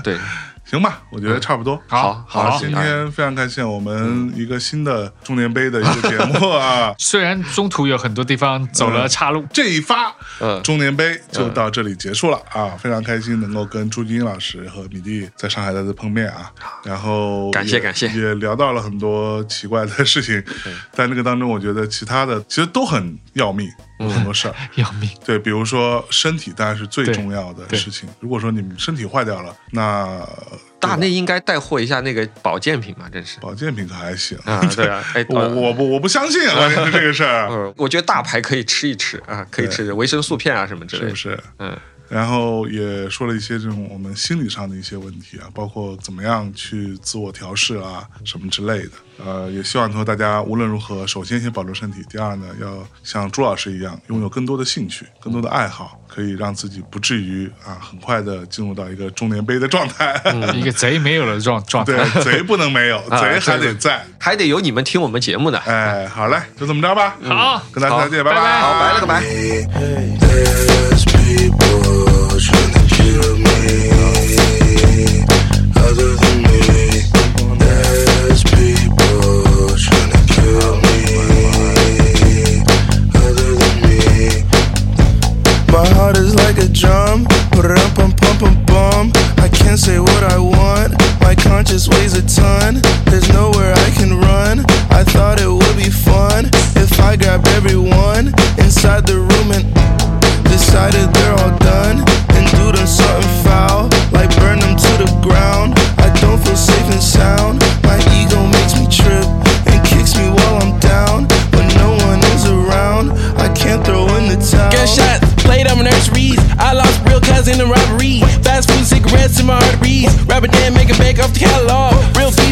[SPEAKER 3] 对，
[SPEAKER 2] 行吧，我觉得差不多。
[SPEAKER 3] 好
[SPEAKER 4] 好，
[SPEAKER 3] 嗯好嗯
[SPEAKER 2] 今天非常感谢我们一个新的中年杯的一个节目啊
[SPEAKER 4] 虽然中途有很多地方走了岔路，
[SPEAKER 2] 这一发
[SPEAKER 3] 嗯，
[SPEAKER 2] 中年杯就到这里结束了啊！非常开心能够跟朱军老师和米蒂在上海再次碰面啊，然后
[SPEAKER 3] 感谢
[SPEAKER 2] 也
[SPEAKER 3] 感谢
[SPEAKER 2] 也聊到了很多奇怪的事情，在那个当中，我觉得其他的其实都很要命，
[SPEAKER 3] 嗯
[SPEAKER 2] 有很多 事儿。
[SPEAKER 4] 要命，
[SPEAKER 2] 对，比如说身体当然是最
[SPEAKER 4] 对
[SPEAKER 2] 重要的
[SPEAKER 4] 对
[SPEAKER 2] 事情。如果说你们身体坏掉了，那
[SPEAKER 3] 大内应该带货一下那个保健品嘛，真是
[SPEAKER 2] 保健品可还行。
[SPEAKER 3] 啊，对啊，哎，
[SPEAKER 2] 我我不我不相信 啊，这个事儿
[SPEAKER 3] 嗯，我觉得大牌可以吃一吃啊，可以吃吃维生素片啊什么之
[SPEAKER 2] 是
[SPEAKER 3] 类
[SPEAKER 2] 不
[SPEAKER 3] 的。
[SPEAKER 2] 是？
[SPEAKER 3] 嗯
[SPEAKER 2] 然后也说了一些这种我们心理上的一些问题啊，包括怎么样去自我调试啊，什么之类的。呃，也希望说大家无论如何，首先先保重身体，第二呢，要像朱老师一样，拥有更多的兴趣、更多的爱好，可以让自己不至于啊，很快的进入到一个中年杯的状态。
[SPEAKER 4] 一个贼没有了状状态。
[SPEAKER 2] 对，贼不能没有，贼还得在。
[SPEAKER 3] 还得有你们听我们节目呢。
[SPEAKER 2] 哎，好嘞，就这么着吧。嗯
[SPEAKER 4] 好
[SPEAKER 2] 跟大家再见，拜拜。
[SPEAKER 3] 好，拜了个拜。
[SPEAKER 5] There's people trying to kill me, other than me. There's people trying to kill me, other than me. My heart is like a drum, put it up and pump and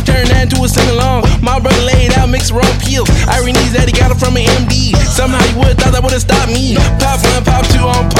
[SPEAKER 5] turned to a sing along. My brother laid out, mixed wrong pills. Irony's that he got it from an MD. Somehow he would thought that would have stopped me. Pop one, pop two on